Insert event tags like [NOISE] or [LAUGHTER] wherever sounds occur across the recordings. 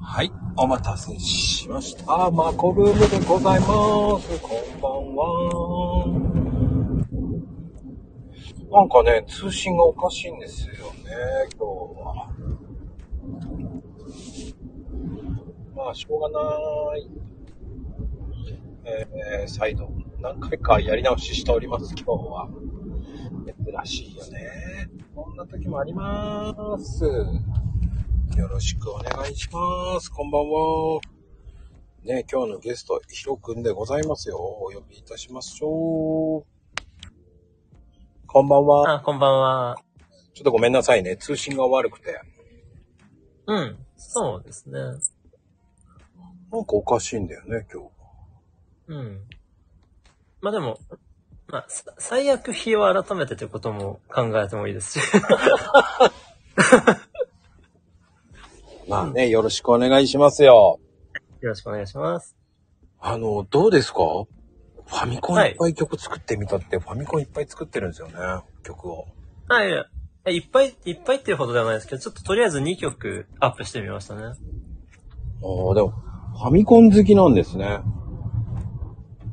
はい、お待たせしました。マコルームでございます。こんばんは。なんかね、通信がおかしいんですよね、今日は。まあ、しょうがない。えー、再度、何回かやり直ししております、今日は。珍しいよね。こんな時もあります。よろしくお願いします。こんばんは。ね、今日のゲスト、ひろくんでございますよ。お呼びいたしましょう。こんばんは。あ、こんばんは。ちょっとごめんなさいね。通信が悪くて。うん。そうですね。なんかおかしいんだよね、今日。うん。まあでも、まあ、さ最悪日を改めてということも考えてもいいですし。 [LAUGHS] まあね、よろしくお願いしますよ。よろしくお願いします。あの、どうですかファミコンはいいっぱい曲作ってみたって、ファミコンいっぱい作ってるんですよね、曲を。はい。いやいっぱい、いっぱいっていうほどではないですけど、ちょっととりあえず2曲アップしてみましたね。ああ、でも、ファミコン好きなんですね。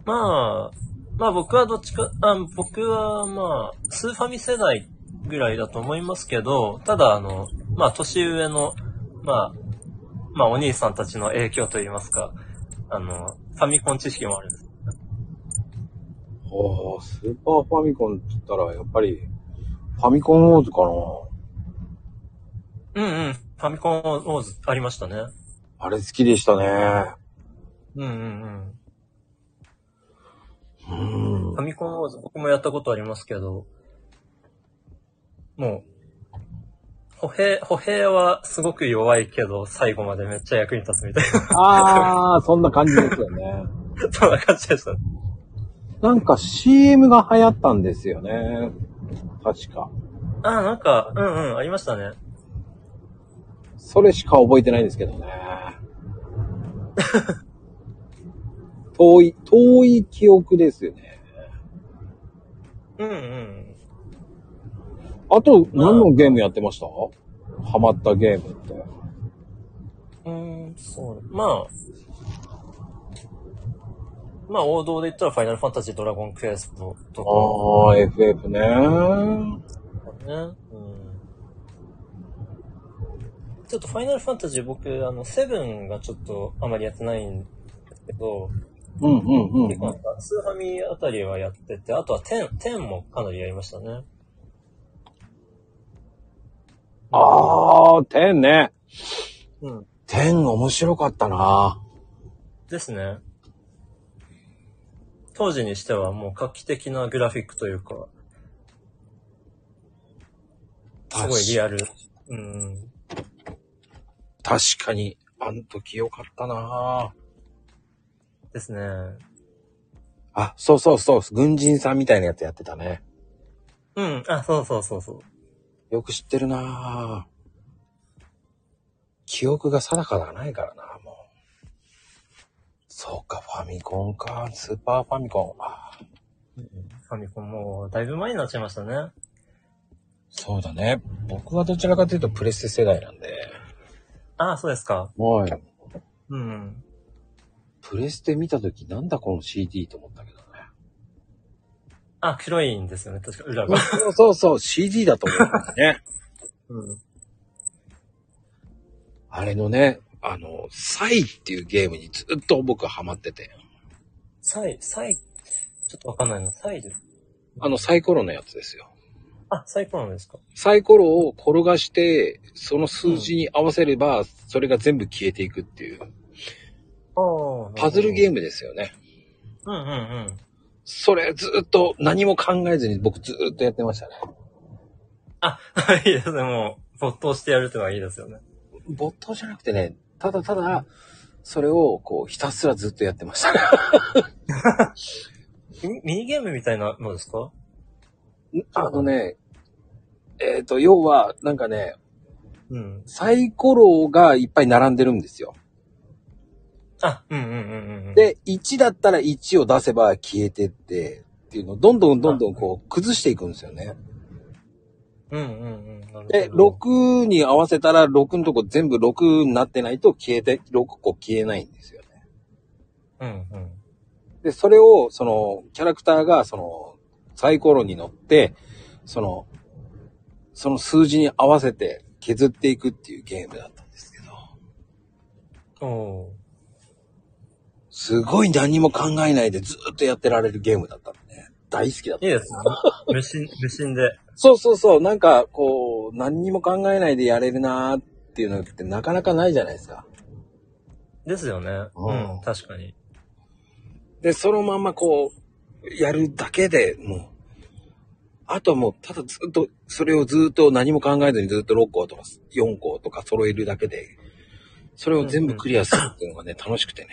まあ、まあ僕はどっちか、あ僕はまあ、スーファミ世代ぐらいだと思いますけど、ただあの、まあ年上の、まあ、まあお兄さんたちの影響といいますか、あの、ファミコン知識もあるんです。ああ、スーパーファミコンって言ったら、やっぱり、ファミコンウォーズかうんうん、ファミコンウォーズありましたね。な。あれ好きでしたね。うんうんうん。うんファ。ミコンウォーズ僕もやったことありますけど、もう、歩兵、歩兵はすごく弱いけど、最後までめっちゃ役に立つみたい [LAUGHS] な、ああ、そんな感じですよね。そんな感じでした。なんか CM が流行ったんですよね。確か。あ、なんか、うんうん、ありましたね。それしか覚えてないんですけど [LAUGHS] ね。遠い、遠い記憶ですよね。うんうん。あと、何のゲームやってましたハマったゲームって。うーん、そう。まあ、まあ、王道で言ったら、ファイナルファンタジー、ドラゴンクエストとああ、FF ね。かね。うん。ちょっと、ファイナルファンタジー、僕、あの、セブンがちょっと、あまりやってないんですけど、うんうんうん結構なんか、スーファミあたりはやってて、あとは、テン、テンもかなりやりましたね。ああ、10ね。うん。 10面白かったな。ですね。当時にしてはもう画期的なグラフィックというか、すごいリアル。うん。確かに、あの時よかったな。ですね。あ、そうそうそう、軍人さんみたいなやつやってたね。うん。あ、そうそうそうそう。よく知ってるな。記憶が定かではないからな、もう。そうか、ファミコンか、スーパーファミコン。あーファミコンもうだいぶ前になっちゃいましたね。そうだね。僕はどちらかというとプレステ世代なんで。あ、そうですか。はい。うん。プレステ見たときなんだこの CD と思ったけどね。あ、黒いんですよね。確か、裏そうが。そう [LAUGHS] そうそう、CD だと思うんですね。うん。 [LAUGHS] あれのね、あの、サイっていうゲームにずっと僕はハマってて。サイ、サイ、ちょっとわかんないな。サイで。あのサイコロのやつですよ。あ、サイコロですか。サイコロを転がして、その数字に合わせれば、それが全部消えていくっていう、ああ。パズルゲーム。ムですよね。うんうんうん。 [LAUGHS] それずっと何も考えずに僕ずっとやってましたね。あ、いいですね。もう、没頭してやるってのはいいですよね。没頭じゃなくてね、ただただ、それをこう、ひたすらずっとやってましたね。ミミニゲームみたいなのですかあのね、えっ、と、要は、なんかね、うん。サイコロがいっぱい並んでるんですよ。あ、うんうんうんうんうん。、で、1だったら1を出せば消えてって、っていうのをどんどんどんどんこう、崩していくんですよね。うんうんうん。なるほどで、。6に合わせたら、6のとこ全部6になってないと消えて、6個消えないんですよね。うんうん。で、それを、その、キャラクターが、その、サイコロに乗って、その、その数字に合わせて削っていくっていうゲームだったんですけど、おーすごい何も考えないでずーっとやってられるゲームだったのね。大好きだったいい。で [LAUGHS] すね。無心、無心で。そうそうそう、なんか、こう、何にも考えないでやれるなーっていうのってなかなかないじゃないですか。ですよね。ううんん、確かに。で、そのまんまこう、やるだけでもう、あとはもう、ただずっと、それをずっと何も考えずにずっと6個とか4個とか揃えるだけで、それを全部クリアするっていう [LAUGHS] のがね、楽しくてね。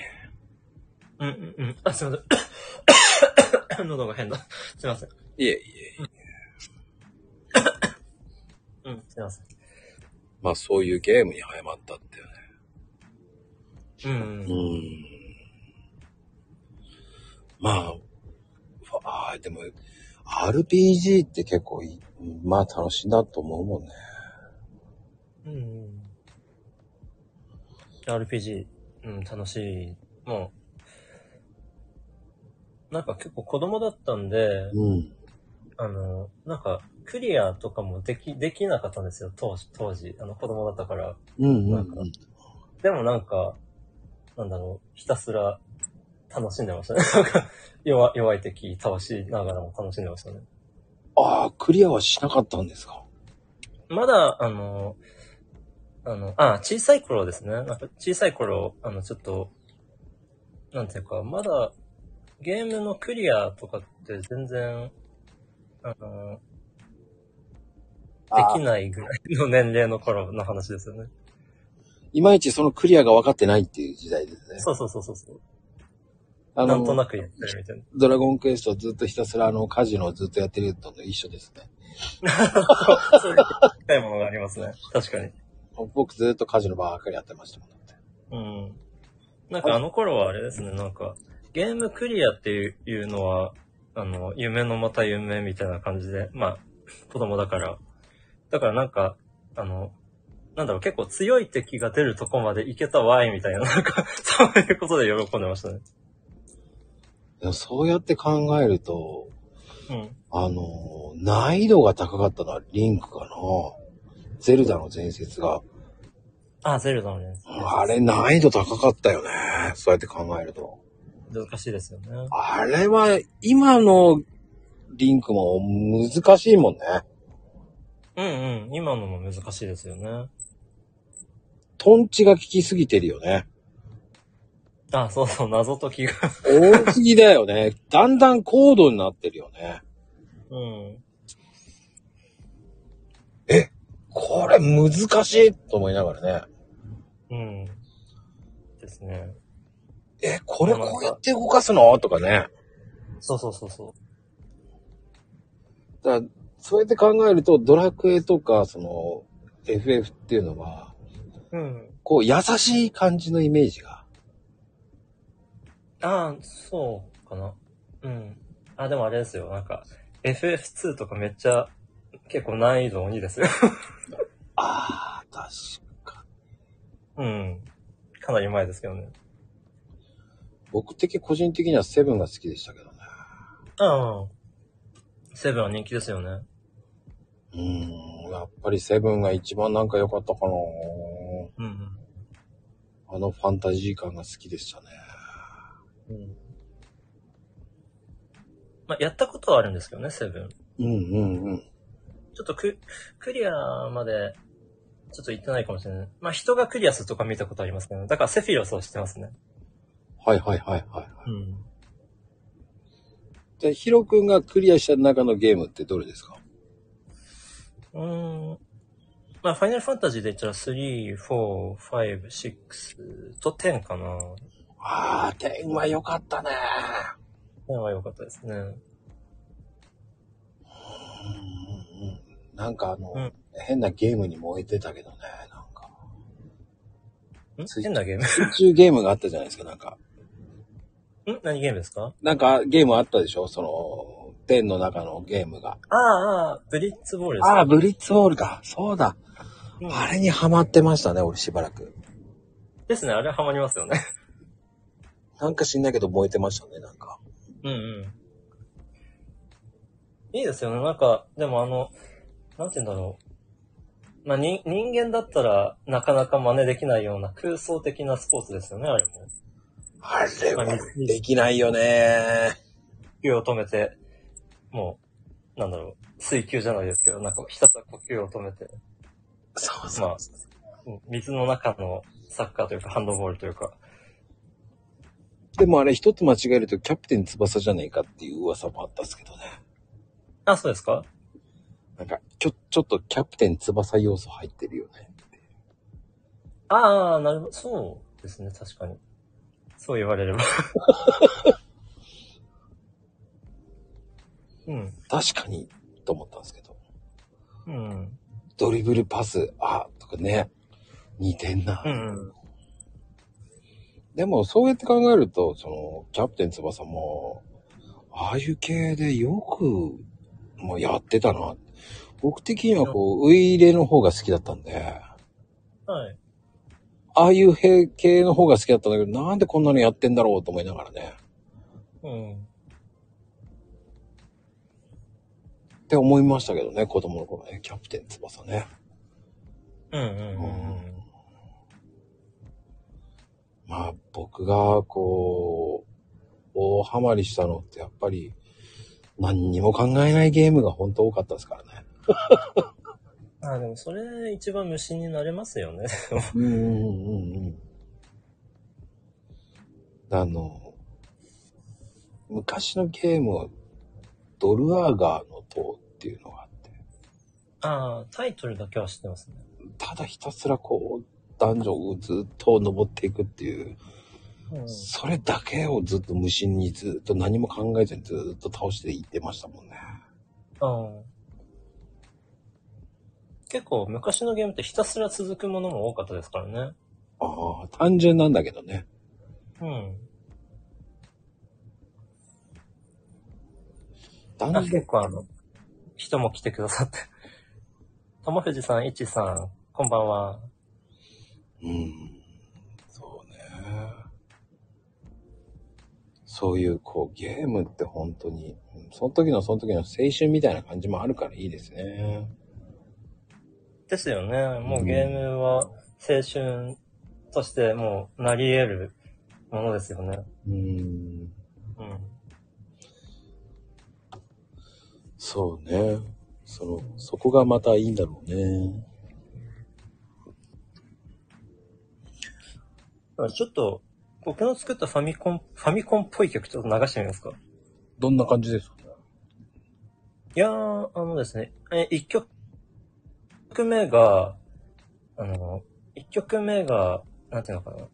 うんうんうん。あ、すいません。 [COUGHS] 喉が変だ。すいません。いえいえ、うん、すいません。まあそういうゲームにハマったっていうね。うん、ううん。ん。まあ、ああ、でも、RPG って結構いい、まあ楽しいなと思うもんね。うんうん。RPG、うん、楽しい。もう、なんか結構子供だったんで、うん。あの、なんか、クリアとかもでき、できなかったんですよ、当時、当時。あの、子供だったから。うんうん、なんかでもなんか、なんだろう、ひたすら楽しんでましたね。なんか、弱、弱い敵倒しながらも楽しんでましたね。ああ、クリアはしなかったんですか。まだ、あの、あの、あ、小さい頃ですね。なんか小さい頃、あの、ちょっと、なんていうか、まだ、ゲームのクリアとかって全然、あの、できないぐらいの年齢の頃の話です [LAUGHS] よね。いまいちそのクリアが分かってないっていう時代ですね。そうそうそうそうそう。あなの、んとなくやってるみたいな。 [LAUGHS] ドラゴンクエストずっとひたすらあの、カジノをずっとやってるのと一緒ですね。そういう深いものがありますね。確かに。僕ずっとカジノばっかりやってましたもんだって。うん。なんかあの頃はあれですね、なんか、ゲームクリアっていういうのは、あの、夢のまた夢みたいな感じで、まあ、子供だから。だからなんか、あの、なんだろう、結構強い敵が出るとこまでいけたわい、みたいな、なんか、 [LAUGHS] そういうことで喜んでましたね。でもそうやって考えると、うん。あの、難易度が高かったのはリンクかな。ゼルダの伝説が。あ、ゼルダのね。あれ難易度高かったよね。そうやって考えると。難しいですよね。あれは今のリンクも難しいもんね。うんうん。今のも難しいですよね。トンチが効きすぎてるよね。あ、そうそう、謎解きが。多すぎだよね。だんだん高度になってるよね。うん。これ難しいと思いながらね。うん。ですね。え、これこうやって動かすのとかね。そうそうそうそう。だからそうやって考えると、ドラクエとか、その、FF っていうのは、うん。こう、優しい感じのイメージが。ああ、そうかな。うん。あ、でもあれですよ。なんか、FF2 とかめっちゃ、結構難易度鬼ですよ。 [LAUGHS] ああ、確か。うん。かなり前ですけどね。僕的、個人的にはセブンが好きでしたけどね。ああ。セブンは人気ですよね。うーん、やっぱりセブンが一番なんか良かったかな。うん、あのファンタジー感が好きでしたね。うん。うん。まあ、やったことはあるんですけどね、セブン。うんうんうん。ちょっとク、クリアまで、ちょっと行ってないかもしれない。まあ、人がクリアするとか見たことありますけど、ね、だからセフィロスを知ってますね。はいはいはいはい。うん。じゃあ、ヒロ君がクリアした中のゲームってどれですかうーん。まあ、ファイナルファンタジーで言ったら3、4、5、6と10かな。ああ、天は良かったね。 10は良かったですね。うんうんうん。なんかあの、うん変なゲームに燃えてたけどね、なんか。んつい変なゲーム宇宙ゲームがあったじゃないですか、なんか。ん何ゲームですか [LAUGHS] なんかゲームあったでしょその、 10の中のゲームが。ああ、ああ、ブリッツボールですあかあ、ブリッツボールか。そうだ。うんあれにハマってましたね、俺しばらく。ですね、あれはハマりますよね。 [LAUGHS] なんか知んないけど燃えてましたね、なんか。うんうん。いいですよね。なんか、でもあの、なんて言うんだろう。まあ、に人間だったらなかなか真似できないような空想的なスポーツですよね、あれも。あれはまあできないよね。呼吸を止めて、もう、なんだろう、水球じゃないですけど、なんかひたすら呼吸を止めて、そうまそあう。、うん水の中のサッカーというか、ハンドボールというか、でもあれ一つ間違えるとキャプテン翼じゃねえかっていう噂もあったっすけどね。あ、そうですかなんか、ちょ、ちょっとキャプテン翼要素入ってるよね。ああ、なるほど、そうですね、確かに。そう言われれば。 [LAUGHS] うん、確かに、と思ったんですけど。うん、ドリブルパス、あ、とかね。似てんな。うん、うん。でも、そうやって考えると、その、キャプテン翼も、ああいう系でよく、もうやってたな。僕的にはこう、ウイイレの方が好きだったんで、はい。ああいう系系の方が好きだったんだけど、なんでこんなのやってんだろうと思いながらね、うん。って思いましたけどね、子供の頃ね、キャプテン翼ね。うん、うん、うん。まあ、僕が、こう、大ハマりしたのって、やっぱり、何にも考えないゲームが本当多かったですからね。ああ、でもそれ一番虫になれますよね。 [LAUGHS] うんうんうんうん。あの、昔のゲームは、ドルアーガーの塔っていうのがあって、ああ、タイトルだけは知ってますね。ただひたすらこう、ダンジョンをずっと登っていくっていう、うん。それだけをずっと無心にずっと何も考えずにずっと倒していってましたもんね。うん結構昔のゲームってひたすら続くものも多かったですからね。ああ、単純なんだけどね。うん。ダあンジョ結ン、構あの、人も来てくださって。 [LAUGHS] 友藤さん、いちさん、こんばんは。うん。そうね。そういう、こう、ゲームって本当に、うんその時のその時の青春みたいな感じもあるからいいですね。ですよね。もうゲームは青春としてもうなり得るものですよね。うん。うん。そうね。その、そこがまたいいんだろうね。だからちょっと、僕の作ったファミコン、ファミコンっぽい曲ちょっと流してみますか。どんな感じですかいやー、あのですね、え、一曲、一曲目が、あの、一曲目が、なんていうのかな。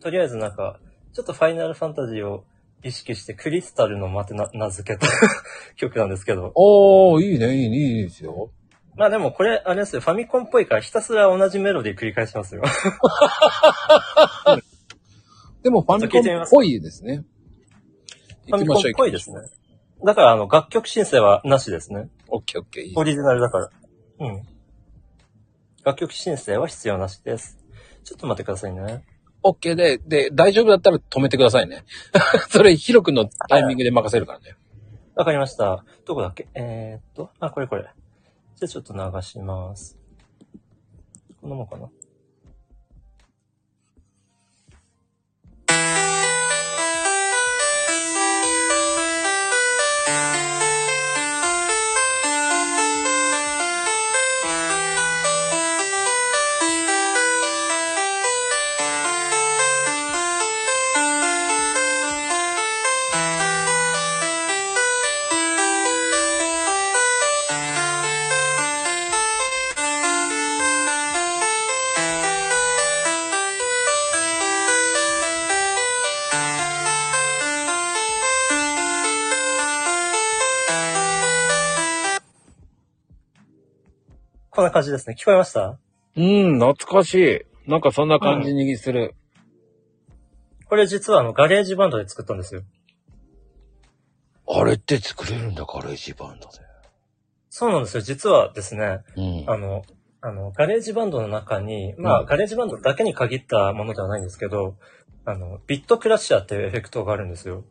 とりあえずなんか、ちょっとファイナルファンタジーを意識してクリスタルの間ってな名付けた [LAUGHS] 曲なんですけど。おー、いいね、いいね、いいですよ。まあでもこれ、あれですよ、ファミコンっぽいからひたすら同じメロディー繰り返しますよ。でも、ファミコンっぽいですね。ファミコンっぽいですね。ね。だからあの、楽曲申請はなしですね。オッケーオッケー、いい。オリジナルだから。うん。楽曲申請は必要なしです。ちょっと待ってくださいね。 OK で、で、大丈夫だったら止めてくださいね。 [LAUGHS] それ、ヒロ君のタイミングで任せるからね。わかりました。どこだっけえー、っと、あ、これこれ。じゃあちょっと流します。こんなもんかな。こんな感じですね。聞こえましたうん、懐かしい。なんかそんな感じにする。これ実はあの、ガレージバンドで作ったんですよ。あれって作れるんだ、ガレージバンドそうなんですよ。実はですね、で。あの、あの、ガレージバンドの中に、まあ、うんガレージバンドだけに限ったものではないんですけど、あの、ビットクラッシャーっていうエフェクトがあるんですよ。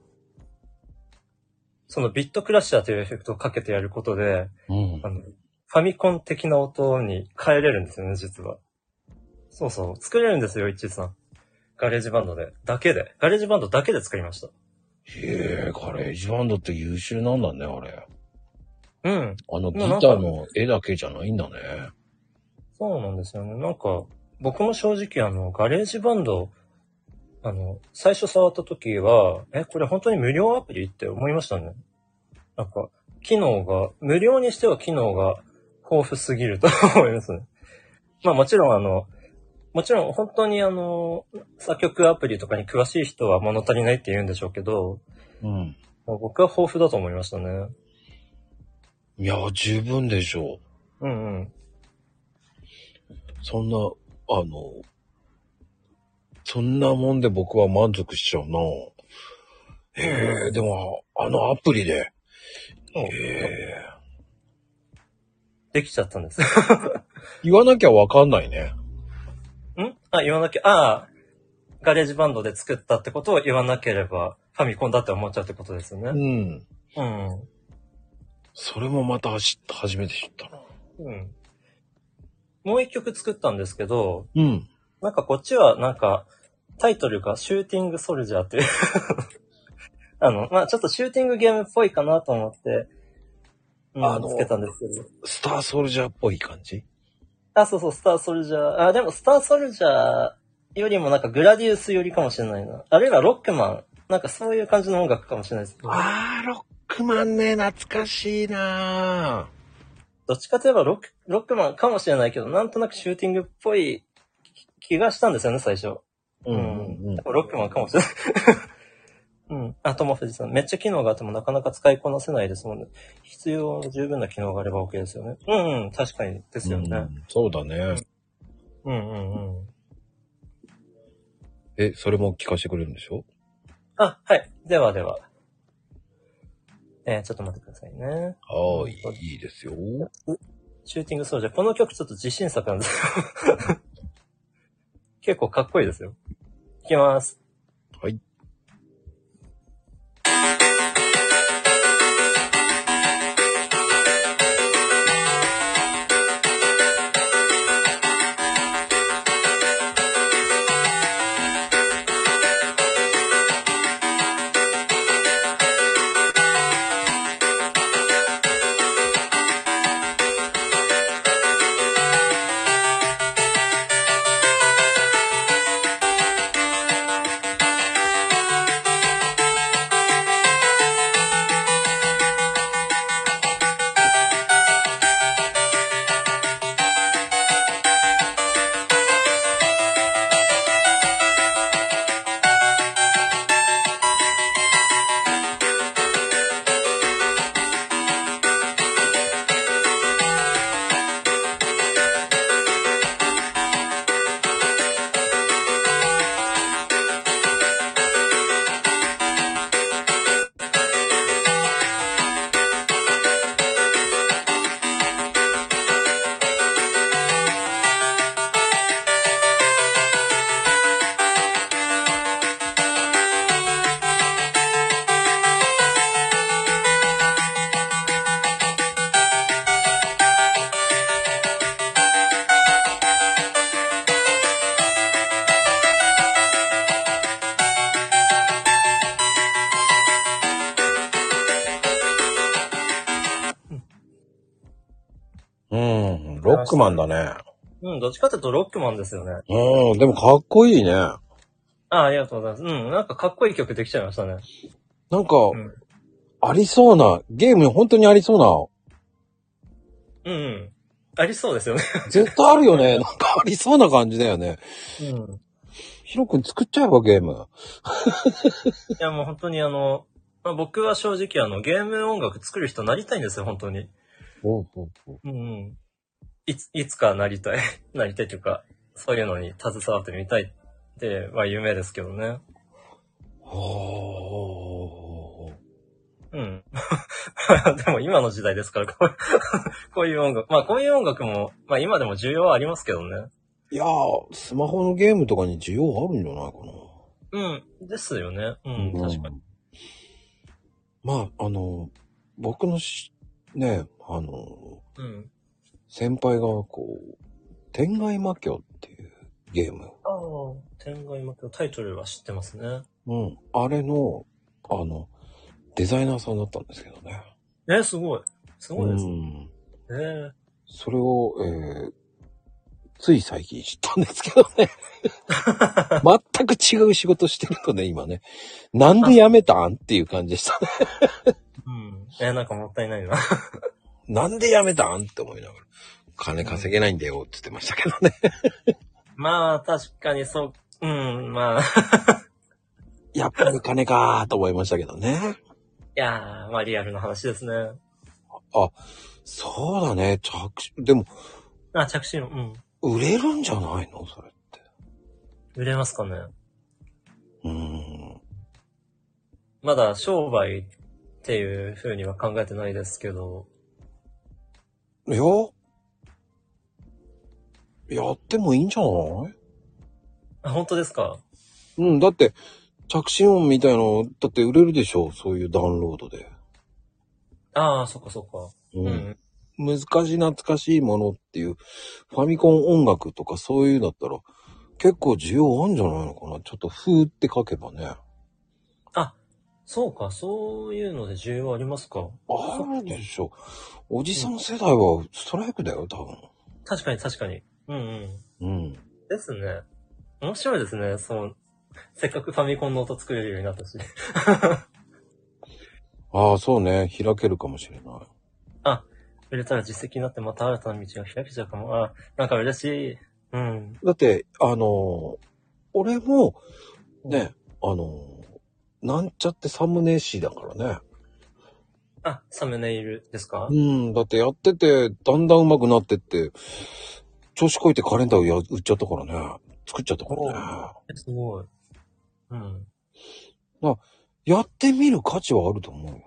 そのビットクラッシャーというエフェクトをかけてやることで、うん。うんあ。の、ファミコン的な音に変えれるんですよね、実は。そうそう。作れるんですよ、一さん。ガレージバンドで。だけで。ガレージバンドだけで作りました。へえ、ガレージバンドって優秀なんだね、あれ。うん。あのギタまあなんかーの絵だけじゃないんだね。そうなんですよね。なんか、僕も正直あの、ガレージバンド、あの、最初触った時は、え、これ本当に無料アプリって思いましたね。なんか、機能が、無料にしては機能が豊富すぎると [LAUGHS] 思いますね。まあもちろんあの、もちろん本当にあの、作曲アプリとかに詳しい人は物足りないって言うんでしょうけど、うん。まあ僕は豊富だと思いましたね。いや、十分でしょうんうん。う。そんな、あの、そんなもんで僕は満足しちゃうな。へえ、でも、あのアプリで。そうへえ。できちゃったんです。言わなきゃわかんないね。んあ、言わなきゃ、ああ、ガレージバンドで作ったってことを言わなければ、ファミコンだって思っちゃうってことですようね。ん。うん。それもまた知った、初めて知ったな。うん。もう一曲作ったんですけど、うん。なんかこっちはなんか、タイトルがシューティングソルジャーっていう。 [LAUGHS] あの、まあちょっとシューティングゲームっぽいかなと思って、うんあのつけたんですけど。スターソルジャーっぽい感じあ、そうそう、スターソルジャー。あ、でもスターソルジャーよりもなんかグラディウスよりかもしれないな。あるいはロックマン。なんかそういう感じの音楽かもしれないですね。あー、ロックマンね、懐かしいなどっちかといえばロック、ロックマンかもしれないけど、なんとなくシューティングっぽい気気がしたんですよね、最初。うでもロックマンかもしれない。 [LAUGHS] うん。あ、ともふじさん。めっちゃ機能があってもなかなか使いこなせないですもんね。必要十分な機能があれば OK ですよね。うんうん。確かに。ですようね。んそうだね。うんうんうん。え、それも聞かせてくれるんでしょあ、はい。ではでは。えーちょっと待ってくださいね。はーい、いいですよ。シューティングソルジャー。この曲ちょっと自信作なんですよ。 [LAUGHS] 結構かっこいいですよ。いきます。はい。うん、ロックマンだね。うん、どっちかっていうとロックマンですよね。うん、でもかっこいいね。ああ、ありがとうございます。うん、なんかかっこいい曲できちゃいましたね。なんか、うんありそうな、ゲームに本当にありそううん、うん。ありそうですよね。な、絶対あるよね。なんかありそうな感じだよね。うん。ヒロ君作っちゃえばゲーム。いや、もう本当にあの、まあ、僕は正直あの、ゲーム音楽作る人なりたいんですよ、本当に。おうおうおううん、うん。いつ、いつかなりたい。 [LAUGHS] なりたいというか、そういうのに携わってみたいって、まあ、夢ですけどね。ほうほうほうほううん。 [LAUGHS] でも今の時代ですから、こう [LAUGHS] こういう音楽。まあこういう音楽も、まあ今でも需要はありますけどね。いやー、スマホのゲームとかに需要あるんじゃないかうん。ですよね。うな。ん、確かに。に。まあ、あの、僕のし、ね、あの、うん。先輩がこう、天外魔境っていうゲーム。ああ、天外魔境タイトルは知ってますね。うん。あれの、あの、デザイナーさんだったんですけどね。えー、すごい。すごいですね。ん。えーそれを、えー、つい最近知ったんですけどね。全く違う仕事してるとね、今ね。なんで辞めたんっていう感じでしたね。うん。えーなんかもったいない [LAUGHS] な。なんで辞めたんって思いながら。金稼げないんだよって言ってましたけどね。まあ、確かにそう。うん、まあ。 [LAUGHS] いやっぱり金かーと思いましたけどね。やー、まあリアルな話ですね。そうだね。着手、でも、あ、着信音、うん。売れるんじゃないのそれって。売れますかね。うーん。まだ商売っていう風には考えてないですけど。いや、やってもいいんじゃないあ、本当ですかうん、だって、着信音みたいの、だって売れるでしょそういうダウンロードで。ああ、そっかそっか。うん。難しい懐かしいものっていう、ファミコン音楽とかそういうだったら、結構需要あるんじゃないのかなちょっと、風って書けばね。そうか、そういうので需要ありますか。あるでしょ。おじさん世代はストライクだよ、多確かに確かに。うんうん。分。うん。ですね。面白いですね。そう。せっかくファミコンの音作れるようになったし。 [LAUGHS] ああ、そうね。開けるかもしれない。売れたら実績になってまた新たな道が開けちゃうかも。あ、なんか嬉しい。うん。だって、あのー俺も、ね、あのーなんちゃってサムネ誌だからね。あ、サムネイルですかうん、だってやってて、だんだん上手くなってって、調子こいてカレンダーをや売っちゃったからね。作っちゃったからね。えすごい。うん。やってみる価値はあると思うよね。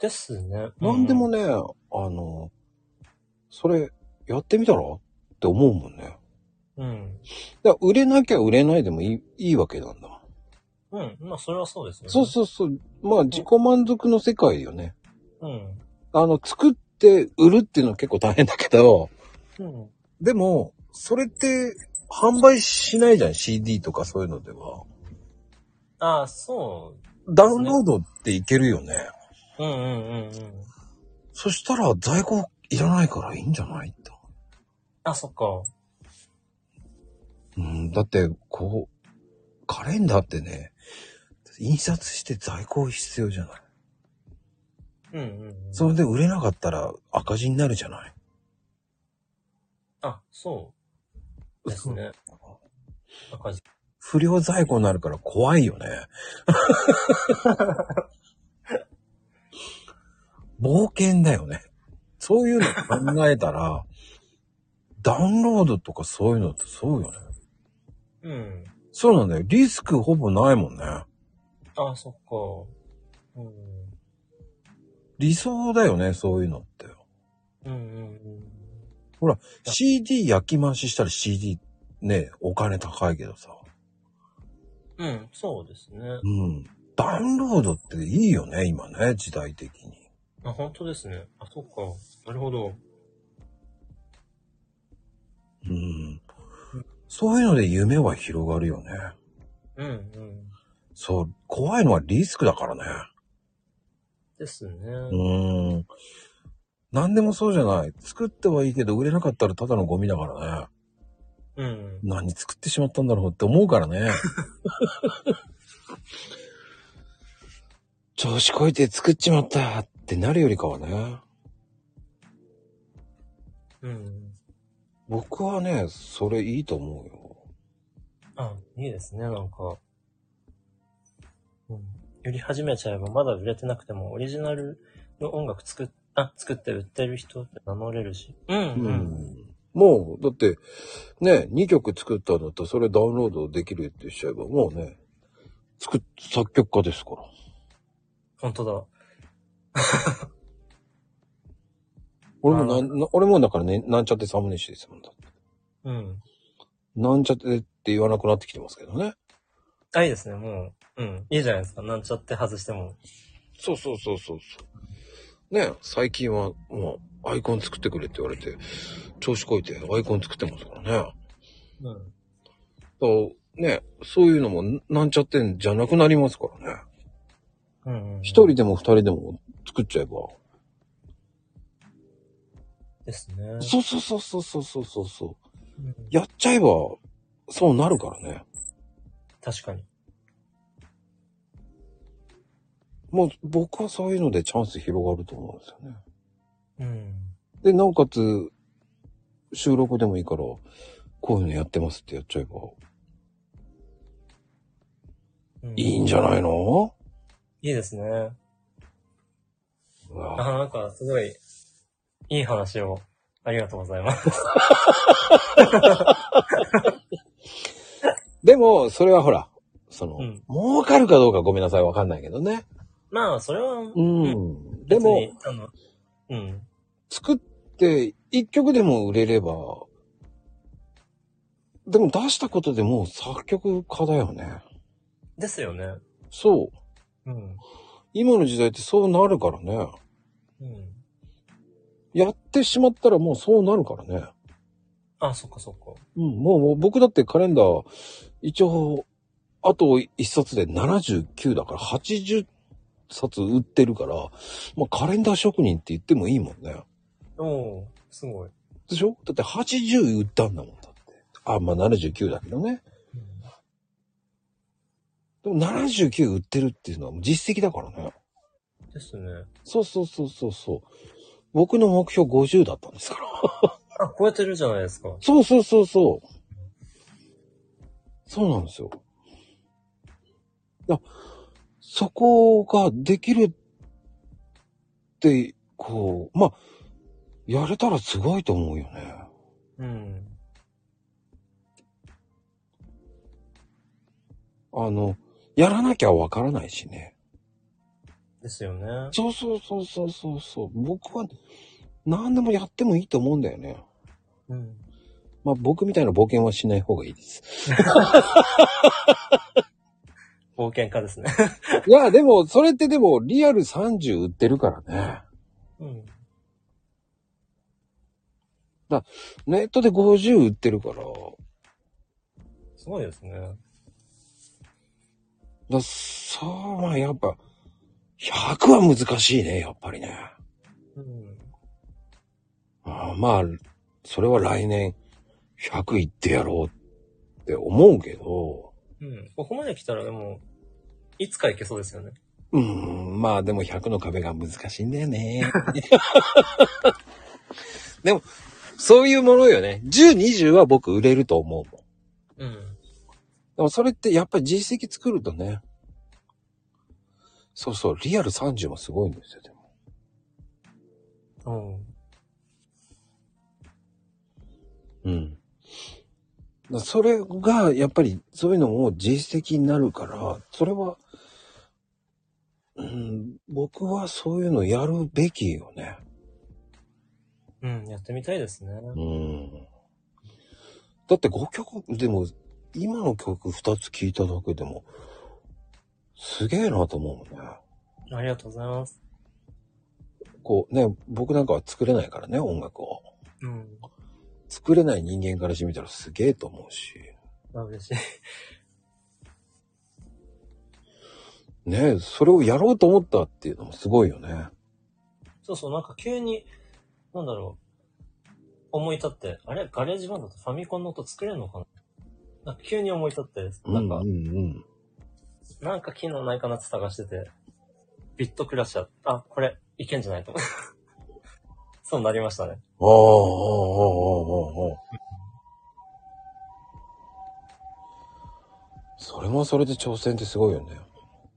ですね。なんでもね、あの、それ、やってみたらって思うもんね。だかうん。ら売れなきゃ売れないでもいい、いいわけなんだもん。うん。まあ、それはそうですよね。そうそうそう。まあ、自己満足の世界よね。う。うん。あの、作って売るっていうのは結構大変だけど、うん。でも、それって、販売しないじゃん、CD とかそういうのでは。あそダウンロードっていけるよね。う。うんうんうんうん。そしたら在庫いらないからいいんじゃないと。あ、そっか。うん、だって、こう、カレンダーってね、印刷して在庫必要じゃない。うんうんうん。それで売れなかったら赤字になるじゃない。あ、そう。ですね。赤字。不良在庫になるから怖いよ [LAUGHS] ね。冒険だよね。そういうの考えたら、ダウンロードとかそういうのってそうよね。うん。そうなんだよ。リスクほぼないもんね。あ、そっか。うん。理想だよね、そういうのって。うんうんうん。 CD 焼き回ししたら CD ね、お金高いけどさ。うん、そうですね。うん。ダウンロードっていいよね、今ね、時代的に。あ、本当ですね。あ、そっか。なるほど。うん。そういうので夢は広がるよね。うんうん。そう、怖いのはリスクだからね。ですね。うん。何でもそうじゃない。作ってはいいけど、売れなかったらただのゴミだからね。うん。何作ってしまったんだろうって思うからね。 [LAUGHS] 調子こいて作っちまったってなるよりかはね。うん。僕はね、それいいと思うよ。あ、いいですね、なんか。うん。売り始めちゃえば、まだ売れてなくても、オリジナルの音楽作っ、あ、作って売ってる人って名乗れるし。うん、うん。もう、だって、ね、2曲作ったんだったらそれダウンロードできるってしちゃえば、もうね、作っ、作曲家ですから。本当だ。俺もな、な俺もだからね、なんちゃってサムネシですもんだ。うん。なんちゃってって言わなくなってきてますけどね。あ、いいですね、もう。うん。いいじゃないですか。なんちゃって外しても。そうそうそうそうそう。ね最近はもうアイコン作ってくれって言われて、調子こいてアイコン作ってますからね。だかうん。らね、そういうのもなんちゃってんじゃなくなりますからね。うん、うん。一人でも二人でも作っちゃえば。ですね。そうそうそうそうそうそうそうそう。うんやっちゃえば、そうなるからね。確かに。もう僕はそういうのでチャンス広がると思うんですよね。うん。で、なおかつ、収録でもいいから、こういうのやってますってやっちゃえば、うん、いいんじゃないのいいですね。うわあ、なんか、すごい、いい話を、ありがとうございます。でも、それはほら、その、うん儲かるかどうかごめんなさい、わかんないけどね。まあ、それは、うん。で別もに、、あの、うん。作って、一曲でも売れれば、でも出したことでもう作曲家だよね。ですよね。そう。うん。今の時代ってそうなるからね。うん。やってしまったらもうそうなるからね。あ、そっかそっか。うん、もうもう僕だってカレンダー、一応、あと一冊で79だから80冊売ってるから、まあカレンダー職人って言ってもいいもんね。おおすごい。でしょだって80売ったんだもんだって。あ、まあ79だけどね。うんでも79売ってるっていうのはもう実績だからね。ですね。そうそうそうそうそう。僕の目標50だったんですから。あ、超えてるじゃないですか。そうそうそうそう。そうなんですよ。いや、そこができるって、こう、まあ、やれたらすごいと思うよね。うん。あの、やらなきゃわからないしね。ですよね。そうそうそうそうそうそう。僕は、何でもやってもいいと思うんだよね。うん。まあ、僕みたいな冒険はしない方がいい [LAUGHS] です。冒険家ですね。いや、でも、それってでも、リアル30売ってるからね。うん。ネットで50売ってるから、すごいですね。だそう、まあやっぱ、100は難しいね、やっぱりね。うん。ああまあ、それは来年、100いってやろうって思うけど、うん。ここまで来たらでも、いつか行けそうですよね。うーん、まあでも100の壁が難しいんだよ [LAUGHS] ね。でも、そういうものよね。10、20は僕売れると思うもん。うん。でもそれってやっぱり実績作るとね、そうそう、リアル30もすごいんですよ、でも。ううん。ん。だそれが、やっぱり、そういうのも実績になるから、それは、うん、僕はそういうのやるべきよね。うん。やってみたいですね。うん。だって5曲、でも、今の曲2つ聴いただけでも、すげえなと思うもんね。ありがとうございます。こうね、僕なんかは作れないからね、音楽を。うん。作れない人間からしてみたらすげえと思うし。あ、嬉しい。ねえそれをやろうと思ったっていうのもすごいよね。そうそう、なんか急に、なんだろう。思い立って、あれガレージバンドってファミコンの音作れるのかななんか急に思い立って、なんか、うんうんうん。なんか機能ないかなって探してて、ビットクラッシャー、あ、これ、いけんじゃないと思う。 [LAUGHS] そうなりましたね。ああ、ああ、ああ、ああ。それもそれで挑戦ってすごいよね。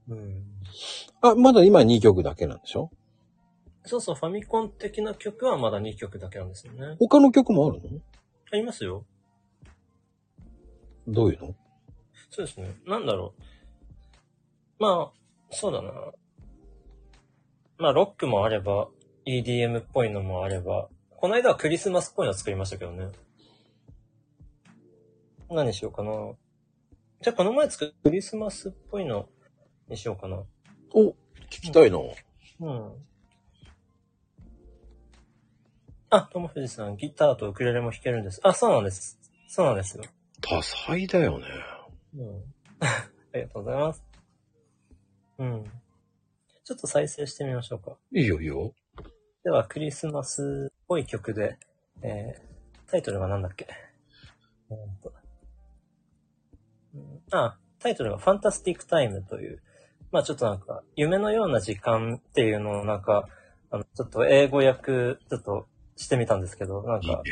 うん。あ、まだ今2曲だけなんでしょそうそう、ファミコン的な曲はまだ2曲だけなんですよね。他の曲もあるのありますよ。どういうのそうですね。なんだろう。まあ、そうだな。まあ、ロックもあれば、EDM っぽいのもあれば、この間はクリスマスっぽいの作りましたけどね。何しようかな。じゃあ、この前作るクリスマスっぽいのにしようかな。お、聞きたいな。うん。あ、ともふじさん、ギターとウクレレも弾けるんです。あ、そうなんです。そうなんですよ。多彩だよね。うん。 [LAUGHS] ありがとうございます。うん。ちょっと再生してみましょうか。いいよいいよ。では、クリスマスっぽい曲で、えー、タイトルがなんだっけえーっとうんあ、タイトルがファンタスティックタイムという、まあちょっとなんか、夢のような時間っていうのをなんか、あの、ちょっと英語訳、ちょっとしてみたんですけど、なんいいねか、。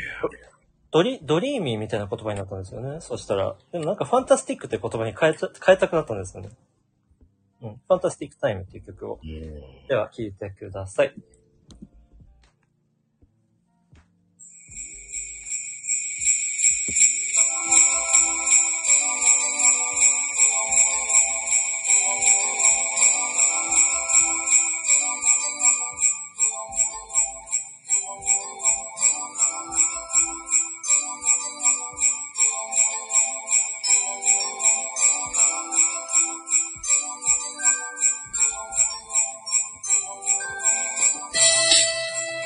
ドリ、ドリーミーみたいな言葉になったんですよね。そしたら。でもなんかファンタスティックって言葉に変えた、変えたくなったんですよね。うん。ファンタスティックタイムっていう曲を。うんでは聴いてください。 「君の声が聞こえる」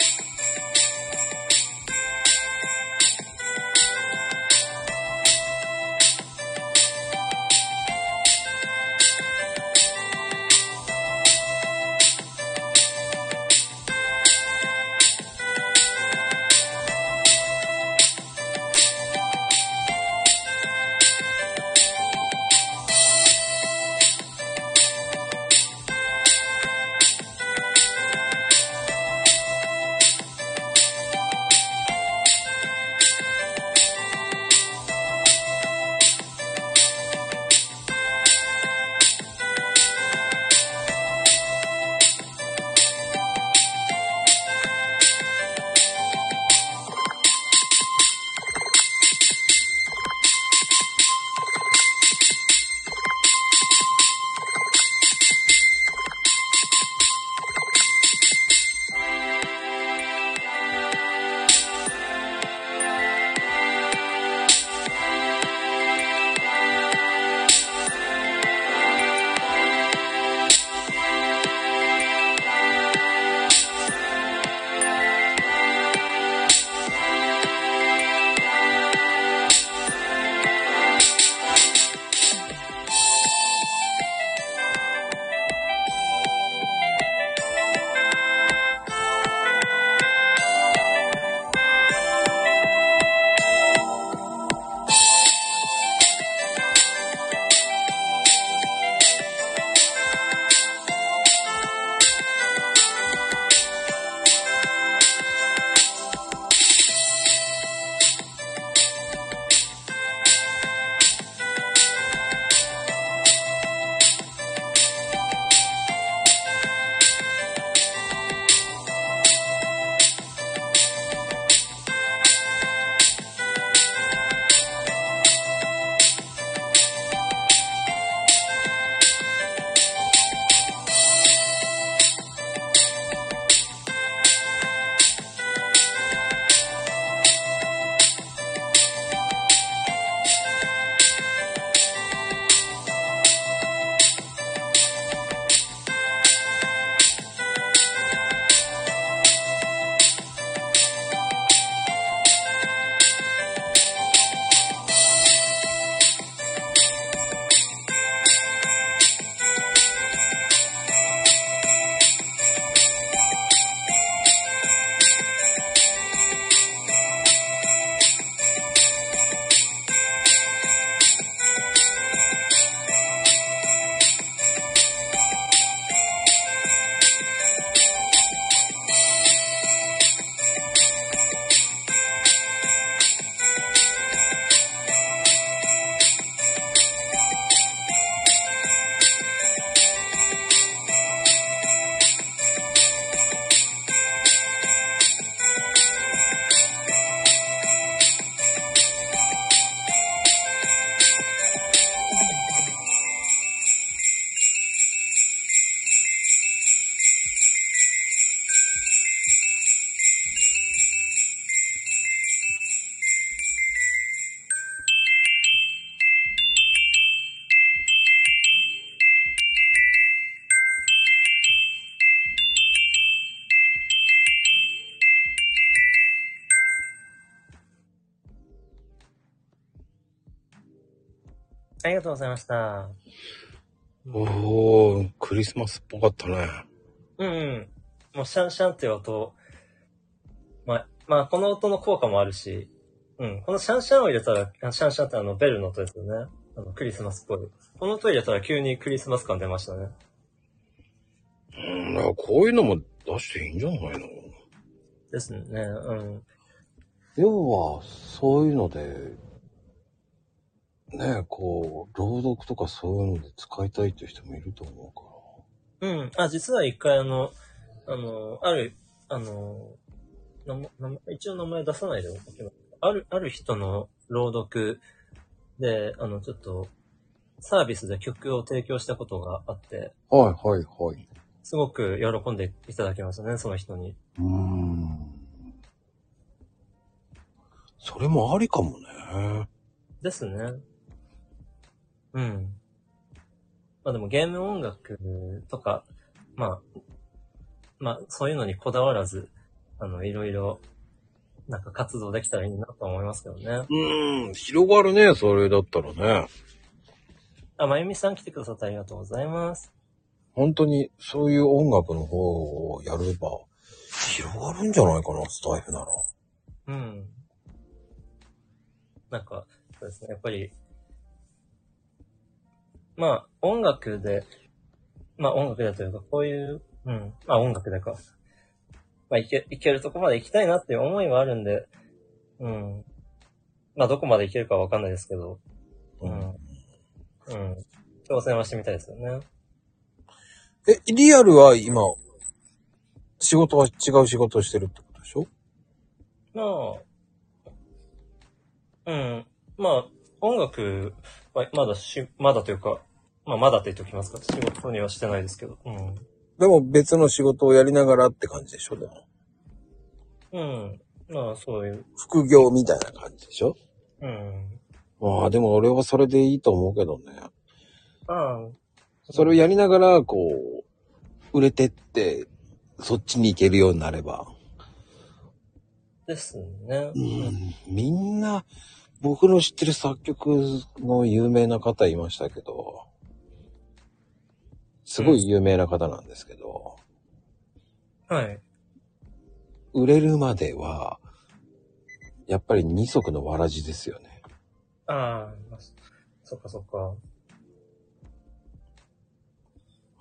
ありがとうございました。おー、クリスマスっぽかったね。うんうん。もうシャンシャンっていう音、まあ、まあ、この音の効果もあるし、うん。このシャンシャンを入れたら、あシャンシャンってあのベルの音ですよね。あの、クリスマスっぽい。この音入れたら急にクリスマス感出ましたね。うん、だからこういうのも出していいんじゃないのですね。うん。要は、そういうので、ねえ、こう、朗読とかそういうので使いたいっていう人もいると思うから。うん。あ、実は一回あの、あの、ある、あの、名前名前一応名前出さないでおきます。ある、ある人の朗読で、あの、ちょっと、サービスで曲を提供したことがあって、はいはいはい。すごく喜んでいただきましたね、その人に。うーん。それもありかもね。ですね。うん。まあでもゲーム音楽とか、まあ、まあそういうのにこだわらず、あの、いろいろ、なんか活動できたらいいなと思いますけどね。うーん、広がるね、それだったらね。あ、まゆみさん来てくださってありがとうございます。本当にそういう音楽の方をやれば、広がるんじゃないかな、スタイフなら。うん。なんか、そうですね、やっぱり、まあ、音楽で、まあ音楽でというか、こういう、うん、まあ音楽でか。まあ、いけ、いけるとこまで行きたいなっていう思いはあるんで、うん。まあ、どこまで行けるかはわかんないですけど、うん。うん。挑戦はしてみたいですよね。え、リアルは今、仕事は違う仕事をしてるってことでしょまあ、うん。まあ、音楽はまだし、まだというか、まあまだって言っておきますか。仕事にはしてないですけど。うん。でも別の仕事をやりながらって感じでしょでも。うん。まあそういう、副業みたいな感じでしょうん。まあでも俺はそれでいいと思うけどね。ああ、それをやりながら、こう、売れてって、そっちに行けるようになれば。ですね。うん、みんな、僕の知ってる作曲の有名な方いましたけど、すごい有名な方なんですけど、はい。売れるまでは、やっぱり二足のわらじですよね。ああ、まあそっかそっか。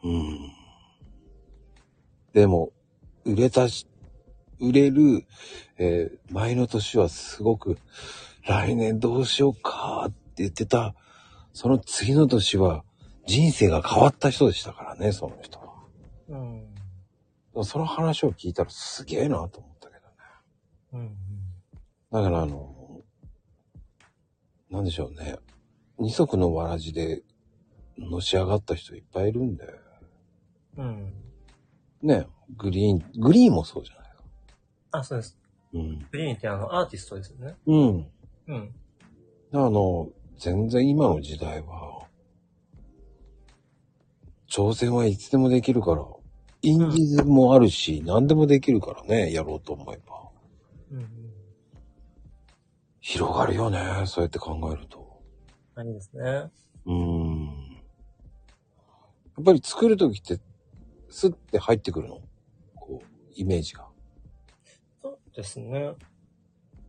うん。でも、売れたし、売れる、えー前の年はすごく、来年どうしようかって言ってた、その次の年は人生が変わった人でしたからね、その人は。うん。その話を聞いたらすげえなと思ったけどね。うん。だからあの、なんでしょうね。二足のわらじでのし上がった人いっぱいいるんで。うん。ね、グリーン、グリーンもそうじゃないか。あ、そうです。うん。グリーンってあの、アーティストですよね。うん。うん。あの、全然今の時代は、挑戦はいつでもできるから、インディーズもあるし、何でもできるからね、やろうと思えば。うん。広がるよね、そうやって考えると。あ、いいですね。うーんやっぱり作るときって、スッて入ってくるのこう、イメージが。そうですね。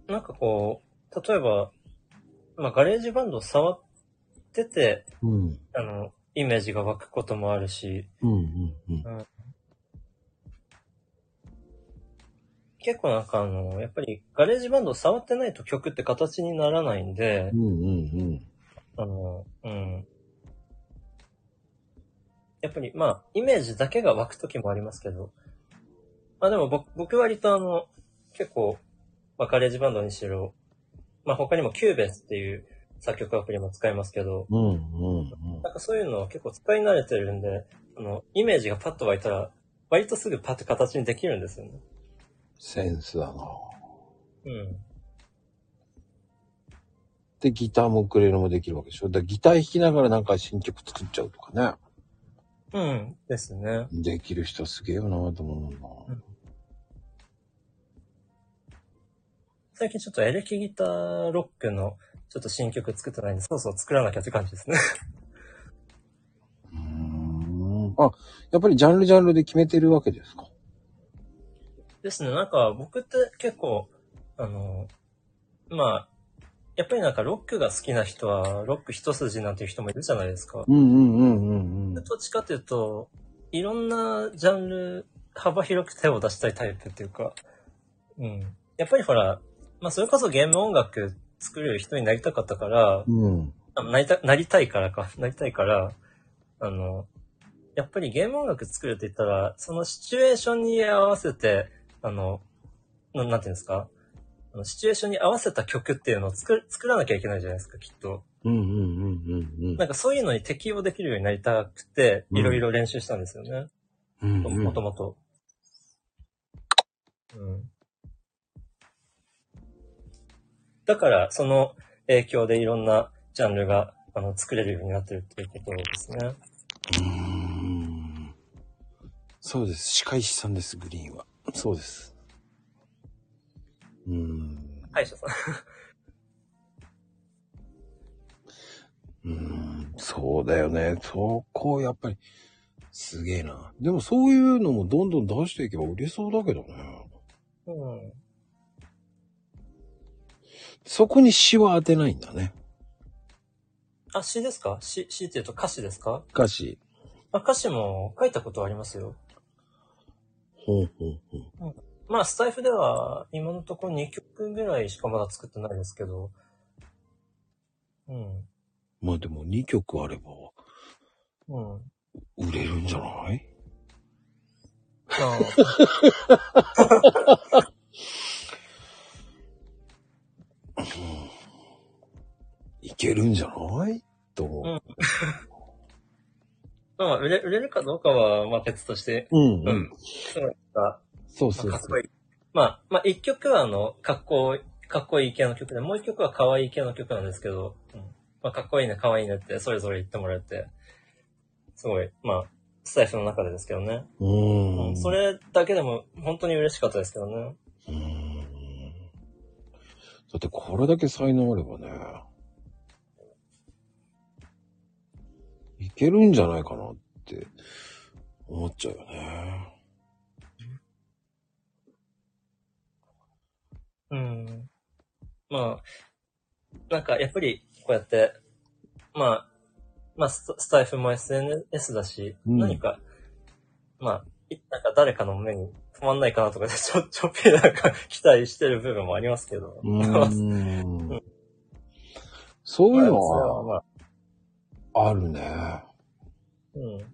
なんかこう、例えば、まあ、ガレージバンドを触ってて、うん。あの、イメージが湧くこともあるし、うんうんうん。結構なんかあの、やっぱりガレージバンドを触ってないと曲って形にならないんで、うんうんうん。あの、うん。やっぱり、まあ、イメージだけが湧くときもありますけど、まあでも僕、僕割とあの、結構、まあ、ガレージバンドにしろ、まあ他にもキューベースっていう作曲アプリも使いますけど、うんうんうん。なんかそういうのは結構使い慣れてるんで、あの、イメージがパッと湧いたら、割とすぐパッと形にできるんですよね。センスだなうん。で、ギターもウクレレもできるわけでしょだからギター弾きながらなんか新曲作っちゃうとかうん。ですね。ね。できる人すげえよなと思うな最近ちょっとエレキギターロックのちょっと新曲作ってないんで、そろそろ作らなきゃって感じですね。うーんあ、やっぱりジャンルジャンルで決めてるわけですか。ですね、なんか僕って結構、あの、まあ、やっぱりなんかロックが好きな人は、ロック一筋なんていう人もいるじゃないですか。うんうんうんうんうん。どっちかっていうと、いろんなジャンル、幅広く手を出したいタイプっていうか、うん。やっぱりほら、まあそれこそゲーム音楽作る人になりたかったから、うん。あなりた、なりたいからか。なりたいから、あの、やっぱりゲーム音楽作るって言ったら、そのシチュエーションに合わせて、あの、ななんていうんですかあのシチュエーションに合わせた曲っていうのを作る、作らなきゃいけないじゃないですか、きっと。うんうんうんうんなんかそういうのに適応できるようになりたくて、うんいろいろ練習したんですよね。うんうんもともと。うん。だから、その影響でいろんなジャンルが、あの、作れるようになってるっていうことですね。うーんそうです。歯科医師さんです、グリーンは。そうです。うーん。歯医者さん。うーん。そうだよね。そこ、やっぱり、すげえな。でもそういうのもどんどん出していけば売れそうだけどね。うん。そこに詩は当てないんだね。あ、詩ですか詩、詩って言うと歌詞ですか歌詞。あ歌詞も書いたことありますよ。ほうほうほう。まあ、スタイフでは、今のところ2曲ぐらいしかまだ作ってないですけど。 [LAUGHS] うん。まあでも2曲あれば、うん。売れるんじゃないあいけるんじゃないと思う。うんまあ、売れ、売れるかどうかは、まあ、別として、うんううんん。そうまそうあそうかっそこいい。まあ、まあ、一曲は、あの、かっこいい、かっこいい系の曲で、もう一曲は可愛い系の曲なんですけど、うんまあ、かっこいいね、可愛いねって、それぞれ言ってもらえて、すごい、まあ、スタイフの中でですけどね。う。う。うんん、それだけでも、本当に嬉しかったですけどね。うーんだってこれだけ才能あればね、いけるんじゃないかなって思っちゃうよね。うん。まあ、なんか、やっぱり、こうやって、まあ、まあ、ススタイフも SNS だし、うん何か、まあ、いなんか誰かの目に止まんないかなとかで、ちょ、 [LAUGHS] ちょっぴりなんか期待してる部分もありますけど。う [LAUGHS] ーん。そうまいうあそれのははまあ、あるね。うん。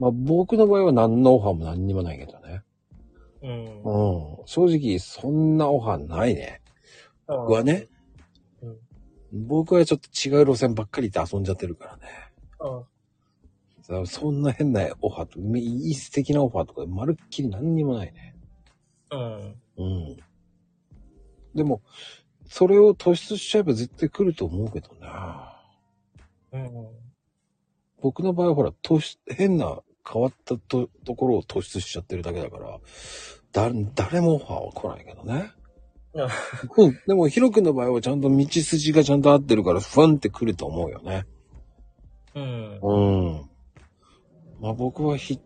まあ僕の場合は何のオファーも何にもないけどね。うん。うん。正直そんなオファーないね。僕はね。うん僕はちょっと違う路線ばっかりで遊んじゃってるからね。うん。そそんな変なオファーと、みいい素敵なオファーとか、まるっきり何にもないね。うん。うん。でも、それを突出しちゃえば絶対来ると思うけどな。うん。僕の場合はほら、突出変な変わったとところを突出しちゃってるだけだから、だ、誰もオファーは来ないけどね。なうん。でも、ヒロ君の場合はちゃんと道筋がちゃんと合ってるから、ふわんって来ると思うよね。うん。うん。まあ僕はひ、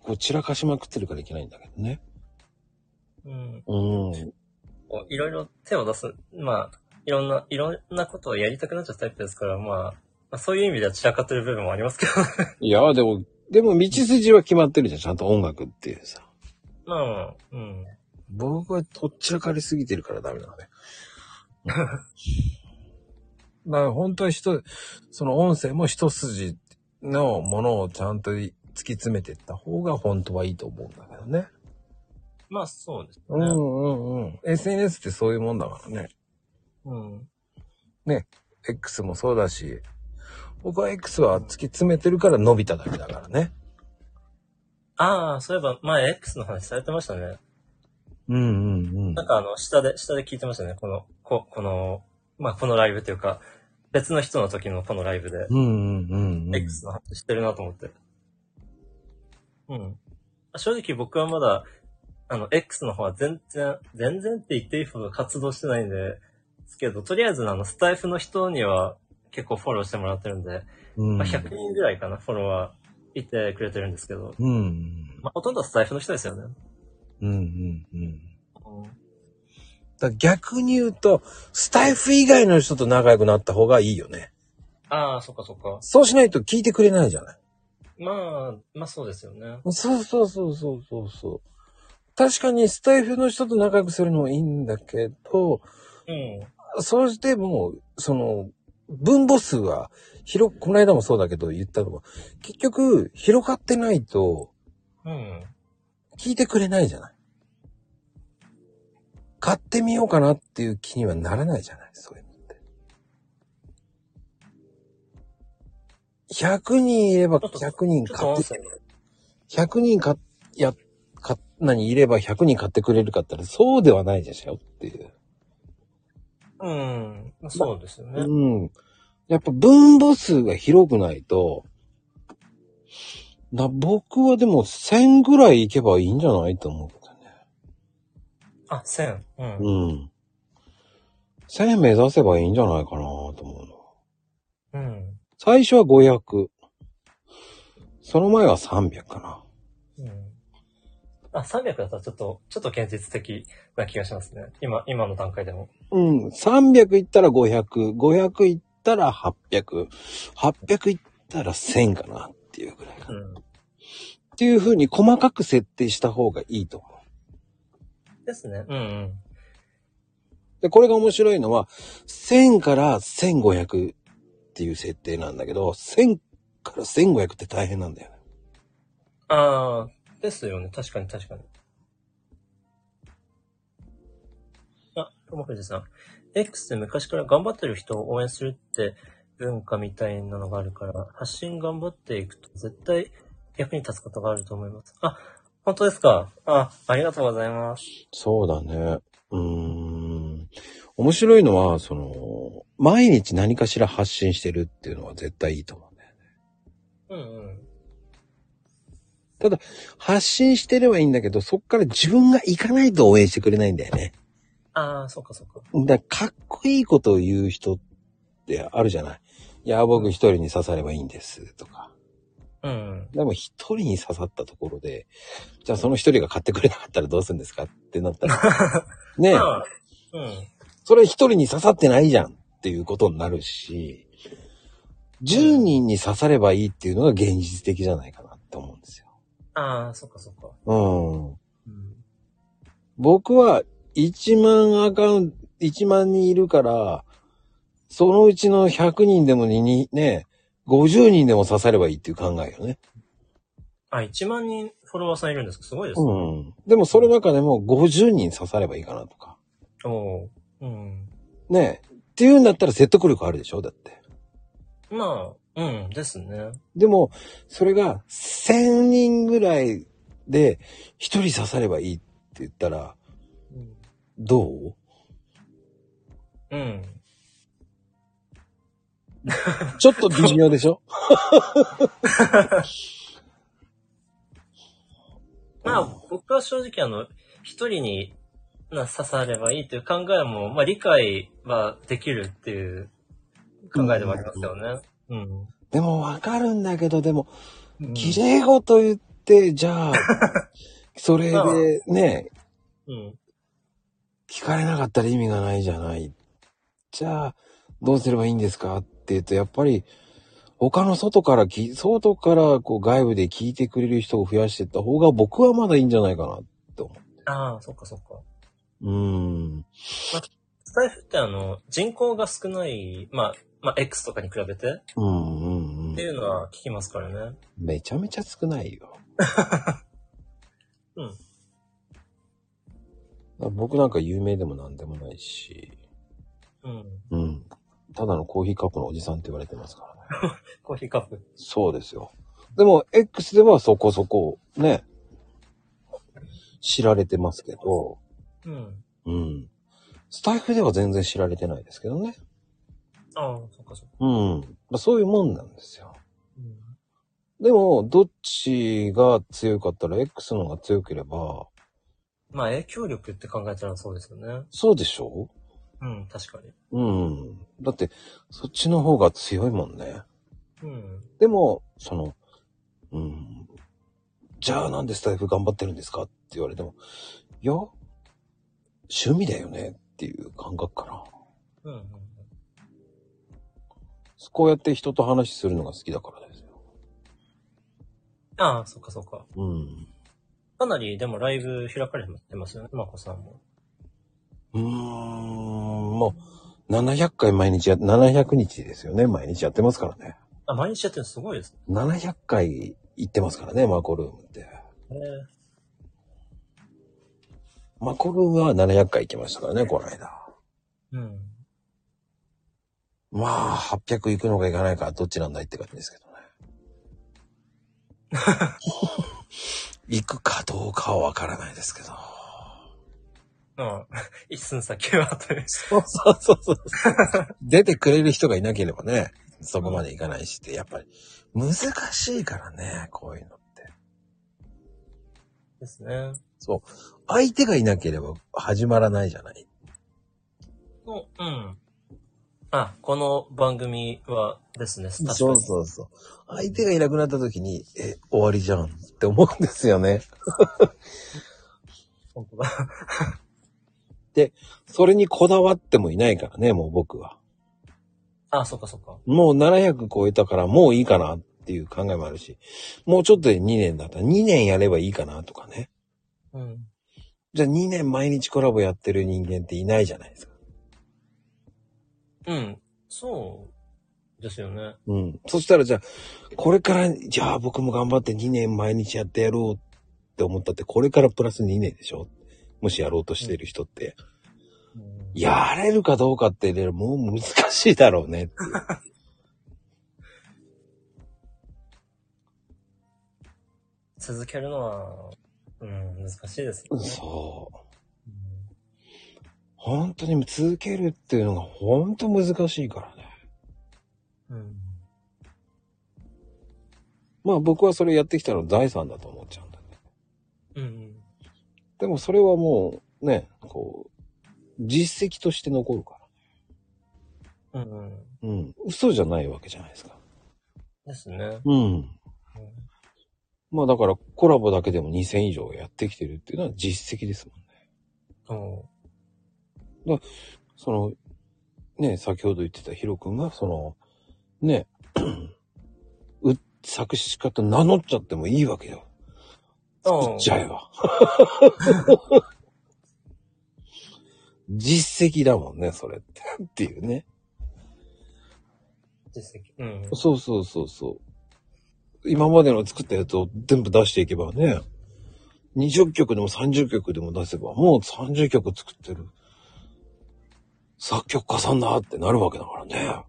こう散らかしまくってるからいけないんだけどね。うん。うん。こういろいろ手を出す、まあ、いろんな、いろんなことをやりたくなっちゃうタイプですから、まあ、まあ、そういう意味では散らかってる部分もありますけど、 [LAUGHS] いや、でも、でも道筋は決まってるじゃん。ちゃんと音楽っていうさ。まあ、うん。僕はとっちらかりすぎてるからダメな [LAUGHS] のね。だから本当は人、その音声も一筋のものをちゃんと突き詰めていった方が本当はいいと思うんだけどね。まあ、そうですうんうね。んうん。SNS ってそういうもんだからね。うん。 X もそうだし、僕は X は突き詰めてるから伸びただけだからね。ああ、そういえば、前 X の話されてましたね。うんうんうんなんかあの、下で、下で聞いてましたね。この、こ、この、まあ、このライブというか、別の人の時のこのライブで、うんうんうん。 X の話してるなと思って。うん。正直僕はまだ、あの、X の方は全然、全然って言っていいほど活動してないんで、ですけど、とりあえずあの、スタイフの人には結構フォローしてもらってるんで、うんまあ、100人ぐらいかな、フォロワーいてくれてるんですけど、うん。まあ、ほとんどスタイフの人ですよね。うんうんうん。だから逆に言うと、スタイフ以外の人と仲良くなった方がいいよね。ああ、そっかそっか。そうしないと聞いてくれないじゃない。まあ、まあそうですよね。そうそうそうそうそうそう。確かにスタイフの人と仲良くするのもいいんだけど、うん。そうしてもう、その、分母数は、広く、この間もそうだけど言ったのは、結局、広がってないと、うん。聞いてくれないじゃない。買ってみようかなっていう気にはならないじゃない、そういうのって。100人いればちょっと100人ちょっと買っ音て声が。 100人か、いや、か、何いれば100人買ってくれるかって言ったらそうではないでしょっていう。うん。まあそうですよね。うん。やっぱ分母数が広くないと、な、僕はでも1000ぐらいいけばいいんじゃないと思うけどね。あ、1000。うん。うん。1000目指せばいいんじゃないかなと思うの。うん。最初は500。その前は300かな。うん。あ、300だったらちょっと、ちょっと現実的な気がしますね。今、今の段階でも。うん。300いったら500。500いったら800。800いったら1000かなっていうぐらいかな。うっん。ていう風に細かく設定した方がいいと思う。ですね。うんで、これが面白いのは、1000から1500っていう設定なんだけど、1000から1500って大変なんだよね。うん。ああ、ですよね。確かに確かに。あ、ともふじさん。X で昔から頑張ってる人を応援するって文化みたいなのがあるから、発信頑張っていくと絶対役に立つことがあると思います。あ、本当ですかあ、ありがとうございます。そうだね。うーん。面白いのは、その、毎日何かしら発信してるっていうのは絶対いいと思うね。うんうん。発信してればいいんだけど、そっから自分が行かないと応援してくれないんだよね。ああ、そっかそっか。だからかっこいいことを言う人ってあるじゃない。いや、僕一人に刺さればいいんです、とか。うんうん。でも一人に刺さったところで、じゃあその一人が買ってくれなかったらどうするんですかってな [LAUGHS] ったら、ねえま、あうん。それ一人に刺さってないじゃんっていうことになるし、10人に刺さればいいっていうのが現実的じゃないかなって思うんですよ。ああ、そっかそっか。うん。うん。僕は1万アカウント、1万人いるから、そのうちの100人でも2人、ね、50人でも刺さればいいっていう考えよね。あ、1万人フォロワーさんいるんですかすごいですね。うん。でもその中でも50人刺さればいいかなとか。おーうん。ねえ。っていうんだったら説得力あるでしょだって。まあ、うんですね。でも、それが1000人ぐらいで1人刺さればいいって言ったら、うん。どううん。ちょっと微妙でしょまあ、僕は正直あの、一人にな刺さればいいという考えも、まあ理解はできるっていう考えではありますよね。うん。でもわかるんだけど、でも、うん綺麗事言って、じゃあ、それでね、うん。聞かれなかったら意味がないじゃない。じゃあ、どうすればいいんですかって言うと、やっぱり、他の外からき、外からこう外部で聞いてくれる人を増やしていった方が僕はまだいいんじゃないかなって思ああ、そっかそっか。う。うーん。スタイフってあの、人口が少ない、まあ、まあ X とかに比べてうんうんってうん。いうのは聞きますからね。めちゃめちゃ少ないよ。うん。僕なんか有名でもなんでもないし、うん。うん。ただのコーヒーカップのおじさんって言われてますからね。コーヒーカップ。そうですよ。でも、X ではそこそこ、ね、知られてますけど、うん。うん。スタイフでは全然知られてないですけどね。ああ、そっかそっか。うん。まあ、そういうもんなんですよ。うん。でも、どっちが強かったら X の方が強ければ、まあ影響力って考えたらそうですよね。そうでしょうん、確かに。うん。だって、そっちの方が強いもんね。うん。でも、その、うん。じゃあなんでスタイフ頑張ってるんですかって言われても、いや、趣味だよねっていう感覚かな。うん、うん。こうやって人と話するのが好きだからですよ。ああ、そっかそっか。うん。かなり、でもライブ開かれてますよね、まこさんも。うーん、もう、700回毎日や、700日ですよね。毎日やってますからね。あ、毎日やってるのすごいですね。 700回行ってますからね、マコルームって。マコルームは700回行きましたからね、この間。うん。まあ、800行くのか行かないか、どっちなんだいって感じですけどね。 [LAUGHS] 行くかどうかはわからないですけど。まあ、 [LAUGHS] 一寸先はという。そうそうそうそう。出てくれる人がいなければね、そこまで行かないしって、やっぱり難しいからね、こういうのって。ですね。そう。相手がいなければ始まらないじゃない。の、うん。あ、この番組はですね、確かに。そうそうそう。相手がいなくなった時に、え、終わりじゃんって思うんですよね。本当だ。それにこだわってもいないからね、もう僕は。あ、そっかそっか。もう700超えたからもういいかなっていう考えもあるし、もうちょっとで2年だったら2年やればいいかなとかね。うん。じゃあ2年毎日コラボやってる人間っていないじゃないですか。うん。そうですよね。うん。そしたらじゃあ、これから、じゃあ僕も頑張って2年毎日やってやろうって思ったって、これからプラス2年でしょもしやろうとしてる人って、うんやれるかどうかって言えばもう難しいだろうねっていう。続けるのは、うん、難しいですね。そう。本当に続けるっていうのが本当難しいからね。うん。まあ僕はそれやってきたら財産だと思っちゃうんだね。うん。でもそれはもうね、こう、実績として残るかうん。うん。ら。うん。嘘じゃないわけじゃないですか。ですね。うん。うんまあだからコラボだけでも2000以上やってきてるっていうのは実績ですもんね。そその、ね、先ほど言ってたヒロ君が、その、ね、 [CLEARS THROAT] う作詞家と名乗っちゃってもいいわけよ。う。作っちゃえ [LAUGHS] ば。実績だもんね、それって。っていうね。実績。うん。そうそうそうそう。今までの作ったやつを全部出していけばね、20曲でも30曲でも出せば、もう30曲作ってる。作曲家さんだってなるわけだからね。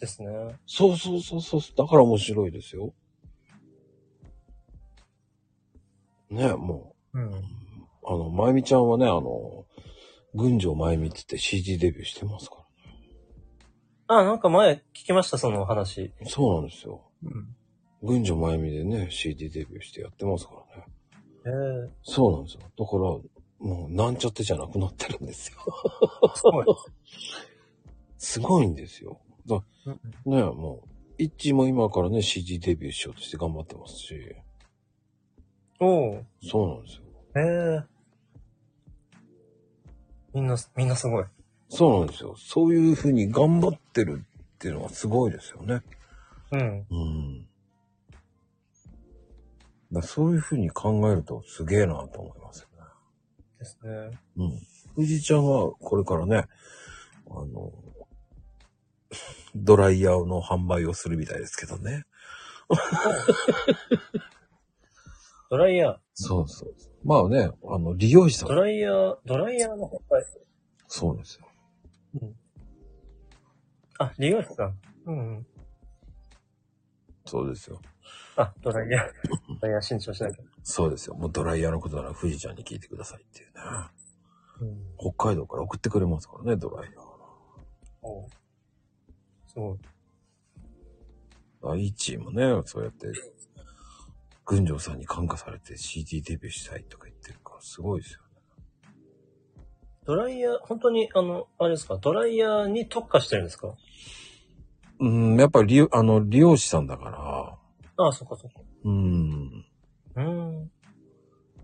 ですね。そうそうそうそう。だから面白いですよ。ねえ、もう。うん。あの、まゆみちゃんはね、あの、群青まゆみって言って CD デビューしてますかあ、なんか前聞きました、そのお話。ら。そうなんですよ。うん。群青まゆみでね、CD デビューしてやってますからね。ええそうなんですよ。だから、もう、なんちゃってじゃなくなってるんですよ。 [LAUGHS] すごい。すごいんですよ。だねうんえ、もう、イッチも今からね、CD デビューしようとして頑張ってますし、 [LAUGHS] おう。そうなんですよ。ええみんな、みんなすごい。そうなんですよ。そういうふうに頑張ってるっていうのはすごいですよね。うん。うん。だからそういうふうに考えるとすげえなと思いますよね。ですね。うん。藤井ちゃんはこれからね、あの、ドライヤーの販売をするみたいですけどね。ドライヤー。そうそう。まあね、あの、利用者さドん。ライヤー、ドライヤーの販売。そうですよ。あ、利用者さん。うんうん。そうですよ。あ、ドライヤー。ドライヤー新調しなきゃ。そうですよ。もうドライヤーのことなら藤井ちゃんに聞いてくださいっていうね。うん。北海道から送ってくれますからね、ドライヤー。おうすごい。あ、イチもね、そうやって、群青さんに感化されて CD デビューしたいとか言ってるから、すごいですよね。ドライヤー、本当に、あの、あれですか、ドライヤーに特化してるんですかうん、やっぱり利用、あの、利用師さんだから、ああ、そっかそっか。うん。うーん。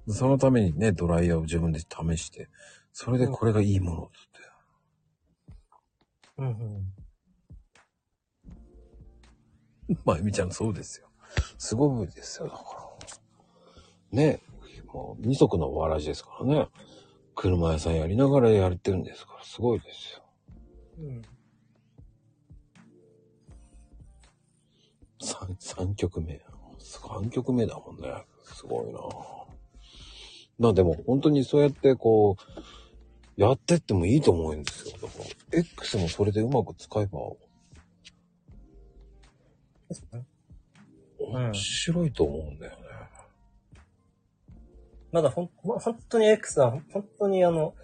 そのためにね、ドライヤーを自分で試して、それでこれがいいものって。うんうん。まゆみちゃんそうですよ。すごいですよ、だから。ねもう二足のわらじですからね。車屋さんやりながらやってるんですから、すごいですよ。うん、三、三曲目。三曲目だもんね。すごいなな、でも本当にそうやってこう、やってってもいいと思うんですよ。だから X もそれでうまく使えば、面白いと思うんだよね。まだほん、ほん本当に X は、本当にあの、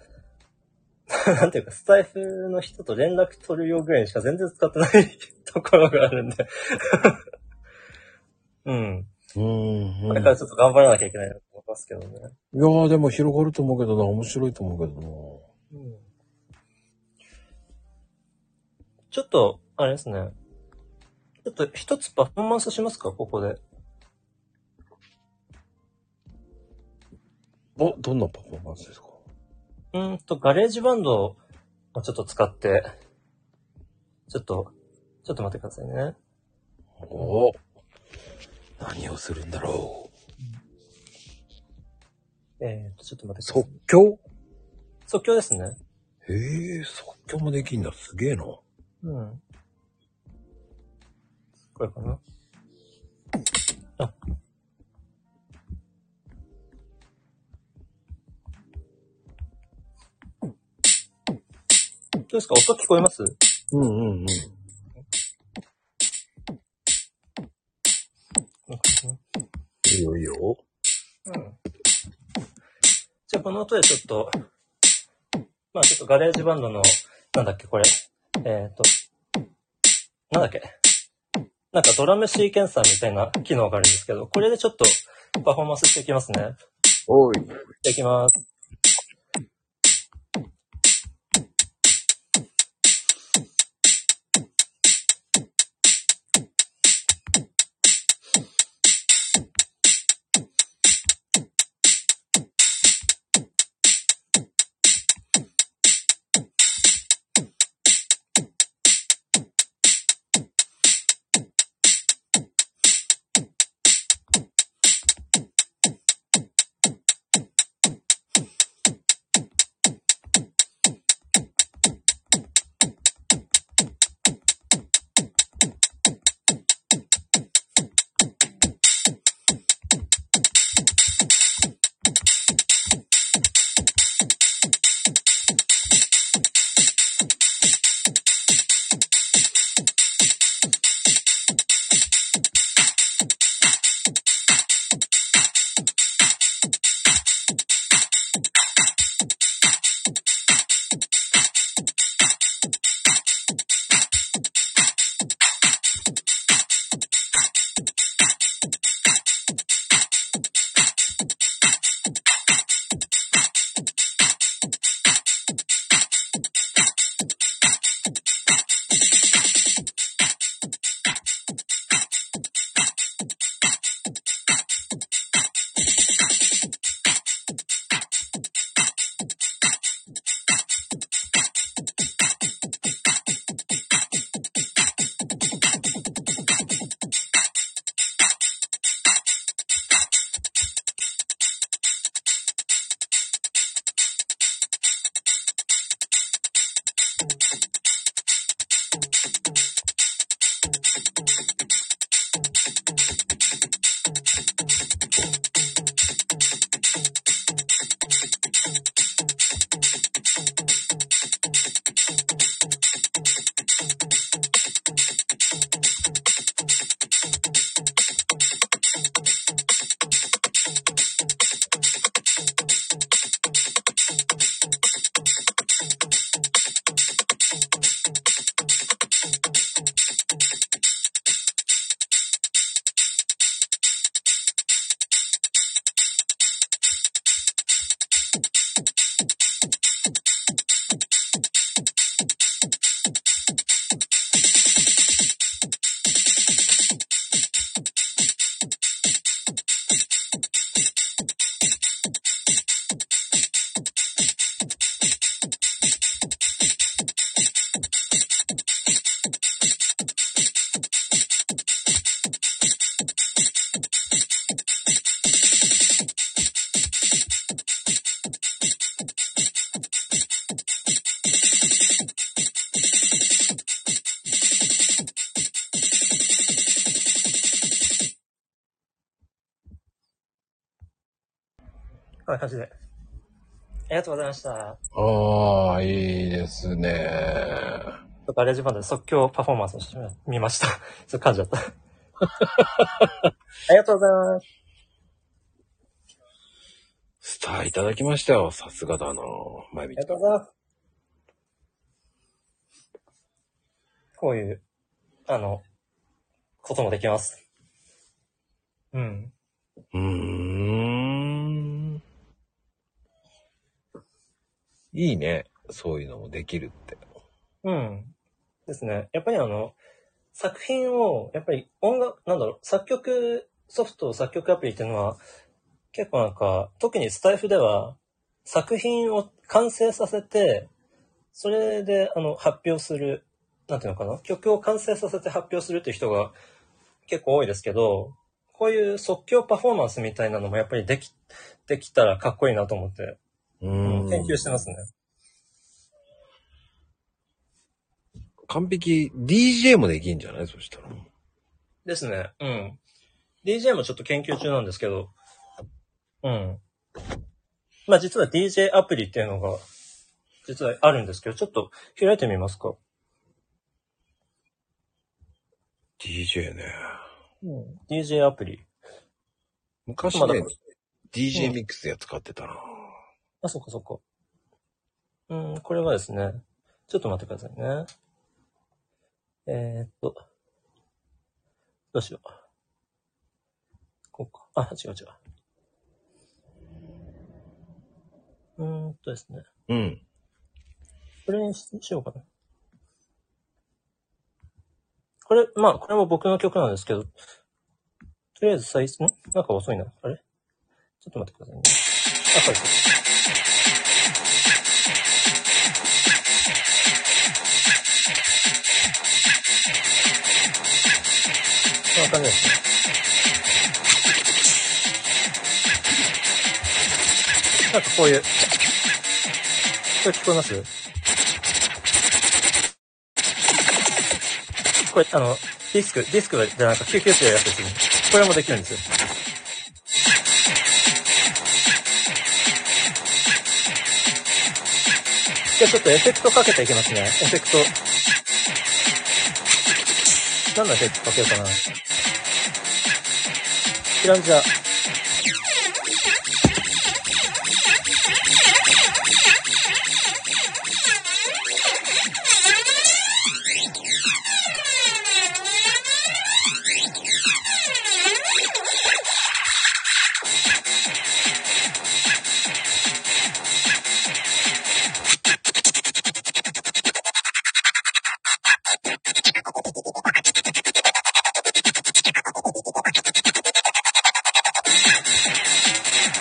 [LAUGHS] なんていうか、スタイフの人と連絡取るよぐらいにしか全然使ってないところがあるんで。 [LAUGHS] うん。うーん。こ [LAUGHS] れからちょっと頑張らなきゃいけないなと思いますけどね。いやーでも広がると思うけどな、面白いと思うけどな。うんちょっと、あれですね。ちょっと一つパフォーマンスしますかここで。お、どんなパフォーマンスですかうーんと、ガレージバンドをちょっと使って、ちょっと、ちょっと待ってくださいね。お何をするんだろう。えーと、ちょっと待ってくだ即さい。興即興ですね。へえ、即興もできんだ。すげえな。うん。これかなあ。どうですか音聞こえますうんうんうん。いいよいいよ。うんじゃあこの音でちょっと、まあちょっとガレージバンドの、なんだっけこれ、えっ、と、なんだっけなんかドラムシーケンサーみたいな機能があるんですけど、これでちょっとパフォーマンスしていきますね。おい。じゃあ行きます。おはい、走れ。ありがとうございました。ああ、いいですね。ちょっとアレージバンドで即興パフォーマンスをしてみました。ちょ [LAUGHS] っと噛んじゃった。ありがとうございます。スターいただきましたよ。さすがだな。まゆみありがとうございます。こういう、あの、こともできます。うん。うーん。いいね。そういうのもできるって。うん。ですね。やっぱりあの、作品を、やっぱり音楽、なんだろう、作曲ソフト、作曲アプリっていうのは、結構なんか、特にスタイフでは、作品を完成させて、それで、あの、発表する、なんていうのかな、曲を完成させて発表するっていう人が結構多いですけど、こういう即興パフォーマンスみたいなのもやっぱりでき、できたらかっこいいなと思って、ううん、研究ーん。してますね。完璧、DJ もできんじゃないそしたら。ですね。うん。DJ もちょっと研究中なんですけど。うん。まあ実は DJ アプリっていうのが、実はあるんですけど、ちょっと開いてみますか。 DJ ね。うん。DJ アプリ。昔まだね、う DJ んミックスでやつ買ってたな。あ、そっかそっか。うん、これはですね、ちょっと待ってくださいね。えー、っと、どうしよう。こうか。あ、違う違う。うーんとですね。うん。これにししようかな。これ、まあ、これも僕の曲なんですけど、とりあえず最初、んなんか遅いな。あれちょっと待ってくださいね。あ、これ。こんな感じですね。なんかこういう。これ聞こえますこれ、あの、ディスク、ディスクでなんかキュキュってやるやつですね。これもできるんですよ。じゃあちょっとエフェクトかけていきますね。エフェクト。なんだエフェクトかけようかな。キランジャー。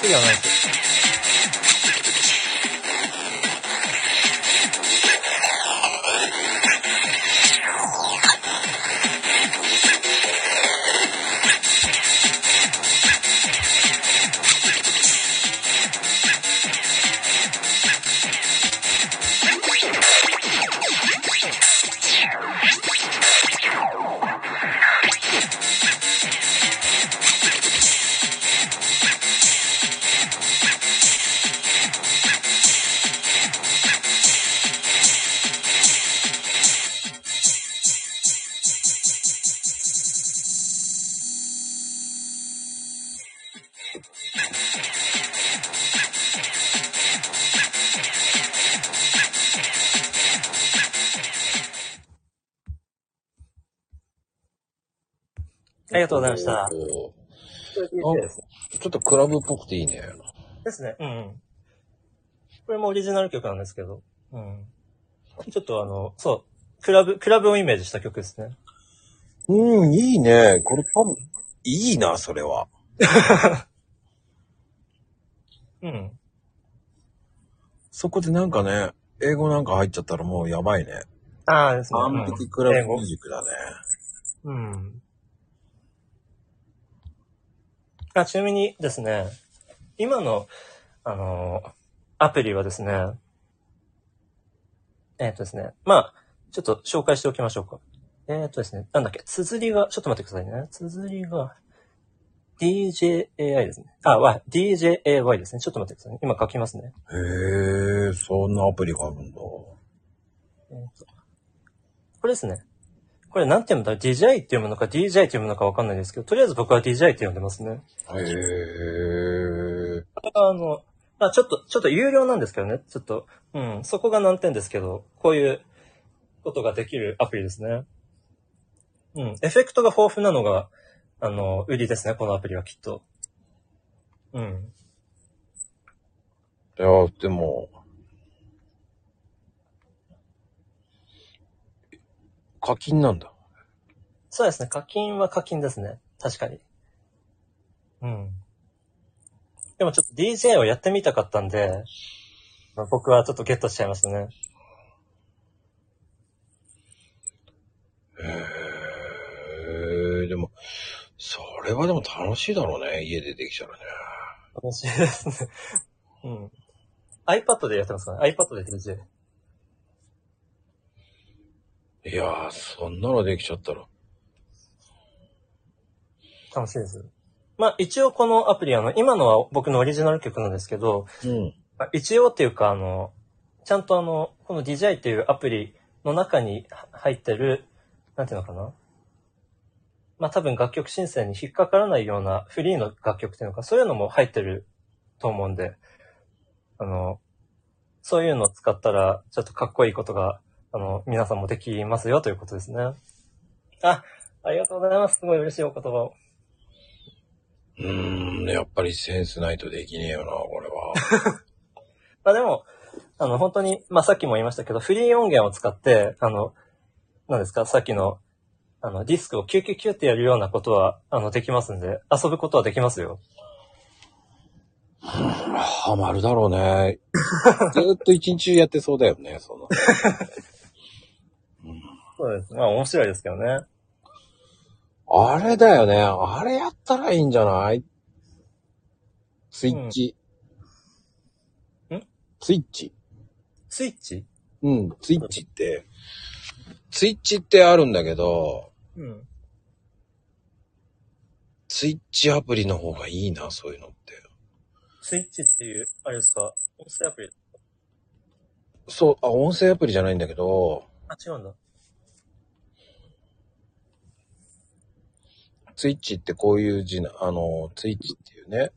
次はないです。ありがとうございました。おーいいですねちょっとクラブっぽくていいね。ですね。うんうん。これもオリジナル曲なんですけど。うん。ちょっとあの、そう。クラブ、クラブをイメージした曲ですね。うん、いいね。これ多分、いいな、それは。うん。そこでなんかね、英語なんか入っちゃったらもうやばいね。ああ、ですね。完璧クラブミュージックだね。うん。うんあ、ちなみにですね、今の、あの、アプリはですね、えっ、とですね、まあ、ちょっと紹介しておきましょうか。えっ、とですね、なんだっけ、綴りが、ちょっと待ってくださいね。綴りが、 DJAI ですね。あ、わ DJAY ですね。ちょっと待ってくださいね。今書きますね。へえ、そんなアプリがあるんだ。えーとこれですね。これなんて読むんだろう ?DJI って読むのか DJI って読むのかわかんないですけど、とりあえず僕は DJI って呼んでますね。へえ。これはあの、まあちょっと、ちょっと有料なんですけどね。ちょっと、うん、そこが難点ですけど、こういうことができるアプリですね。うん、エフェクトが豊富なのが、あの、売りですね、このアプリはきっと。うん。いや、でも、課金なんだ。そうですね、課金は課金ですね。確かに。うん。でもちょっと DJ をやってみたかったんで、まあ僕はちょっとゲットしちゃいましたね。へえ、でも、それはでも楽しいだろうね。家でできたらね。楽しいですね。うん。iPad でやってますかね ?iPad で DJ。いやー、そんなのできちゃったら。楽しいです。まあ一応このアプリ、あの、今のは僕のオリジナル曲なんですけど、うん。まあ一応っていうかあの、ちゃんとあの、この DJI っていうアプリの中には入ってる、なんていうのかなまあ多分楽曲申請に引っかからないようなフリーの楽曲っていうのか、そういうのも入ってると思うんで、あの、そういうのを使ったら、ちょっとかっこいいことが、あの、皆さんもできますよということですね。あ、ありがとうございます。すごい嬉しいお言葉を。うーん、やっぱりセンスないとできねえよな、こ [LAUGHS] れは。まあでも、あの、本当に、まあさっきも言いましたけど、フリー音源を使って、あの、何ですか、さっきの、あの、ディスクをキュキュキュってやるようなことは、あの、できますんで、遊ぶことはできますよ。ハマるだろうね。 [LAUGHS] ずーっと一日中やってそうだよね、その。そうです。まあ面白いですけどね。あれだよね。あれやったらいいんじゃないスイッチ。うんんスイッチ。スイッチうん、ツイッチって、ツイッチってあるんだけど、うん。ツイッチアプリの方がいいな、そういうのって。スイッチっていう、あれですか、音声アプリ。そう、あ、音声アプリじゃないんだけど、あ、違うんだ。ツイッチってこういう字な、あの、ツイッチっていうね、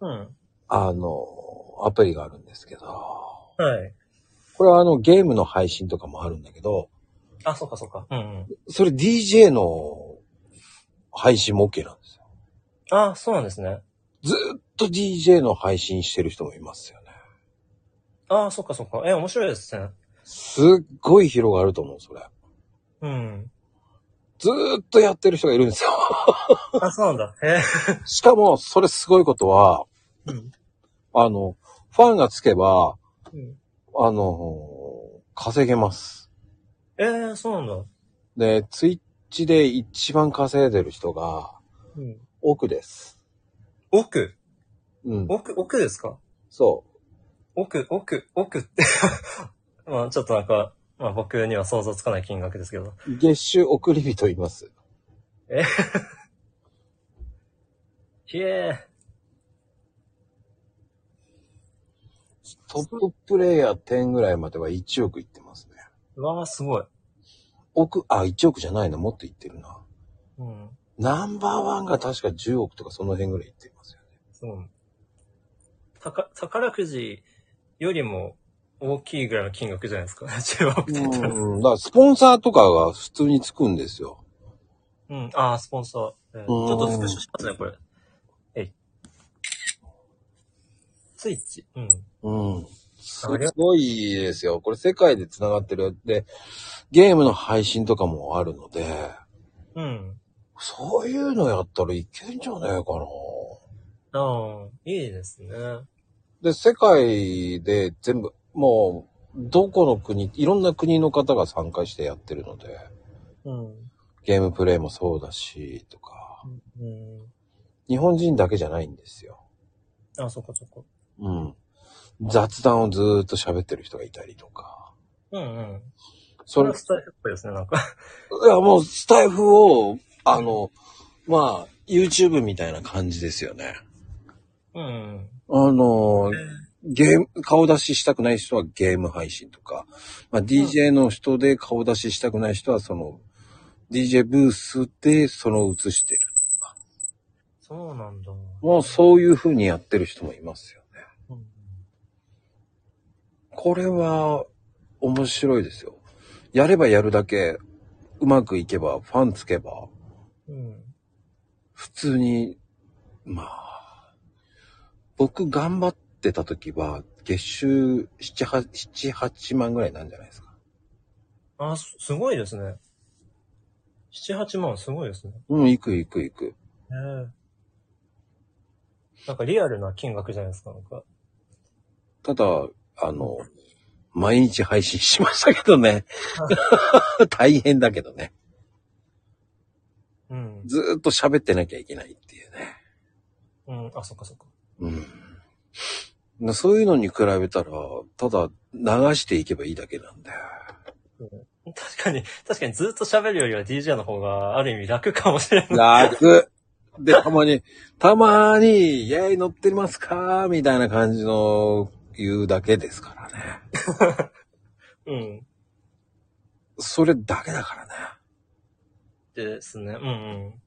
うん。あの、アプリがあるんですけど、はい。これはあの、ゲームの配信とかもあるんだけど、あ、そうかそうか。うんうん。それ DJ の配信も OK なんですよ。あ、そうなんですね。ずーっと DJ の配信してる人もいますよね。あ、そうかそうか。え、面白いですね。すっごい広がると思う、それ。うん。ずーっとやってる人がいるんですよ。 [LAUGHS] あ、そうなんだ。へえ。しかも、それすごいことは、うん。あの、ファンがつけば、うんあの、稼げます。えー、そうなんだ。で、ツイッチで一番稼いでる人が、うん。奥です。奥うん。奥、奥ですかそ奥、奥、奥って。 [LAUGHS] まあちょっとなんか、まあ僕には想像つかない金額ですけど。う。月収送り人います。ひえトッププレイヤー10ぐらいまでは1億いってますね。ー。わあ、すごい。億、あ、1億じゃないな、もっといってるな。うん。ナンバーワンが確か10億とかその辺ぐらいいってますよね。すごい。たか、宝くじよりも大きいぐらいの金額じゃないですか。10億って [LAUGHS] 言ったら。うん。だから、スポンサーとかが普通につくんですよ。うん。ああ、スポンサー。えーちうんょっとスクショしますね、これ。えい。ツイッチ。うん。うん。すありがごいですよ。これ世界で繋がってる。で、ゲームの配信とかもあるので、うん。そういうのやったらいけんじゃねえかな。ああ、いいですね。で、世界で全部、もう、どこの国、いろんな国の方が参加してやってるので、うん。ゲームプレイもそうだし、とか、うん。日本人だけじゃないんですよ。ああ、そこそこ。うん。雑談をずーっと喋ってる人がいたりとか。うんうん。そそれれ、スタイルっぽいですね、なんか。いや、もうスタイフを、あの、まあ、 YouTube みたいな感じですよね。うん。あの、ゲーム、顔出ししたくない人はゲーム配信とか、まあ、DJ の人で顔出ししたくない人は、その、DJ ブースでその映してる。そうなんだ。もうそういう風にやってる人もいますよね。うんこれは面白いですよ。やればやるだけ、うまくいけば、ファンつけば、うん。普通に、まあ、僕頑張ってた時は、月収7、8 7 8万ぐらいなんじゃないですか。あ、すすごいですね。七八万すごいですね。うん、いくいくいく。ええなんかリアルな金額じゃないですか、なんか。ただ、あの、毎日配信しましたけどね。大変だけどね。うん。ずーっと喋ってなきゃいけないっていうね。うん。あ、そっかそっか。うん。そういうのに比べたら、ただ流していけばいいだけなんだよ。確かに、確かにずっと喋るよりは DJ の方がある意味楽かもしれない。楽。で、たまに、たまーに、イェイ乗ってますかみたいな感じの言うだけですからね。うん。それだけだからね。ですね。うん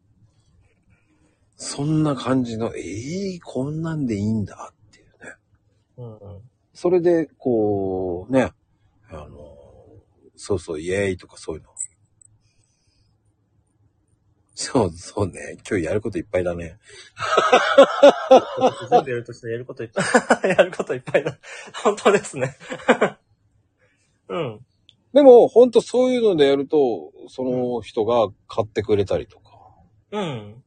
そんな感じの、ええこんなんでいいんだっていうね。うん。うん [LAUGHS] それで、こう、ね、あの、そうそう、イェイとかそういうの。そうそうね。今日やることいっぱいだね。うん。全部やるとしてやることいっぱい。やることいっぱいだ。本当ですね。 [LAUGHS] うん。でも、ほんとそういうのでやると、その人が買ってくれたりとか。うん。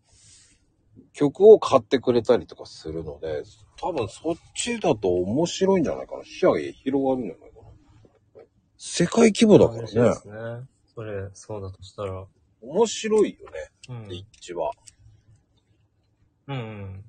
曲を買ってくれたりとかするので、多分そっちだと面白いんじゃないかな。視野が広がるんじゃないかな。世界規模だか嬉しいらでね。すね。それ、そうだとしたら。面白いよね、うん。立地は。うんうん。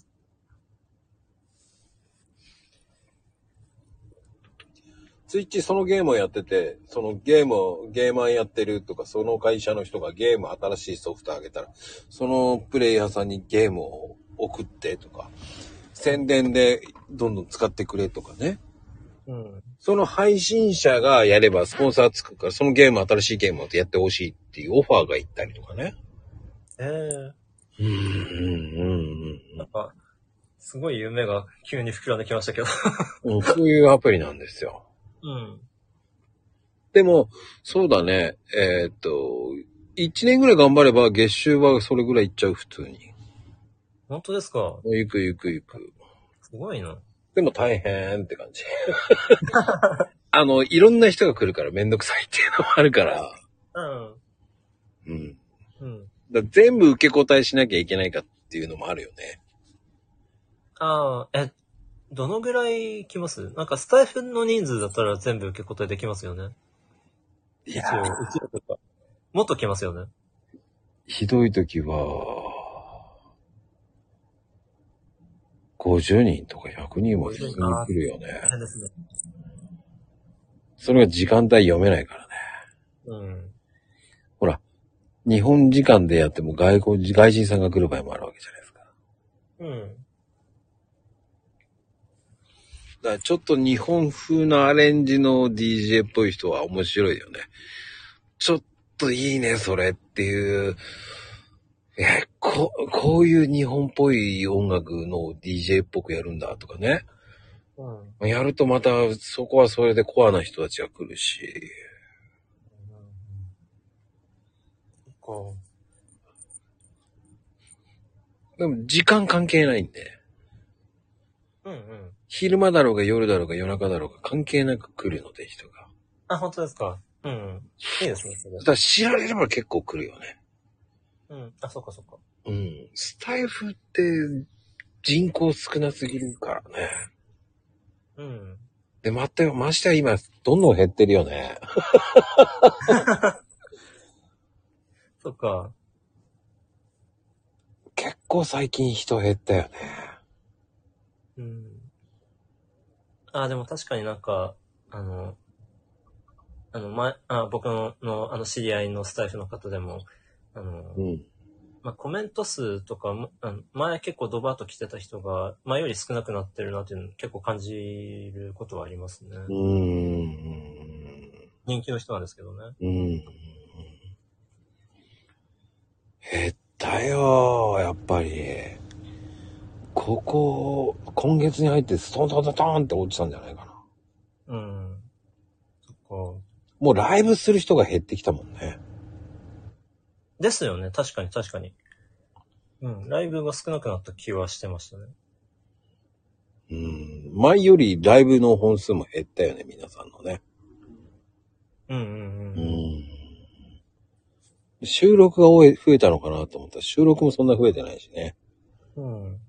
ツイッチそのゲームをやってて、そのゲームを、ゲーマーやってるとか、その会社の人がゲーム新しいソフトあげたら、そのプレイヤーさんにゲームを送ってとか、宣伝でどんどん使ってくれとかね。うん。その配信者がやればスポンサーつくから、そのゲーム、新しいゲームをやってほしいっていうオファーが行ったりとかね。ええうん、うん、なんか、すごい夢が急に膨らんできましたけど。うん。そういうアプリなんですよ。うん。でも、そうだね。えーっと、1年ぐらい頑張れば月収はそれぐらいいっちゃう、普通に。本当ですかもうゆくゆくゆく。すごいな。でも大変って感じ。 [LAUGHS] あの、いろんな人が来るからめんどくさいっていうのもあるから。うん。うん。うん。だから全部受け答えしなきゃいけないかっていうのもあるよね。ああ、え、どのぐらい来ますなんかスタイフの人数だったら全部受け答えできますよね。い一応、一応とか。もっと来ますよね。ひどい時は、50人とか100人も普通に来るよね大。変ですね。それが時間帯読めないからね。うん。ほら、日本時間でやっても外国、外人さんが来る場合もあるわけじゃないですか。うん。だからちょっと日本風のアレンジの DJ っぽい人は面白いよね。ちょっといいね、それっていう。え、こ、こういう日本っぽい音楽の DJ っぽくやるんだとかね。うん。やるとまた、そこはそれでコアな人たちが来るし。こでも時間関係ないんで。う。うんうん。昼間だろうが夜だろうが夜中だろうが関係なく来るので人が。あ、本当ですか。うんうん。いいですね、それだ。から知られれば結構来るよね。うん。あ、そっかそっか。うん。スタイフって人口少なすぎるからね。うん。で、また、ましては今、どんどん減ってるよね。そっか。結構最近人減ったよね。うん。あ、でも確かになんか、あの、あの、前、あ僕のの、あの、知り合いのスタイフの方でも、あの、うん。まあ、コメント数とかも、うん前結構ドバーッと来てた人が、前より少なくなってるなっていうの結構感じることはありますね。うーん。人気の人なんですけどね。うん。減ったよー、やっぱり。ここ、今月に入ってストントントントンって落ちたんじゃないかな。うん。そっか。もうライブする人が減ってきたもんね。ですよね。確かに確かに。うん。ライブが少なくなった気はしてましたね。うん。前よりライブの本数も減ったよね、皆さんのね。うんうんうん。収録が多い増えたのかなと思ったら収録もそんな増えてないしね。うん。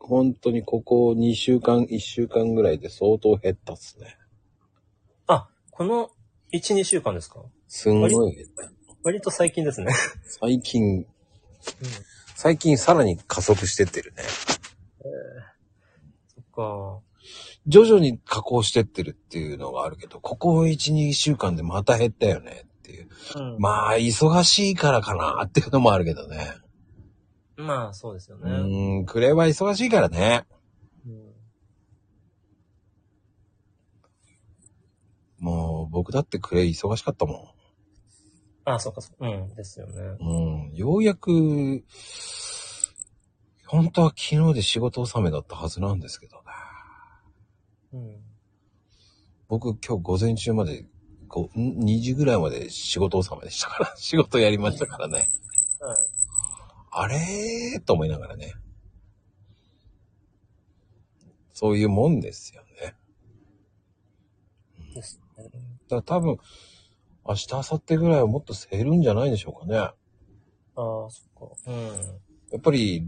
本当にここ2週間、1週間ぐらいで相当減ったっすね。あ、この1、2週間ですかすんごい減った。割と最近で [LAUGHS] すね。最近、最近さらに加速してってるね。そっか。徐々に加工してってるっていうのがあるけど、ここ1、2週間でまた減ったよねっていう。うん、ままあ、忙しいからかなっていうのもあるけどね。あ、そうですようね。ーん、クレは忙しいからね。うんもう、僕だってクレ忙しかったもあ、そっかそっか。うん、ですよね。ん。うん、ようやく、本当は昨日で仕事納めだったはずなんですけどね。うん。僕今日午前中まで、こう、ん2時ぐらいまで仕事納めでしたから、 [LAUGHS] 仕事やりましたからね。はい。あれーと思いながらね。そういうもんですよね。ですね。だから多分、明日、明後日ぐらいはもっと減るんじゃないでしょうかね。やああ、そっか。うん。っぱり、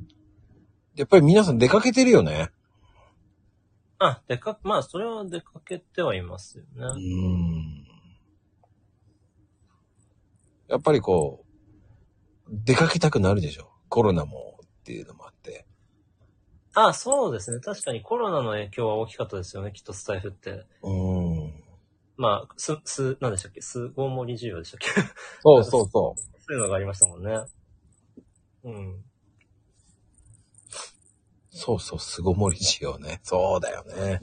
やっぱり皆さん出かけてるよね。あ、出か、まあ、それは出かけてはいますようね。ん。やっぱりこう、出かけたくなるでしょ。コロナもっていうのもあって。あ、そうですね。確かにコロナの影響は大きかったですよね。きっとスタイフって。うん。まあ、す、す、なんでしたっけ巣ごもり需要でしたっけ [LAUGHS] そうそうそそういうのがありましたもんね。うん。う。そうそう、巣ごもりしようね。そうだよね。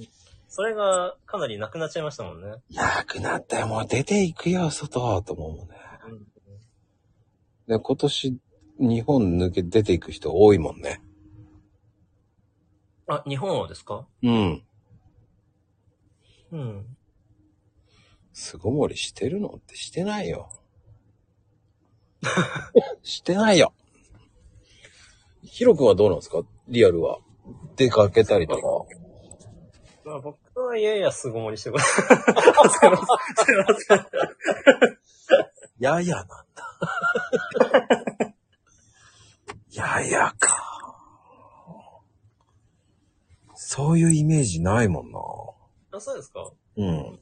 それがかなりなくなっちゃいましたもんね。なくなったよ。もう出ていくよ、外と思うもんね。うんで、今年、日本抜け出ていく人多いもんね。あ、日本はですかうん。うん。巣ごもりしてるのってしてないよ。 [LAUGHS] してないよ。ヒロ君はどうなんですかリアルは。出かけたりとか。まあ僕はやや巣ごもりしてます。ややなん [LAUGHS] だ。ややか。そういうイメージないもんな。 [LAUGHS] あ、そうですかうん。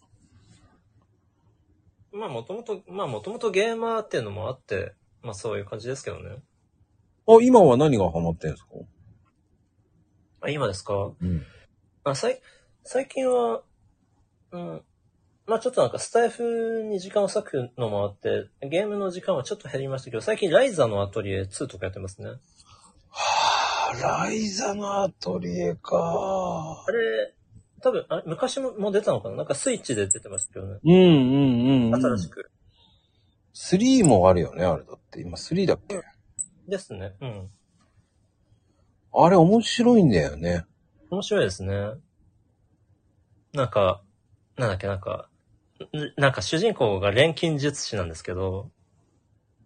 まあもともと、まあもともとゲーマーっていうのもあって、まあそういう感じですけどね。あ、今は何がハマってんですかあ、今ですかうん。あ、さい、最近は、うん。まあちょっとなんかスタイフに時間を割くのもあって、ゲームの時間はちょっと減りましたけど、最近ライザのアトリエ2とかやってますね。はあ、ライザのアトリエかあ。れ、多分、あれ昔ももう出たのかななんかスイッチで出てましたけどね。うんうんうん、う新しん。く。 3もあるよね、あれだって。今3だっけですね。うん。あれ面白いんだよね。面白いですね。なんか、なんだっけ、なんか、んなんか主人公が錬金術師なんですけど、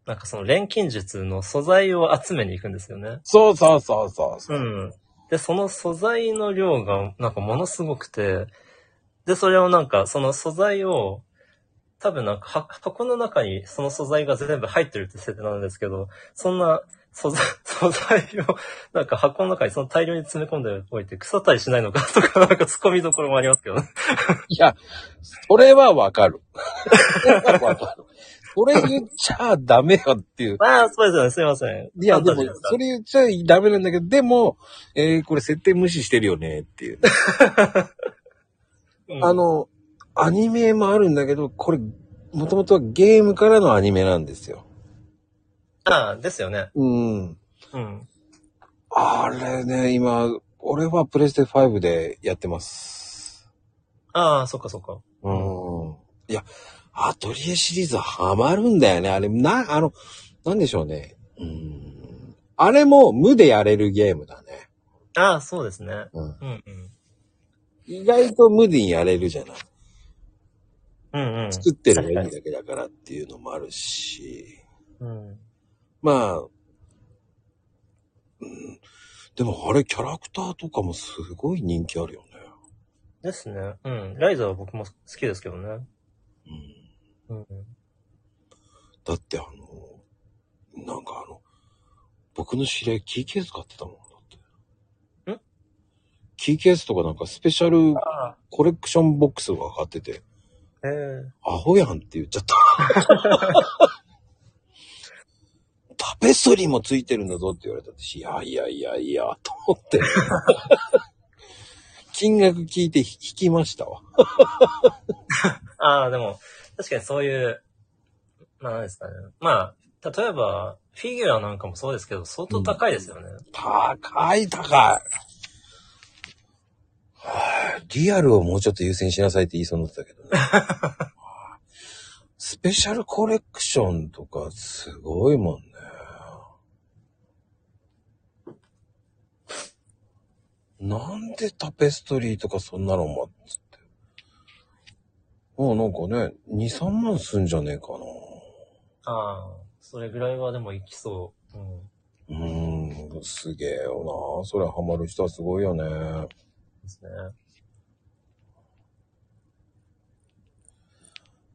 なんかその錬金術の素材を集めに行くんですよね。そうそうそうそうそうう。ん。で、その素材の量がなんかものすごくて、で、それをなんかその素材を、多分なんかは箱の中にその素材が全部入ってるって設定なんですけど、そんな素材、 [LAUGHS] 素材をなんか箱の中にその大量に詰め込んでおいて腐ったりしないのかとか、なん [LAUGHS] か突っ込みどころもありますけどね。いや、それはわかる。それはわかる。それ言っちゃダメよっていう。あ [LAUGHS] あ、そうですよね。すいません。いや、ファンでタもジーす、かそれ言っちゃダメなんだけど、でも、えー、これ設定無視してるよねっていう。うんあの、アニメもあるんだけど、これ、もともとはゲームからのアニメなんですよ。ああ、ですよね。うん。うん。あれね、今、俺はプレステ5でやってます。ああ、そっかそっか。うん。いや、アトリエシリーズハマるんだよね。あれ、な、あの、なんでしょうね。うん。あれも無でやれるゲームだね。ああ、そうですね。うんうんうん。意外と無でやれるじゃない。うんうん。作ってる絵にだけだからっていうのもあるし。うん。まあ、うん。でもあれ、キャラクターとかもすごい人気あるよね。ですね。うん。ライザーは僕も好きですけどね。うん。うん。だってあの、なんかあの、僕の知り合いキーケース買ってたもんだって。んキーケースとかなんかスペシャルあコレクションボックスとか買ってて、あ、ええアホやんって言っちゃった。タペストリーもついてるんだぞって言われたって、いやいやいやいや、と思って。金額聞いて引きましたわ。ああ、でも、確かにそういう、まあ何ですかね。まあ、例えば、フィギュアなんかもそうですけど、相当高いですよね。高い高い。はいリアルをもうちょっと優先しなさいって言いそうになってたけどね。はい [LAUGHS] スペシャルコレクションとかすごいもんね。なんでタペストリーとかそんなのもっつって。もうなんかね、2、3万すんじゃねえかな。ああ、それぐらいはでもいきそう。うん。うーん、すげえよな。それハマる人はすごいよね。ですね。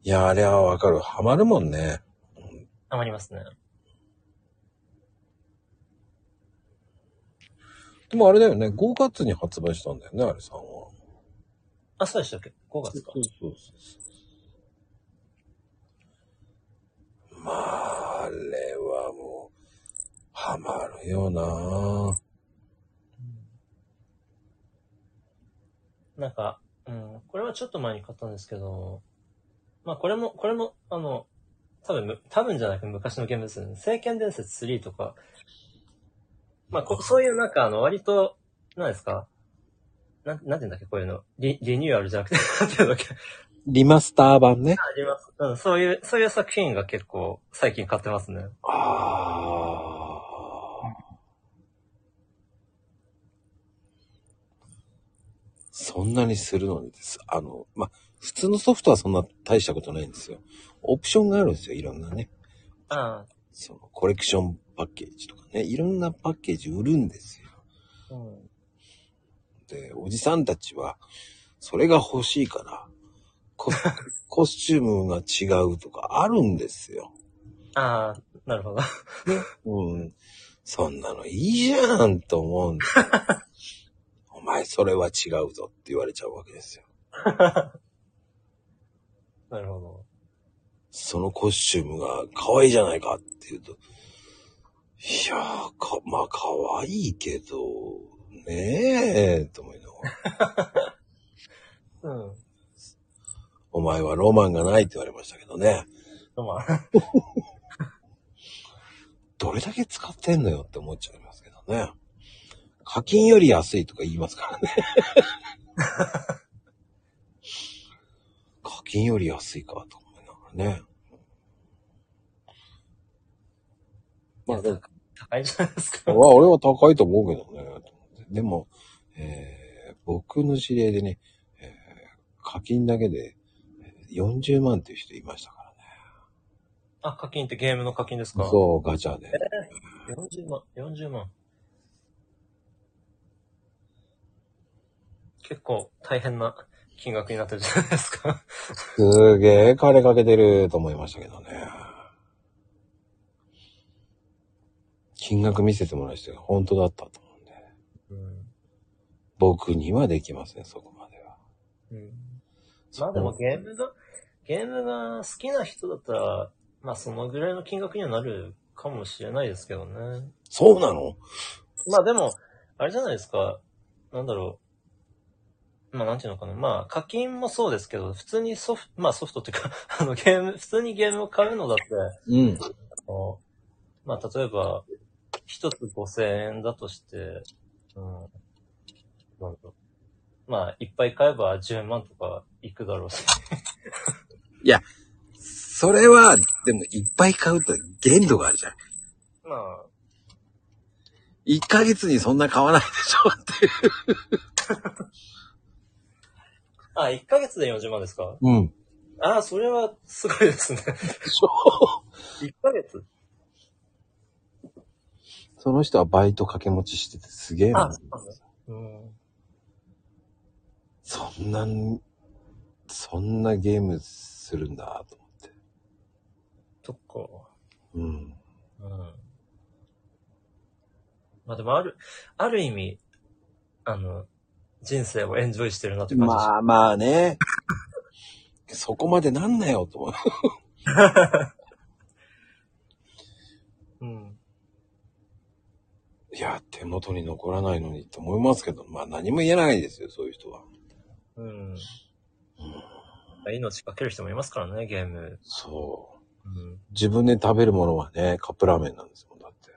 いや、あれはわかる。ハマるもんね。たまりますね。でもあれだよね、5月に発売したんだよね、あれさんは。あ、そうでしたっけ ?5 月か。そうそう。まあ、あれはもう、ハマるよななんか、うん、これはちょっと前に買ったんですけど、まあこれも、これも、あの、多分む、多分じゃなく昔のゲームですよね。聖剣伝説3とか、まあこそういうなんかあの、割と、何ですかなん、なんて言うんだっけこういうの。リリニューアルじゃなくて、なんて言うんだっけあリマスター版ね。ります。うん、そういう、そういう作品が結構最近買ってますね。ああ。そんなにするのにです。あの、まあ、普通のソフトはそんな大したことないんですよ。オプションがあるんですよ、いろんなね。あそのコレクションパッケージとかね、いろんなパッケージ売るんですよ。あ、うん。で、おじさんたちは、それが欲しいから、ココスチュームが違うとかあるんですよ。ああ、なるほど。 [LAUGHS] うん。そんなのいいじゃんと思うんですよ。お前それは違うぞって言われちゃうわけですよ。なるほど。そのコスチュームが可愛いじゃないかって言うと、いやー、か、まあ可愛いけど、ねえ、と思いながら。うん。お前はロマンがないって言われましたけどね。まあ、 [LAUGHS] どれだけ使ってんのよって思っちゃいますけどね。課金より安いとか言いますからね。 [LAUGHS] 課金より安いかと思いながらね。まあでも、高いじゃないですか。まあ俺は高いと思うけどね。でも、えー僕の知り合いでね、えー課金だけでえー40万っていう人いましたからね。あ、課金ってゲームの課金ですかそう、ガチャで。 40万、40万。結構大変な金額になってるじゃないですか。すげえ金かけてると思いましたけどね。金額見せてもらいまして、本当だったと思うんで。うん。僕にはできますね、そこまでは。うん。まあでもゲームが、ゲームが好きな人だったら、まあそのぐらいの金額にはなるかもしれないですけどね。そうなのまあでも、あれじゃないですか。なんだろう。まあなんていうのかな。まあ課金もそうですけど、普通にソ [LAUGHS] フト、まあソフトっていうか、あのゲーム、普通にゲームを買うのだって、うん。あのまあ、例えば、一つ5000円だとして、うん、なんだろうまあ、いっぱい買えば10万とかいくだろうし。 [LAUGHS] それは、でもいっぱい買うと限度があるじゃん。まあ、 1ヶ月にそんな買わないでしょっていう。あ、1ヶ月で40万ですか [LAUGHS] うん。ああ、それはすごいですね。1ヶ月その人はバイト掛け持ちしててすげえもんあ、そうなんですねうん。そんな、そんなゲームするんだと思って。とか。うん。うん。まあでもある、ある意味、あの、人生をエンジョイしてるなって感じします。まあまあね。そこまでなんなよと思う。うん。いや、手元に残らないのにと思いますけど、まあ何も言えないですよ、そういう人は。うん。命かける人もいますからね、ゲーム。そう。うん。自分で食べるものはね、カップラーメンなんですもん、だって。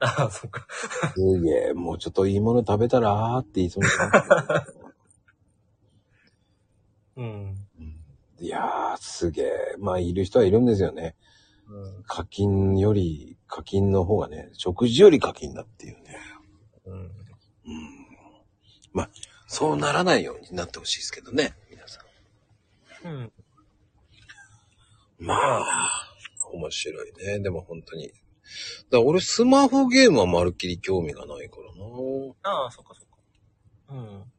ああ、そっか。 [LAUGHS] すげえ、もうちょっといいもの食べたらーって言いそうになった。うん。うんいやー、すげえ。まあ、いる人はいるんですよね。うん。課金より、課金の方がね、食事より課金だっていうね。うん。うん。まあ、そうならないようになってほしいですけどね、皆さうん。ん。まあ、面白いね。でも本当に。だから俺、スマホゲームはまるっきり興味がないからな。ああ、そっかそっか。うん。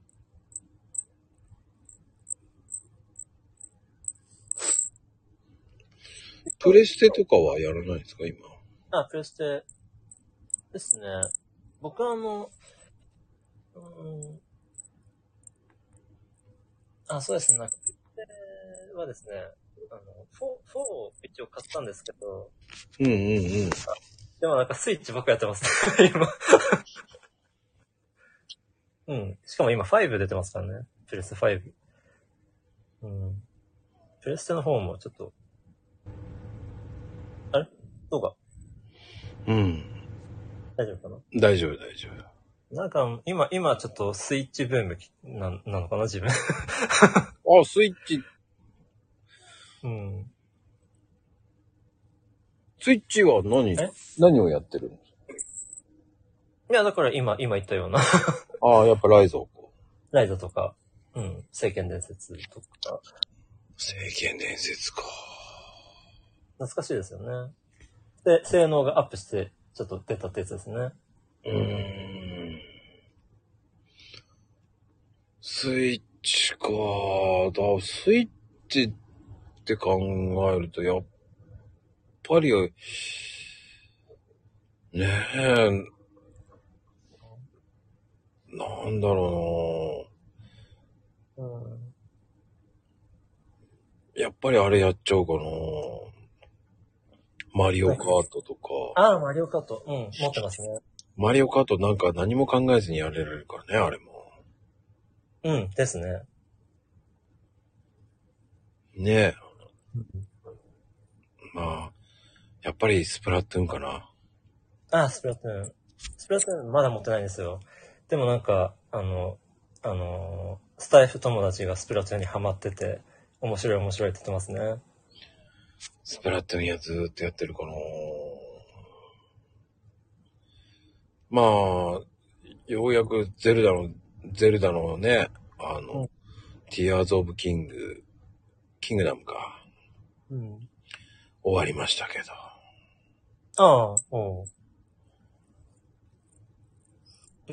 プレステとかはやらないんですか、今。あ、プレステですね。僕はあの、うーん。あ、そうですね。なんかプレステはですね、あの、4、4を一応買ったんですけど、うんうんうん。でもなんかスイッチばっかやってます [LAUGHS] ね、今。うん。しかも今5出てますからね。プレステ5。うん。プレステの方もちょっと、あれどうかうん。大丈夫かな大丈夫、大丈夫。なんか、今、今ちょっとスイッチブームきな、なのかな、自分。 [LAUGHS] あ、スイッチ、うん。スイッチは何え何をやってるんですいや、だから今、今言ったような、 [LAUGHS] かああ、やっぱライゾーか。ライドとか、うん、聖剣伝説とか、聖剣伝説か。懐かしいですよね。で、性能がアップして、ちょっと出たってやつですね。うーん。スイッチか。だ、スイッチって考えると、やっぱり、ねえ、なんだろうん。うな。やっぱりあれやっちゃうかな。マリオカートとか。ああ、マリオカート。うん、持ってますね。マリオカートなんか何も考えずにやれるからね、あれも。うん、ですね。ねえ。まあ、やっぱりスプラトゥーンかな。ああ、スプラトゥーン。スプラトゥーンまだ持ってないんですよ。でもなんか、あの、あの、スタイフ友達がスプラトゥーンにハマってて、面白い面白いって言ってますね。スプラトゥーンやずーっとやってるかな。まあ、ようやくゼルダの、ゼルダのね、あうんの、ティアーズ・オブ・キング、キングダムか、うん。終わりましたけど。ああ、おう。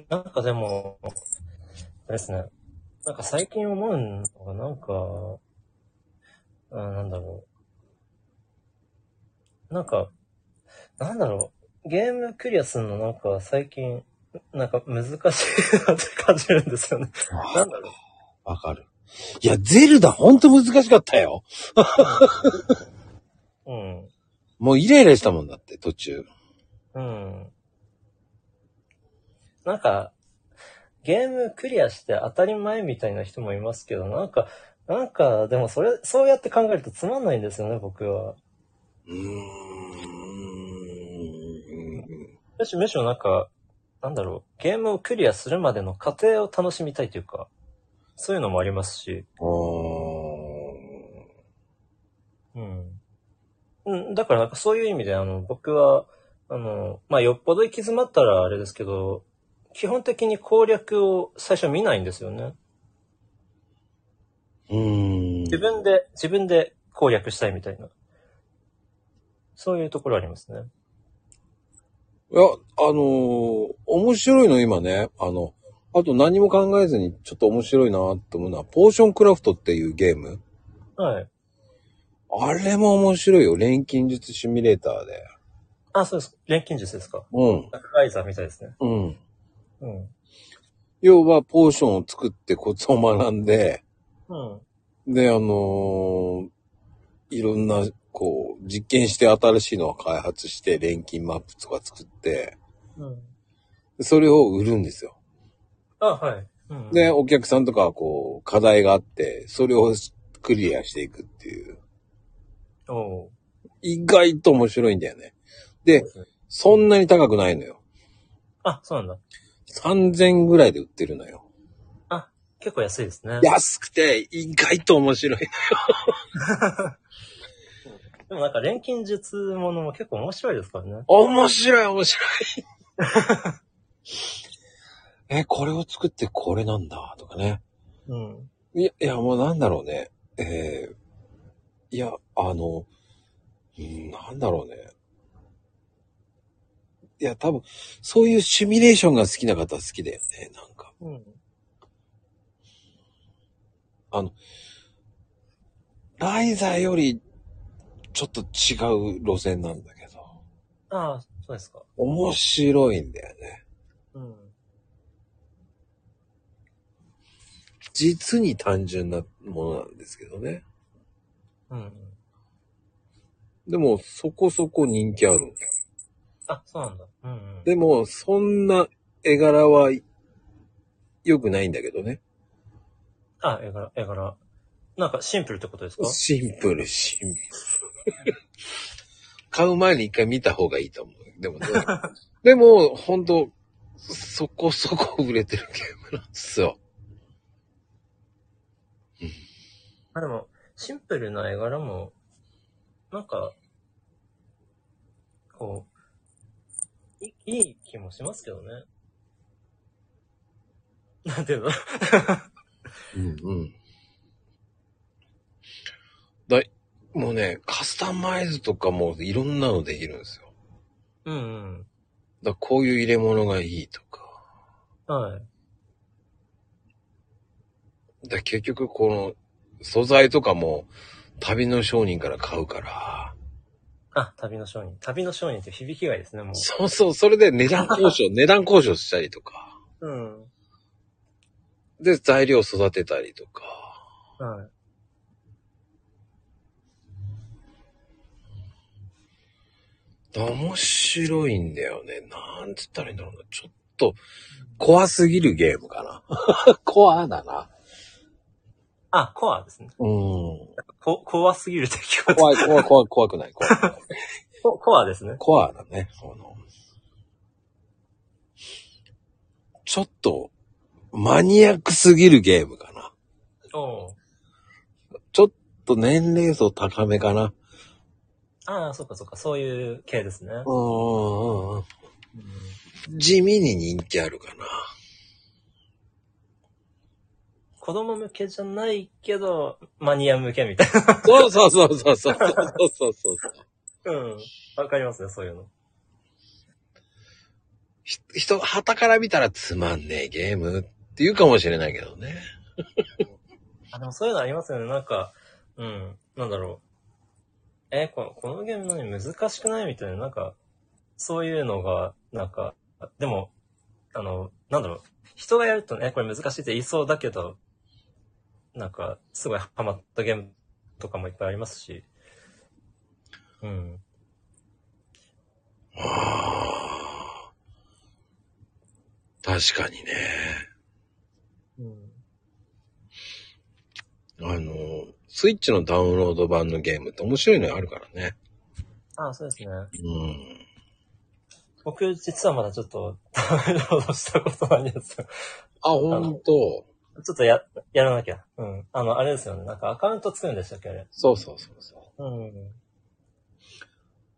なんかでも、あれですね。なんか最近思うのが、なんか、うん、なんだろう。なんか、なんだろう。ゲームクリアするのなんか最近、なんか難しいなって感じるんですよね。なんだろう。わかる。いや、ゼルダほんと難しかったよ。うん。もうイライラしたもんだって、途中。うん。なんか、ゲームクリアして当たり前みたいな人もいますけど、なんか、なんか、でもそれ、そうやって考えるとつまんないんですよね、僕は。うーんむしろ、むしろなんか、なんだろう、ゲームをクリアするまでの過程を楽しみたいというか、そういうのもありますし、うーん。うん。うん、だからなんかそういう意味で、あの、僕は、あの、まあ、よっぽど行き詰まったらあれですけど、基本的に攻略を最初見ないんですよね。うーん。自分で、自分で攻略したいみたいな。そういうところありますね。いや、あのー面白いの今ね、あの、あと何も考えずにちょっと面白いなと思うのは、ポーションクラフトっていうゲーム。はい。あれも面白いよ。錬金術シミュレーターで。あ、そうです。錬金術ですか。うん。サクライザーみたいですね。うん。うん。要は、ポーションを作ってコツを学んで、うん。で、あのーいろんな、こう、実験して新しいのを開発して、錬金マップとか作って、うん。それを売るんですよ。あ、はい。うん。で、お客さんとかはこう、課題があって、それをクリアしていくっていう。おう意外と面白いんだよね。で、そんなに高くないのよ。あ、そうなんだ。 3000ぐらいで売ってるのよ。結構安いですね。安くて意外と面白い。でもなんか錬金術ものも結構面白いですからね。面白い面白い。え、これを作ってこれなんだとかね。うん。いや、いや、もうなんだろうね。えーいや、あの、うんなんだろうね。いや、多分、そういうシミュレーションが好きな方は好きだよね。なんか。うん。ライザーより、ちょっと違う路線なんだけど。ああ、そうですか。面白いんだよね。うん。実に単純なものなんですけどね。うん。でも、そこそこ人気あるんだよ。あ、そうなんだ。うん、うん。でも、そんな絵柄は良くないんだけどね。あ、絵柄、絵柄。なんかシンプルってことですかシンプル、シンプル。買う前に一回見た方がいいと思う。でもね。 [LAUGHS] でも、ほんと、そこそこ売れてるゲームなんですよ。あ、でも、シンプルな絵柄も、なんか、こう、いいい気もしますけどね。 [LAUGHS] なんていうのうんうん。だい、もうね、カスタマイズとかもいろんなのできるんですよ。うんだからこういう入れ物がいいとか。うん。はい。だから結局この素材とかも旅の商人から買うから。あ、旅の商人。旅の商人って響きがいいですね、もう。そうそう、それで値段交渉、値段交渉したりとか。うん。で、材料育てたりとか。はい。だ面白いんだよね。なんつったらいいんだろうな。ちょっと、怖すぎるゲームかな。 [LAUGHS] 怖だな。あ、コアですね。うん。こ、怖すぎるって聞こえた怖い、怖い、怖い、怖くない、怖くない。ココアですね。怖だね。この、ちょっと、マニアックすぎるゲームかな。おうちょっと年齢層高めかな。ああ、そっかそっか、そういう系ですね。うんうんうんうん。うん地味に人気あるかな。子供向けじゃないけど、マニア向けみたいそうそうそうそうそうそうそうそうそう。な。うん。わかりますね、そういうの。ひ人、旗から見たらつまんねえゲームって言うかもしれないけどね。あ、でもそういうのありますよね。なんか、うん、なんだろう。えーこの、このゲーム何難しくないみたいな、なんか、そういうのが、なんか、でも、あの、なんだろう。人がやるとね、これ難しいって言いそうだけど、なんか、すごいハマったゲームとかもいっぱいありますし。うん。ああ。確かにね。うん。あの、スイッチのダウンロード版のゲームって面白いのあるからね。ああ、そうですね。うん。僕、実はまだちょっと、ダウンロードしたことないんですよ。あ、ほんと。ちょっとや、やらなきゃ。うん。あの、あれですよね。なんかアカウント作るんでしたっけ、あれ。そうそうそうそう。うん。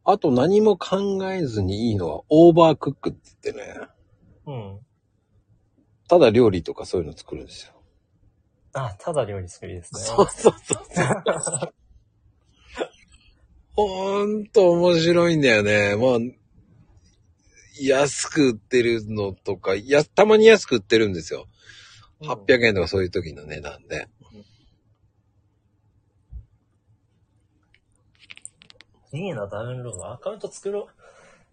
あと何も考えずにいいのはオーバークックって言ってね。うん。ただ料理とかそういうの作るんですよ。あ、ただ料理作りですね。そうそうそう。ほんと面白いんだよね。まあ、安く売ってるのとか、や、たまに安く売ってるんですよ。うん800円とかそういう時の値段で。いいな、ダウンロード。アカウント作ろう。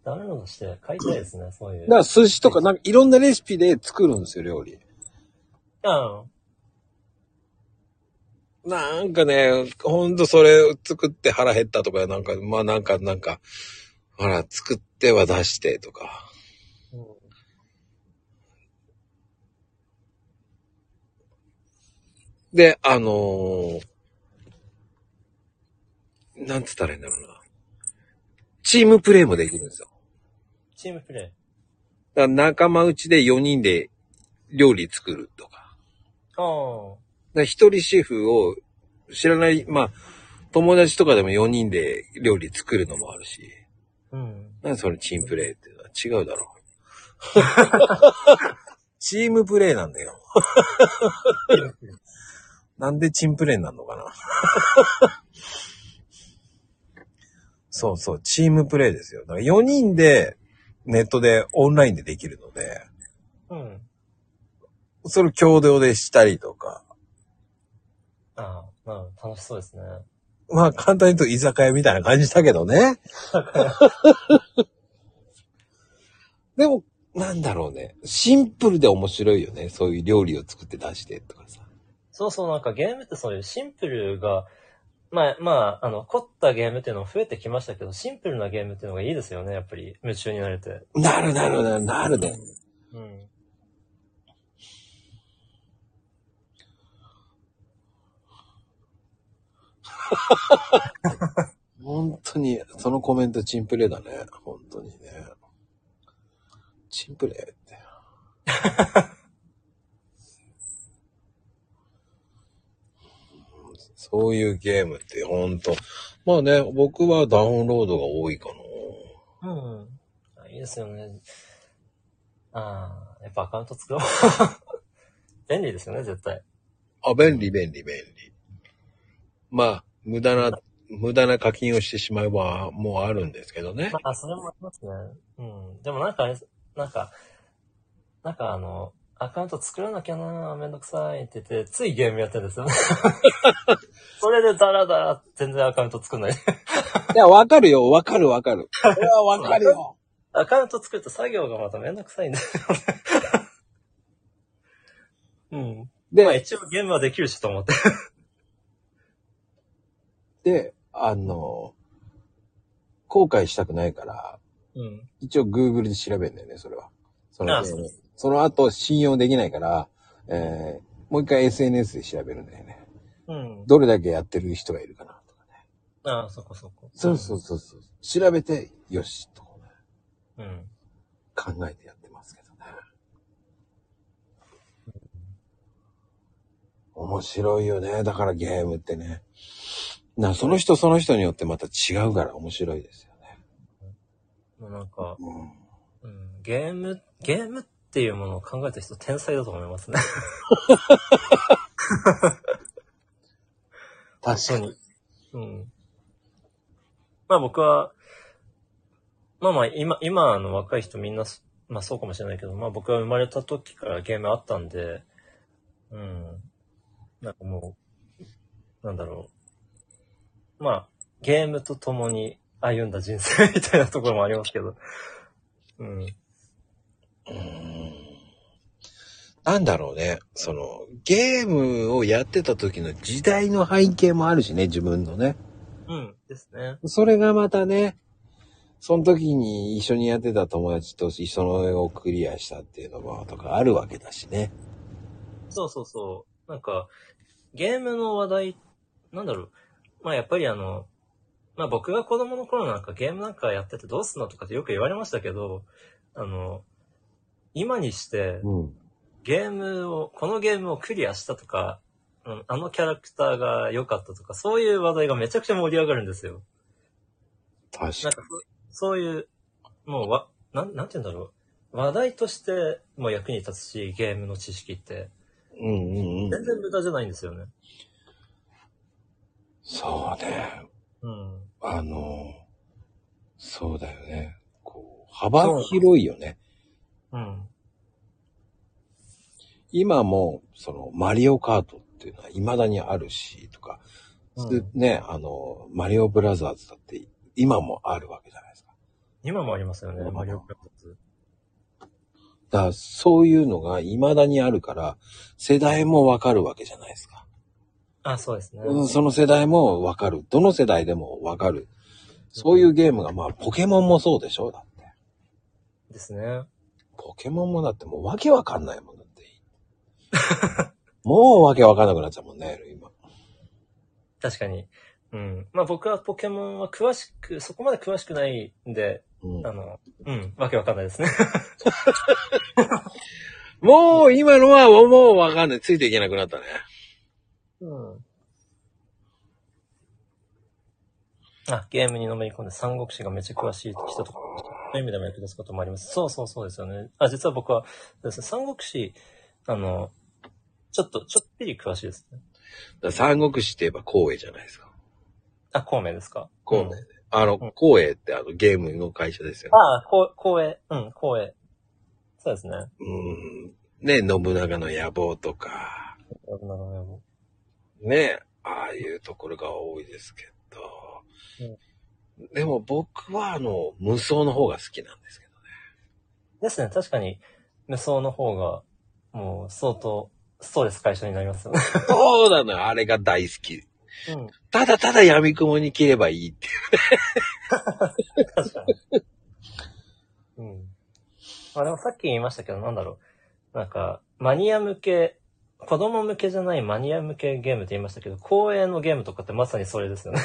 ダウンロードして買いたいですね、そういう。だから寿司とか、なんかいろんなレシピで作るんですよ、料理。うん。なんかね、ほんとそれを作って腹減ったとか、なんか、まあなんか、なんか、ほら、作っては出してとか。うんで、あのーなんつったらいいんだろうな。チームプレイもできるんですよ。チームプレイ。だから仲間内で4人で料理作るとか。だああ。から一人シェフを知らない、まあ、友達とかでも4人で料理作るのもあるし、うん。なんでそれチームプレイっていうのは違うだろう。チームプレイなんだよ。なんでチームプレイになるのかなそうそう、チームプレイですよ。だから4人でネットでオンラインでできるので、うん。それを共同でしたりとか、ああ、うん。楽しそうですね。まあ簡単に言うと居酒屋みたいな感じだけどね。 [LAUGHS] でも、なんだろうね。シンプルで面白いよね。そういう料理を作って出してとかさ。そうそう、なんかゲームってそういうシンプルが、まあ、まあ、あの、凝ったゲームっていうのも増えてきましたけど、シンプルなゲームっていうのがいいですよね、やっぱり。夢中になれて。なるなるなるなるね。うん。本当に、そのコメントチンプレーだね。本当にね。チンプレーって。 [LAUGHS] そういうゲームって本当。まあね、僕はダウンロードが多いかな。うん。あいいですよね。ああ、やっぱアカウント作ろう。 [LAUGHS] 便利ですよね、絶対。あ、便利、便利、便利。まあ、無駄な、無駄な課金をしてしまえば、もうあるんですけどね。まあ、それもありますね。うん。でもなんかあれ、なんか、なんかあの、アカウント作らなきゃなめんどくさいって言って、ついゲームやってるんですよね。 [LAUGHS] それでダラダラ、全然アカウント作んない。いや、わかるよ、わかる、わかる。それはわかる [LAUGHS] よ。アカウント作ると作業がまためんどくさいんだよね。 [LAUGHS] うん。まあで、一応ゲームはできるしと思って。で、あの、後悔したくないから、うん。一応 Google で調べるんだよね、それは。そのあゲームそうでその後、信用できないから、えー、もう一回 SNS で調べるんだよね。うん。どれだけやってる人がいるかなとかね。ああ、そこそこ。そうそうそうそう。調べて、よし、とうん。考えてやってますけどね。面白いよね。だからゲームってね。な、その人その人によってまた違うから面白いですよね。もうなんか、うんうん、ゲーム、ゲームっていうものを考えた人天才だと思いますね。 [LAUGHS] 確か本に。当に。うん。まあ僕は、まあまあ今、今の若い人みんなそ、まあそうかもしれないけど、まあ僕は生まれた時からゲームあったんで、うん。なんかもう、なんだろう。まあ、ゲームと共に歩んだ人生みたいなところもありますけど。うん。なんだろうね。その、ゲームをやってた時の時代の背景もあるしね、自分のね。うん。ですね。それがまたね、その時に一緒にやってた友達と一緒の絵をクリアしたっていうのもとかあるわけだしね。そうそうそう。なんか、ゲームの話題、なんだろう。まあやっぱりあの、まあ僕が子供の頃なんかゲームなんかやっててどうすんのとかってよく言われましたけど、あの、今にしてうん。ゲームを、このゲームをクリアしたとか、うん、あのキャラクターが良かったとか、そういう話題がめちゃくちゃ盛り上がるんですよ。確かなんかそう、そういう、もうわ、なん、なんて言うんだろう。話題としても役に立つし、ゲームの知識って、に。うんうんうん。全然無駄じゃないんですよね。そうね。うん。あの、そうだよね。こう、幅広いよね。うん。今も、その、マリオカートっていうのは未だにあるし、とか、うんね、あの、マリオブラザーズだって今もあるわけじゃないですか。今もありますようね、んマリオカート。だから、そういうのが未だにあるから、世代もわかるわけじゃないですか。あ、そうですね。うんその世代もわかる。どの世代でもわかる。そういうゲームが、まあ、ポケモンもそうでしょだって。ですね。ポケモンもだってもうわけわかんないもんだって。 [LAUGHS] もうわけわかんなくなっちゃうもんね、今。確かに。うん。まあ僕はポケモンは詳しく、そこまで詳しくないんで、うんあの、うん、わけわかんないですね。もう今のはもうわかんない。ついていけなくなったね。うん。 [LAUGHS] あ、ゲームにのめり込んで三国志がめっちゃ詳しい人とか、そういう意味でも役立つこともあります。そうそうそうですよね。あ、実は僕は、そうですね、三国志、あの、ちょっと、ちょっぴり詳しいですね。だから三国志って言えば光栄じゃないですか。あ、孔明ですか孔明うんね。あの、ん光栄ってあのゲームの会社ですよね。ああ、こう光栄。うん、光栄。そうですね。うん。ね、信長の野望とか、なるほどなるほね、ああいうところが多いですけど。でも僕はあの、無双の方が好きなんですけどね。 [LAUGHS] どですね、確かに、無双の方が、もう、相当、ストレス解消になりますよね。そうなのよ、あれが大好き。うん、ただただ闇雲に切ればいい [LAUGHS] って。確かに。うん。まあでもさっき言いましたけど、なんだろう。なんか、マニア向け、子供向けじゃないマニア向けゲームって言いましたけど、公営のゲームとかってまさにそれですよね。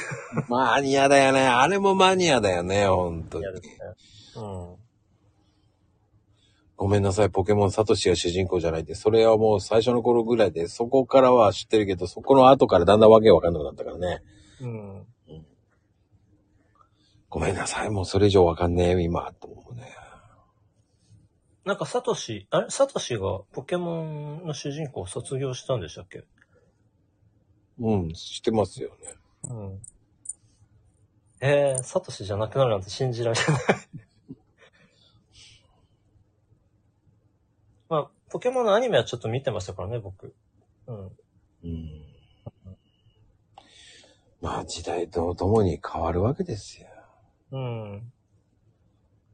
マニアだよね。あれもマニアだよね、本当にや。るねうん。ごめんなさい、ポケモンサトシが主人公じゃないって、それはもう最初の頃ぐらいで、そこからは知ってるけど、そこの後からだんだんわけわかんなくなったからね。うん。ごめんなさい、もうそれ以上わかんねえ、今、と思うね。なんか、サトシ、あれサトシがポケモンの主人公を卒業したんでしたっけうん、知ってますよね。うん。えー、サトシじゃなくなるなんて信じられない。 [LAUGHS] まあ、ポケモンのアニメはちょっと見てましたからね、僕。うん。うん。まあ、時代とともに変わるわけですよ。うん。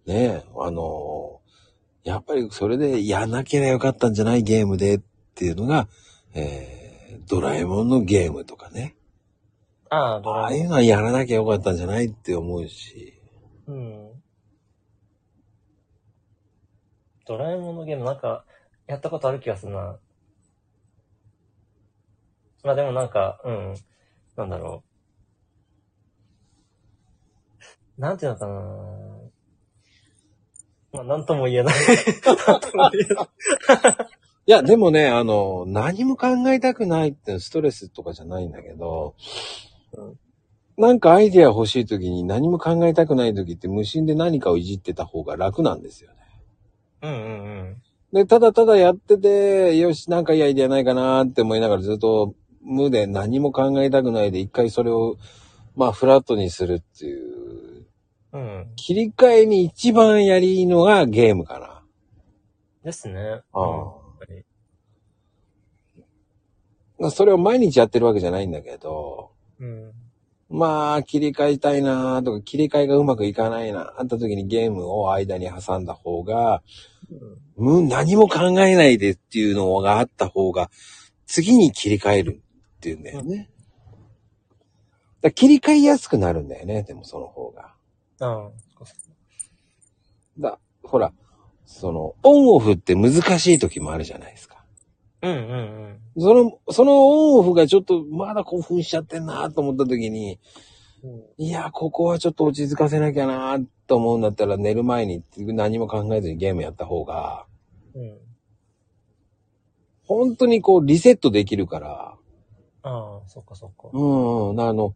ねえ、あのーやっぱりそれでやんなければよかったんじゃないゲームでっていうのが、えー、ドラえもんのゲームとかね。ああ、ドあラあえいうのはやらなきゃよかったんじゃないって思うし。もん。うん。ドラえもんのゲームなんか、やったことある気がするな。まあでもなんか、うん。なんだろう。なんていうのかなまあなんとも言え [LAUGHS] ない。なんとも言えない。いや、でもね、あの、何も考えたくないってストレスとかじゃないんだけど、うんなんかアイデア欲しい時に何も考えたくない時って無心で何かをいじってた方が楽なんですよね。うんうんうん。で、ただただやってて、よし、なんかいいアイデアないかなーって思いながらずっと無で何も考えたくないで一回それを、まあ、フラットにするっていう、うん。切り替えに一番やりいいのがゲームかな。ですね。ああうんやっぱりまあそれを毎日やってるわけじゃないんだけど、うん。まあ、切り替えたいなーとか、切り替えがうまくいかないなあった時にゲームを間に挟んだ方が、うんうん、何も考えないでっていうのがあった方が、次に切り替えるっていうんだよね。だから切り替えやすくなるんだよね、でもその方が。ああ、そっかだ、ほら、その、オンオフって難しい時もあるじゃないですか。うんうんうん。その、そのオンオフがちょっとまだ興奮しちゃってんなと思った時に、いや、ここはちょっと落ち着かせなきゃなと思うんだったら寝る前に何も考えずにゲームやった方が、うん。うん。本当にこうリセットできるから、ああ、そっかそっか。うん、うん、あの、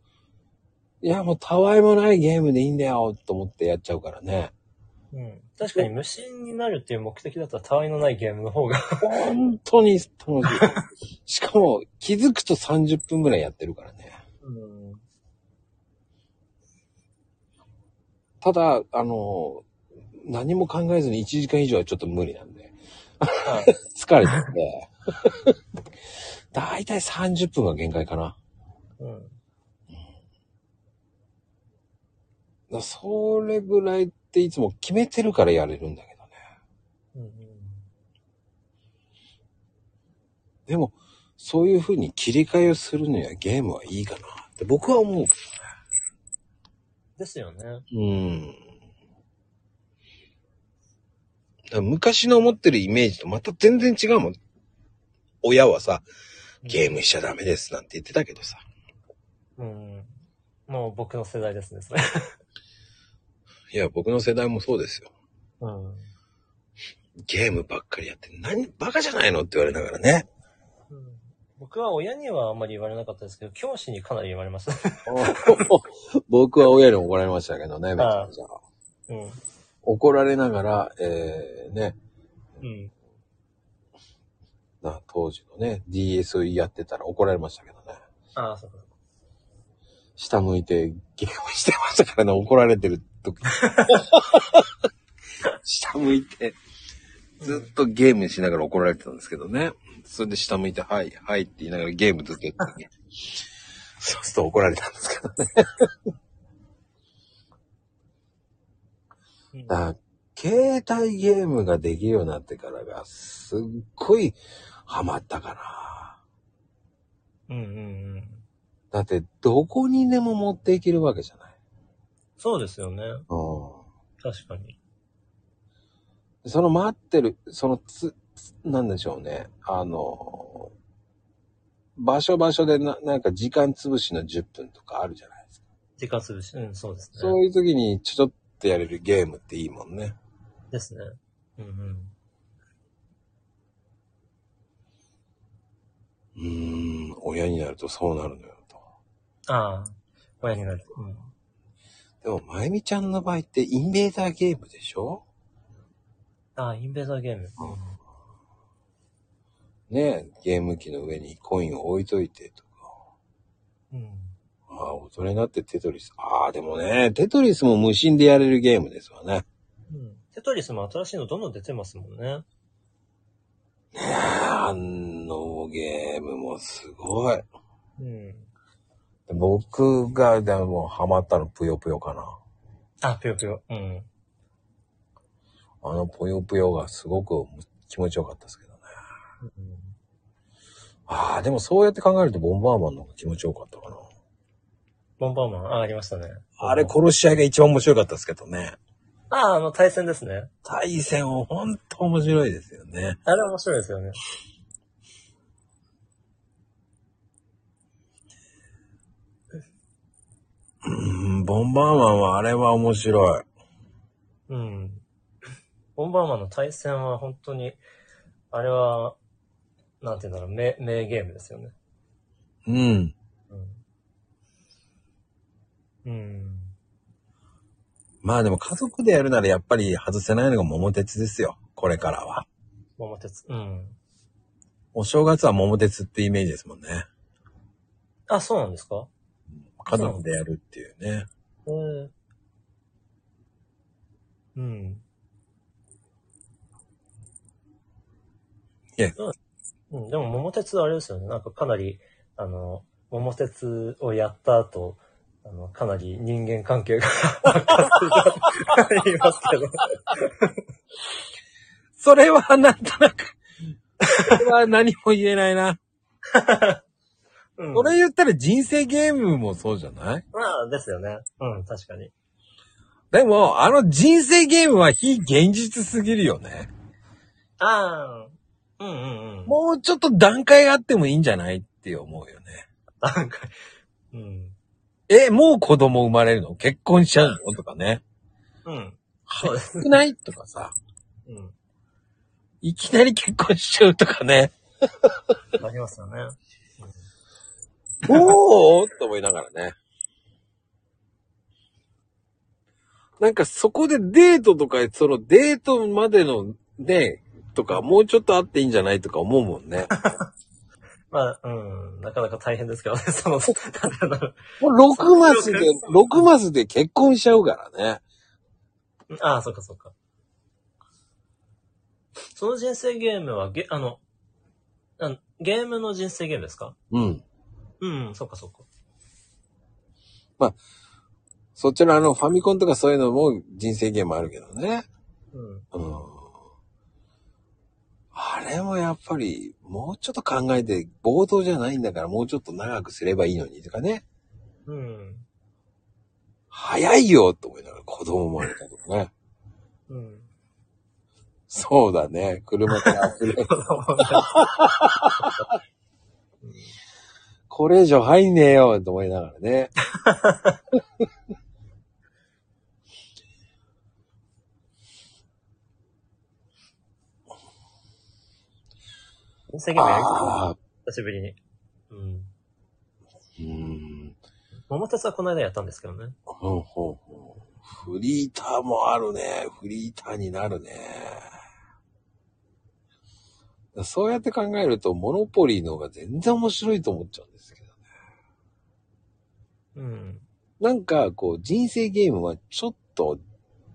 いや、もうたわいもないゲームでいいんだよと思ってやっちゃうからね。うん。確かに無心になるっていう目的だったら、たわいのないゲームの方が。本当に楽しい。しかも気づくと30分ぐらいやってるからね。うん。ただ、あの、何も考えずに1時間以上はちょっと無理なんで。はい。疲れちゃって。 [LAUGHS] だいたい30分が限界かな。だかうん。らそれぐらいっていつも決めてるからやれるんだけどね。うん。でも、そういう風に切り替えをするにはゲームはいいかなって僕は思う。ですよね。うん。だから昔の思ってるイメージとまた全然違うもん。親はさ、ゲームしちゃダメですなんて言ってたけどさ。うん。もう僕の世代ですね、それ。いや、僕の世代もそうですよ。うん。ゲームばっかりやって、何、バカじゃないのって言われながらね。僕は親にはあんまり言われなかったですけど、教師にかなり言われました。 [LAUGHS] 僕は親に怒られましたけどね、めちゃめちゃ。うん。うん。怒られながら、えー、ね、な当時のね、DS をやってたら怒られましたけどね。ああ、そうか。下向いてゲームしてましたからね、怒られてる [LAUGHS] 時。下向いて、ずっとゲームしながら怒られてたんですけどね。それで下向いて、はい、はいって言いながらゲームずっとやっててそうすると怒られたんですけどね。うんだ携帯ゲームができるようになってからが、すっごいハマったかうんうんうん。な。だって、どこにでも持っていけるわけじゃない。そうですよね。うん。確かに。その待ってる、そのつ、つなんでしょうね。あの、場所場所でな、なんか時間潰しの10分とかあるじゃないですか。時間潰し、うん、そうですね。そういう時にちょっとやれるゲームっていいもんね。ですね。うんうん。うーん、親になるとそうなるのよと。ああ、親になる。うん。でも、まゆみちゃんの場合ってインベーダーゲームでしょああ、インベーダーゲーム。ねえゲーム機の上にコインを置いといてとか。うん。ああ、大人になってテトリス。ああ、でもね、テトリスも無心でやれるゲームですわね。うん。テトリスも新しいのどんどん出てますもんね。あのゲームもすごい。うん。僕が、でも、ハマったのぷよぷよかな。あ、ぷよぷよ。うん。あのぷよぷよがすごく気持ちよかったですけどね。ああ、でもそうやって考えるとボンバーマンの方が気持ちよかったかな。ボンバーマン、あ、ありましたね。あれ、殺し合いが一番面白かったですけどね。ああ、あの、対戦ですね。対戦を本当面白いですよね。あれ面白いですよね。うん、ボンバーマンはあれは面白い。うん。ボンバーマンの対戦は本当に、あれは、なんて言うんだろう、名、名ゲームですよね。うん。うん。うん。まあでも家族でやるならやっぱり外せないのが桃鉄ですよ。これからは。桃鉄。うん。お正月は桃鉄ってイメージですもんね。あ、そうなんですか家族でやるっていうね。ええ。うん。いやうん、でも桃鉄あれですよね。なんかかなり、あの、桃鉄をやった後、あの、かなり人間関係が [LAUGHS] 悪化すると言いますけど。それはなんとなく、それは何も言えないな。うん、それ言ったら人生ゲームもそうじゃないまあ、ですよね。うん、確かに。でも、あの人生ゲームは非現実すぎるよね。ああ、うんうんうん。もうちょっと段階があってもいいんじゃないって思うよね。なんか、うん。え、もう子供生まれるの結婚しちゃうのとかね。うん。そうです。少ないとかさ。うん。いきなり結婚しちゃうとかね。ありますよね。おーって思いながらね。なんかそこでデートとか、そのデートまでのね、とか、もうちょっとあっていいんじゃないとか思うもん [LAUGHS] ね。まあ、うん、なかなか大変ですけどね、 [LAUGHS] その、なんだろもう6マスで、6マスで結婚しちゃうからね。うああ、そっかそっか。その人生ゲームは、ゲ、あの、あゲームの人生ゲームですかうん。うん、そっかそっか。そっちのあのファミコンとかそういうのも人生ゲームあるけどね。うん。うん。あれもやっぱり、もうちょっと考えて、冒頭じゃないんだからもうちょっと長くすればいいのにとかね。うん。早いよと思いながら子供もあれたとかね。うん。 [LAUGHS] そうだね。車から溢れ。 [LAUGHS] これ以上入んねえよと思いながらね。人生ゲームやりたああ。い久しぶりに。うん。うん。桃鉄はこの間やったんですけどね。ほうほうほう。フリーターもあるね。フリーターになるね。そうやって考えると、モノポリーの方が全然面白いと思っちゃうんですけどね。うん。なんか、こう、人生ゲームはちょっと、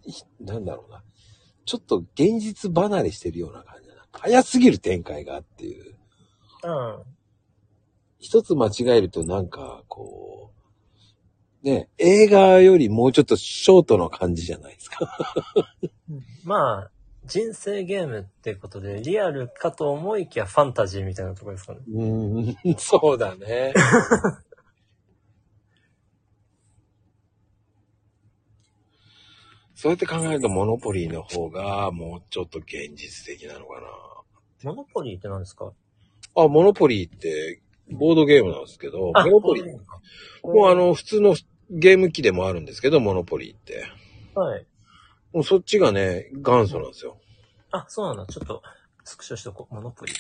ひなんだろうな。ちょっと現実離れしてるような感じだな。早すぎる展開がっていう。うん。一つ間違えるとなんか、こう、ね、映画よりもうちょっとショートの感じじゃないですか。まあ、人生ゲームってことで、リアルかと思いきやファンタジーみたいなところですかね。うーん、そうだね。 [LAUGHS] そうやって考えると、モノポリーの方が、もうちょっと現実的なのかモノポリーって何ですかな。あ、モノポリーって、ボードゲームなんですけど、モあノポリー、もうあの、普通のゲーム機でもあるんですけど、モノポリーって。はい。もうそっちがね、元祖なんですよ。あ、そうなんだ。ちょっと、スクショしとこう。モノポリー。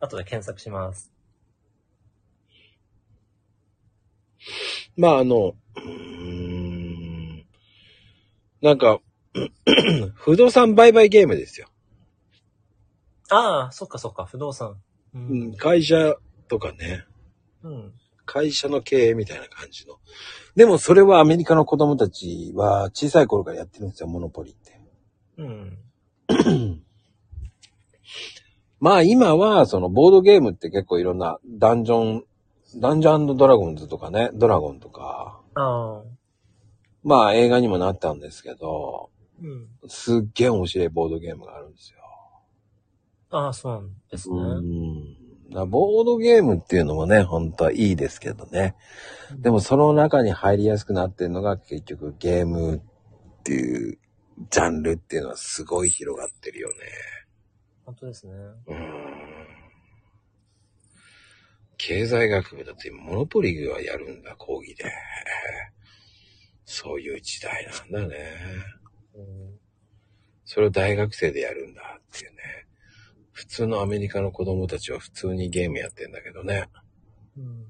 後で検索します。まあ、あの、うーん、なんか、 [CLEARS THROAT] 不動産売買ゲームですよ。ああ、そっかそっか。不動産。ううんん、。会社とかね、うん。会社の経営みたいな感じの。でもそれはアメリカの子供たちは小さい頃からやってるんですよ、モノポリって。うん。まあ今はそのボードゲームって結構いろんなダンジョン、ダンジョンドラゴンズとかね、ドラゴンとか、ああ。まあ映画にもなったんですけど、うん。すっげえ面白いボードゲームがあるんですよ。ああ、そうなんですね。うん。だからボードゲームっていうのもね、本当はいいですけどね。でもその中に入りやすくなってるのが結局ゲームっていうジャンルっていうのはすごい広がってるよね。本当ですね。うん。経済学部だってモノポリはやるんだ、講義で。そういう時代なんだね。うん。それを大学生でやるんだっていうね。普通のアメリカの子供たちは普通にゲームやってんだけどね。うん。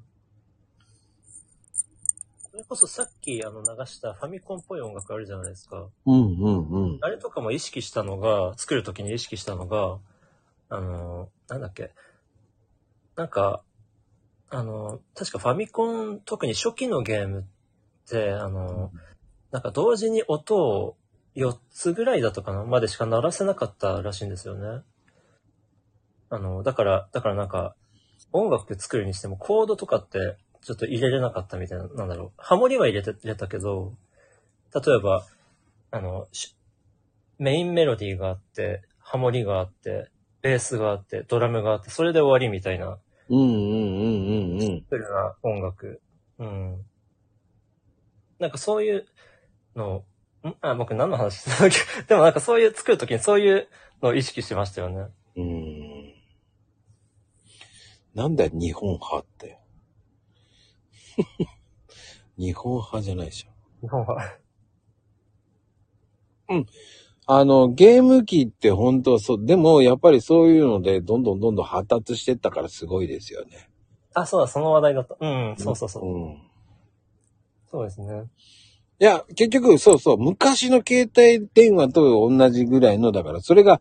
それこそさっきあの流したファミコンっぽい音楽あるじゃないですか。うんうんうん。あれとかも意識したのが、作るときに意識したのが、あの、なんだっけ。なんか、あの、確かファミコン、特に初期のゲームって、あの、なんか同時に音を4つぐらいだとかな、までしか鳴らせなかったらしいんですよね。あの、だから、だからなんか、音楽作るにしてもコードとかってちょっと入れれなかったみたいな、なんだろう。ハモリは入れて、入れたけど、例えば、あの、しメインメロディーがあって、ハモリがあって、ベースがあって、ドラムがあって、それで終わりみたいな、うんうんうんうんうん。フルな音楽。うん。なんかそういうのを、んあ、僕何の話してたっけ [LAUGHS] でもなんかそういう、作るときにそういうのを意識しましたよね。うーん。なんだよ日本派って。 [LAUGHS] 日本派じゃないでしょ。日本は。あの、ゲーム機って本当そう、でもやっぱりそういうので、どんどんどんどん発達してったからすごいですよね。あ、そうだ、その話題だった。うん、そうそうそう。うん。そうですね。いや、結局、そうそう、昔の携帯電話と同じぐらいの、だから、それが、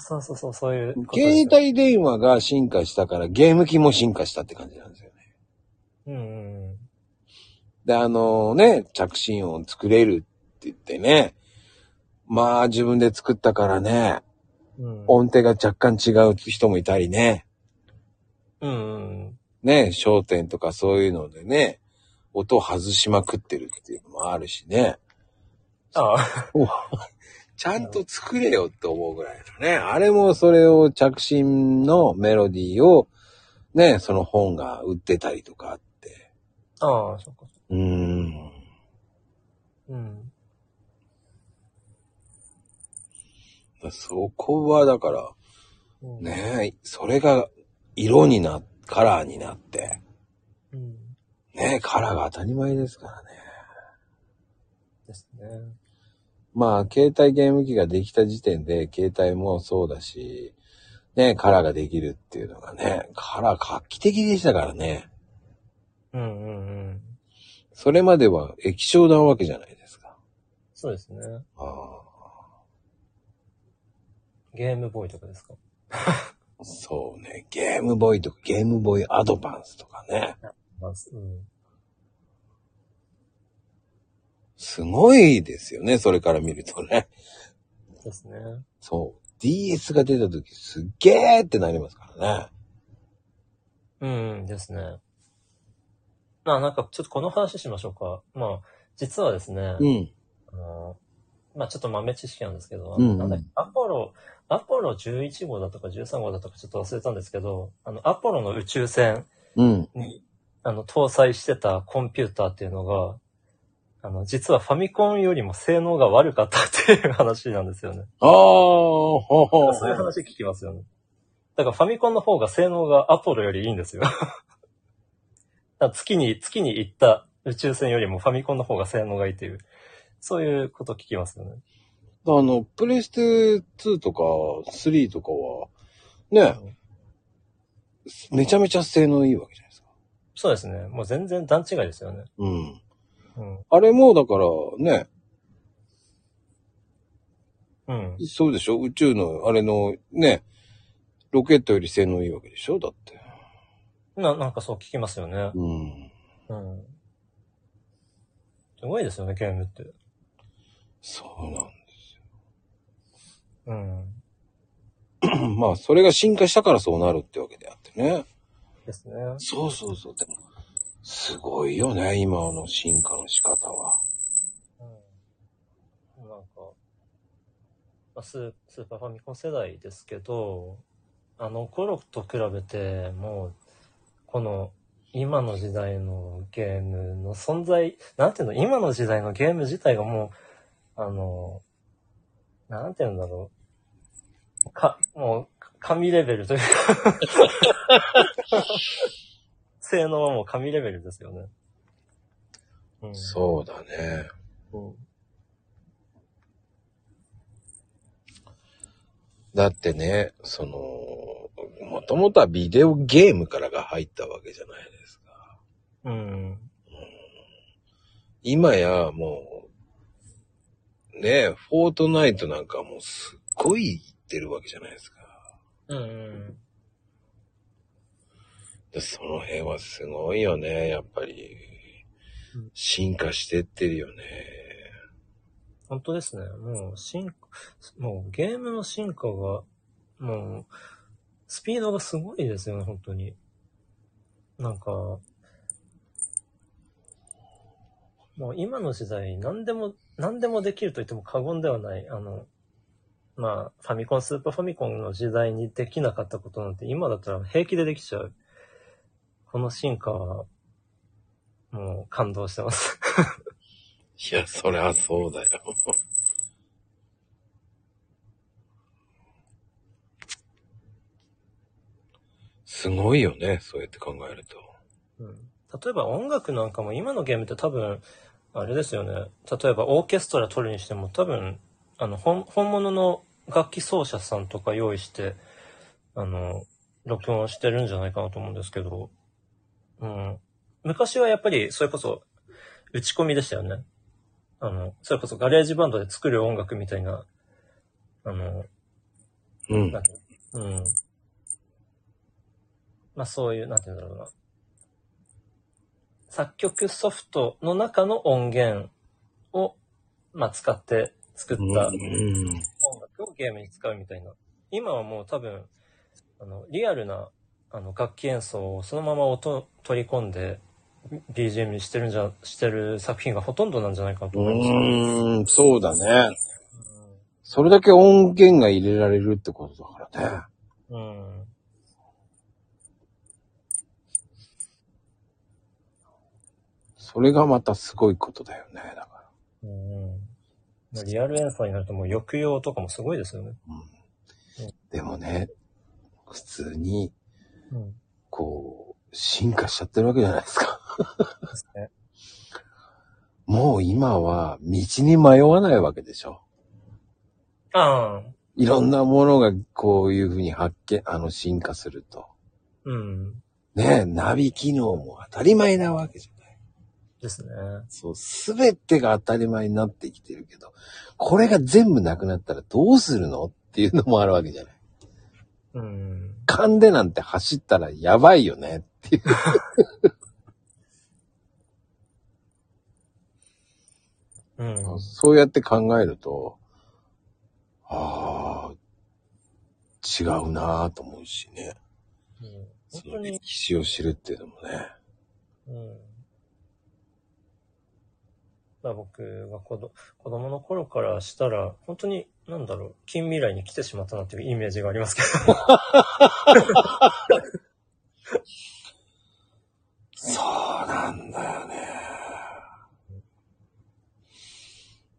そうそうそう、そういうことです携よ。帯電話が進化したから、ゲーム機も進化したって感じなんですよね。うんうんうん。で、あのね、着信音作れるって言ってね、まあ自分で作ったからね、うん音程が若干違う人もいたりね、うんうん。ね、焦点とかそういうのでね、音を外しまくってるっていうのもあるしね、ああ、ちゃんと作れよって思うぐらいのね、あれもそれを着信のメロディーをね、その本が売ってたりとかあって、ああ、そっか。うーん。うん。そこはだから、うん。ねえ、それが色にな、カラーになって、うん。ねえ、カラーが当たり前ですからね。ですね。まあ、携帯ゲーム機ができた時点で、携帯もそうだし、ねえ、カラーができるっていうのがね、カラー画期的でしたからね。うんうんうん。それまでは液晶なわけじゃないですか。そうですね。あゲームボーイとかですかあ、そうね。ゲームボーイとか、ゲームボーイアドバンスとかね。まず、うん。すごいですよね、それから見るとね。ですね。そう。DS が出た時すっげーってなりますからね。うん、ですね。まあなんか、ちょっとこの話しましょうか。まあ、実はですね、うん。あの、まあちょっと豆知識なんですけど、うんうんなんだっけアポロ、アポロ11号だとか13号だとかちょっと忘れたんですけど、あの、アポロの宇宙船うん。に、あの、搭載してたコンピューターっていうのが、あの、実はファミコンよりも性能が悪かったっていう話なんですよね。ああ、ほうほうそういう話聞きますよね。だからファミコンの方が性能がアポロよりいいんですよ。だ [LAUGHS] から月に、月に行った宇宙船よりもファミコンの方が性能がいいっていう、そういうこと聞きますよね。あの、プレステ2とか3とかは、ね、めちゃめちゃ性能いいわけじゃないですか。そうですね。もう全然段違いですよね。うん。うん。あれもだから、ね、うん。そうでしょ宇宙の、あれの、ね、ロケットより性能いいわけでしょだって。な、なんかそう聞きますよね。うん。うん。すごいですよね、ゲームって。そうなんうん。だ。まあ、それが進化したからそうなるってわけであってね。ですね。そうそうそう。でも、すごいよね、今の進化の仕方は。うん。なんか、まあ、ススーパーファミコン世代ですけど、あの頃と比べて、もう、この、今の時代のゲームの存在、なんていうの、今の時代のゲーム自体がもう、あの、なんていうんだろう。か、もう、神レベルというか。性能はもう神レベルですよね。うんそうだね。うん。だってね、その、もともとはビデオゲームからが入ったわけじゃないですか。うん。今やもう、ねえ、フォートナイトなんかもうすっごいいってるわけじゃないですか。うん。でその辺はすごいよね、やっぱりうん。進化してってるよね。本当ですね。もう、進化、もうゲームの進化が、もう、スピードがすごいですよね、本当に。なんか、もう今の時代、何でも、何でもできると言っても過言ではない。あの、まあ、ファミコン、スーパーファミコンの時代にできなかったことなんて、今だったら平気でできちゃう。この進化は、もう感動してます。いや、そりゃそうだよ。すごいよね、そうやって考えると。うん例えば音楽なんかも今のゲームって多分、あれですよね。例えばオーケストラ取るにしても多分、あの、本本物の楽器奏者さんとか用意して、あの、録音してるんじゃないかなと思うんですけど、うん。昔はやっぱり、それこそ、打ち込みでしたよね。あの、それこそガレージバンドで作る音楽みたいな、あの、うんなん。ていうのうん。まあそういう、なんていうんだろうな。作曲ソフトの中の音源を、まあ使って作ったうん。音楽をゲームに使うみたいな。今はもう多分、あの、リアルな、あの、楽器演奏をそのまま音を取り込んで、BGM にしてるんじゃ、してる作品がほとんどなんじゃないかなと思います。うーん、そうだね。それだけ音源が入れられるってことだからね。うん。それがまたすごいことだよね。だから。うん。まあリアル演奏になるともう抑揚とかもすごいですよね。でもね、普通に、うん。こう、進化しちゃってるわけじゃないですか。ですね。もう今は道に迷わないわけでしょ。ああ。いろんなものがこういうふうに発見、あの進化すると。うん。ねえ、ナビ機能も当たり前なわけじゃない。ですね。そう、すべてが当たり前になってきてるけど、これが全部なくなったらどうするのっていうのもあるわけじゃない。うん。勘でなんて走ったらやばいよねっていう。うん。そうやって考えると、ああ、違うなぁと思うしね。うん本そ当の歴に。史を知るっていうのもね。うん。まあ僕が子ど子供の頃からしたら、本当に、なんだろう、近未来に来てしまったなっていうイメージがありますけど。そうなんだよね。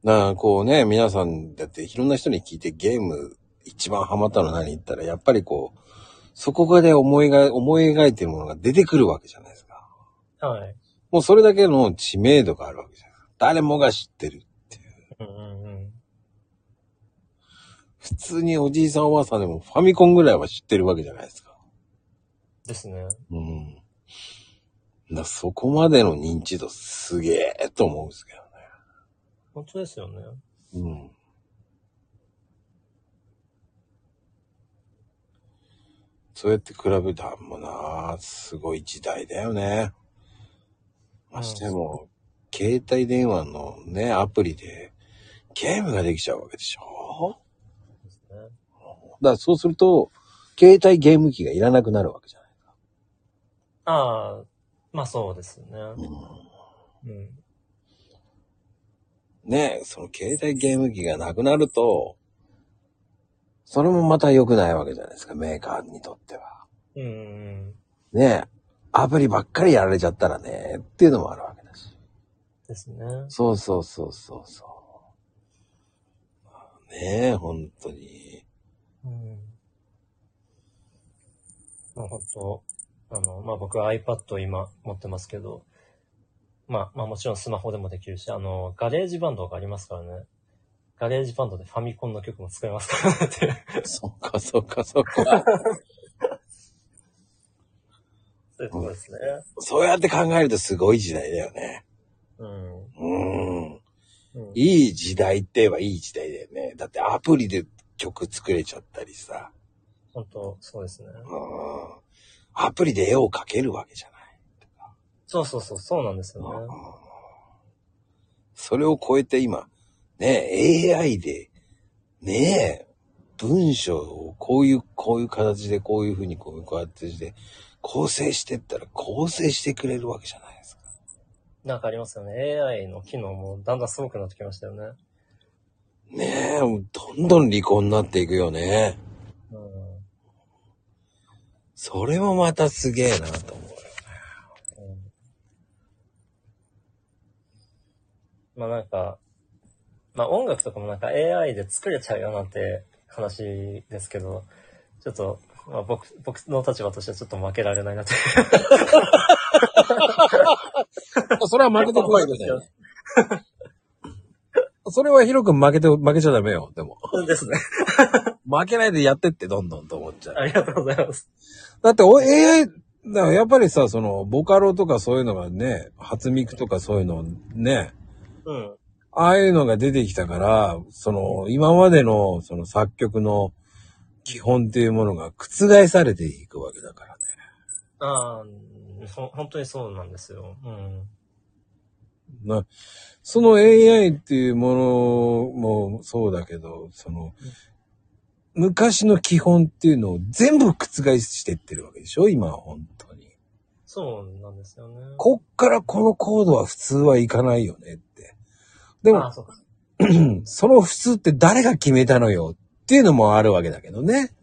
なあ、こうね、皆さんだっていろんな人に聞いてゲーム一番ハマったの何言ったら、やっぱりこう、そこがで思いが、思い描いてるものが出てくるわけじゃないですか。 [LAUGHS] はい。もうそれだけの知名度があるわけじゃないですか。誰もが知ってる。うんうんうん。普通におじいさんおばあさんでもファミコンぐらいは知ってるわけじゃないですか。ですね。うん。だそこまでの認知度すげえと思うんですけ本当ですよね。どね。うん。そうやって比べたらもうなあ、すごい時代だよね。ましても、携帯電話のね、アプリでゲームができちゃうわけでしょですね。だからそうすると、携帯ゲーム機がいらなくなるわけじゃない。ああ、まあそうですね。うん。ねえ、その携帯ゲーム機がなくなると、それもまた良くないわけじゃないですか、メーカーにとっては。うんうんうん。ねえ、アプリばっかりやられちゃったらね、っていうのもあるわけだし。ですね。そうそうそうそうそう。ねえ、本当に。うん。まあ本当、あの、まあ僕は iPad を今持ってますけど、まあ、まあもちろんスマホでもできるし、あの、ガレージバンドがありますからね。ガレージバンドでファミコンの曲も使えますからねっていう。 [LAUGHS] そっかそっかそっか。そういうところですね。そうやって考えるとすごい時代だよね。ううん。ん。うん、いい時代って言えばいい時代だよね。だってアプリで曲作れちゃったりさ。本当、そうですね。うん。アプリで絵を描けるわけじゃない。そうそうそう、そうなんですよね。それを超えて今、ね、AI で、ねえ、文章をこういう、こういう形で、こういうふうに、こういう、こうやってして、構成してったら構成してくれるわけじゃないですか。なんかありますよね。AI の機能もだんだんすごくなってきましたよね。ねえ、どんどん離婚になっていくよね。うん。それもまたすげえなと思うよ。うんまあなんか、まあ音楽とかもなんか AI で作れちゃうよなんて話ですけど、 [LAUGHS] ちょっと、まあ僕、僕の立場としてはちょっと負けられないなとい [LAUGHS] うそれは負けて怖いですよ。 [LAUGHS] それは広く負けて、負けちゃダメよ、でも。ですね。負けないでやってってどんどんと思っちゃう。ありがとうございます。だってお AI、だからやっぱりさ、その、ボカロとかそういうのがね、初ミクとかそういうのね、うん。ああいうのが出てきたから、その、今までの、その作曲の基本っていうものが覆されていくわけだからね。ああ、そ本当にそうなんですよ。うん。なその AI っていうものもそうだけど、その、昔の基本っていうのを全部覆していってるわけでしょ今は本当に。そうなんですよね。こっからこのコードは普通はいかないよねって。であもあ、、そうか。その普通って誰が決めたのよっていうのもあるわけだけどね。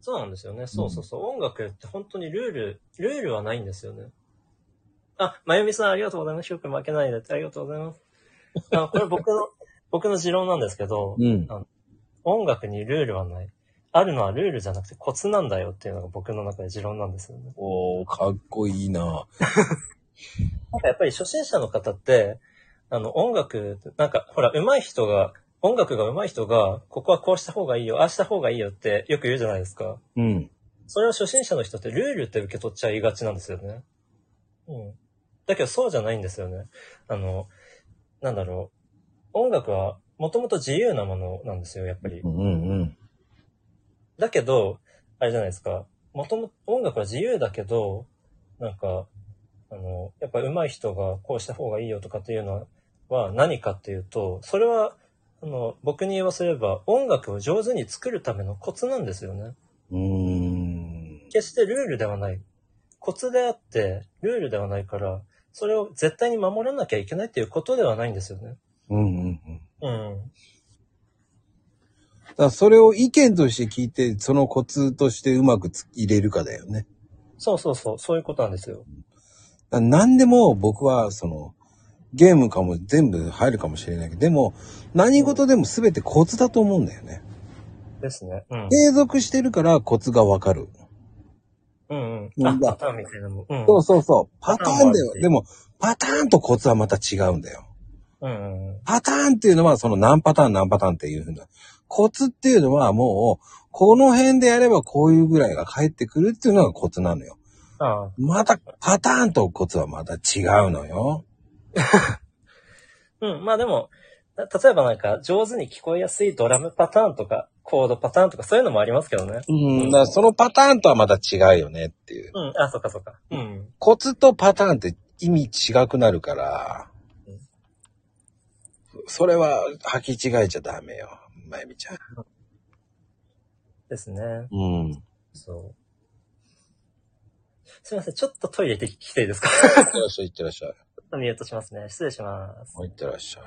そうなんですよね。そうそうそう。音楽って本当にルール、ルールはないんですよね。あ、まゆみさんありがとうございます。ひろくん負けないでってありがとうございます。あこれ僕の、 [LAUGHS] 僕の持論なんですけど、うん。音楽にルールはない。あるのはルールじゃなくてコツなんだよっていうのが僕の中で持論なんですよね。おー、かっこいいななんかやっぱり初心者の方って、あの音楽、なんかほら上手い人が、音楽が上手い人が、ここはこうした方がいいよ、ああした方がいいよってよく言うじゃないですか。うん。それを初心者の人ってルールって受け取っちゃいがちなんですよね。うん。だけどそうじゃないんですよね。あの、なんだろう。音楽はもともと自由なものなんですよ、やっぱりう。んうんだけど、あれじゃないですか。もともと音楽は自由だけど、なんか、あの、やっぱ上手い人がこうした方がいいよとかっていうのは何かっていうと、それは、あの、僕に言わせれば音楽を上手に作るためのコツなんですよね。うん。うーん。決してルールではない。コツであって、ルールではないから、それを絶対に守らなきゃいけないっていうことではないんですよね。うんうんうん。うん。だからそれを意見として聞いて、そのコツとしてうまくつ入れるかだよね。そうそうそう、そういうことなんですよ。だから何でも僕は、その、ゲームかも全部入るかもしれないけど、でも、何事でも全てコツだと思うんだよね。ですね。うん。継続してるからコツがわかる。うんううんん。あ、パターンみたいなのも。うん。そうそうそう。パターンだパターンもあよ。るしでも、パターンとコツはまた違うんだよ。うんうん。パターンっていうのは、その何パターン何パターンっていうふうな。コツっていうのはもう、この辺でやればこういうぐらいが返ってくるっていうのがコツなのよ。ああ。また、パターンとコツはまた違うのよ。うん。まあでも、た例えばなんか、上手に聞こえやすいドラムパターンとか、コードパターンとか、そういうのもありますけどね。うん。だからそのパターンとはまた違うよねっていう。うん。あ、そっかそっか。うん。コツとパターンって意味違くなるからうん、それは履き違えちゃダメよ。まゆみちゃん。ですね。 [LAUGHS] うん。そう。すいません、ちょっとトイレ行ってきていいですか [LAUGHS] いってらっしゃい、いってらっしゃい。ミュートしますね。失礼します。もういってらっしゃい。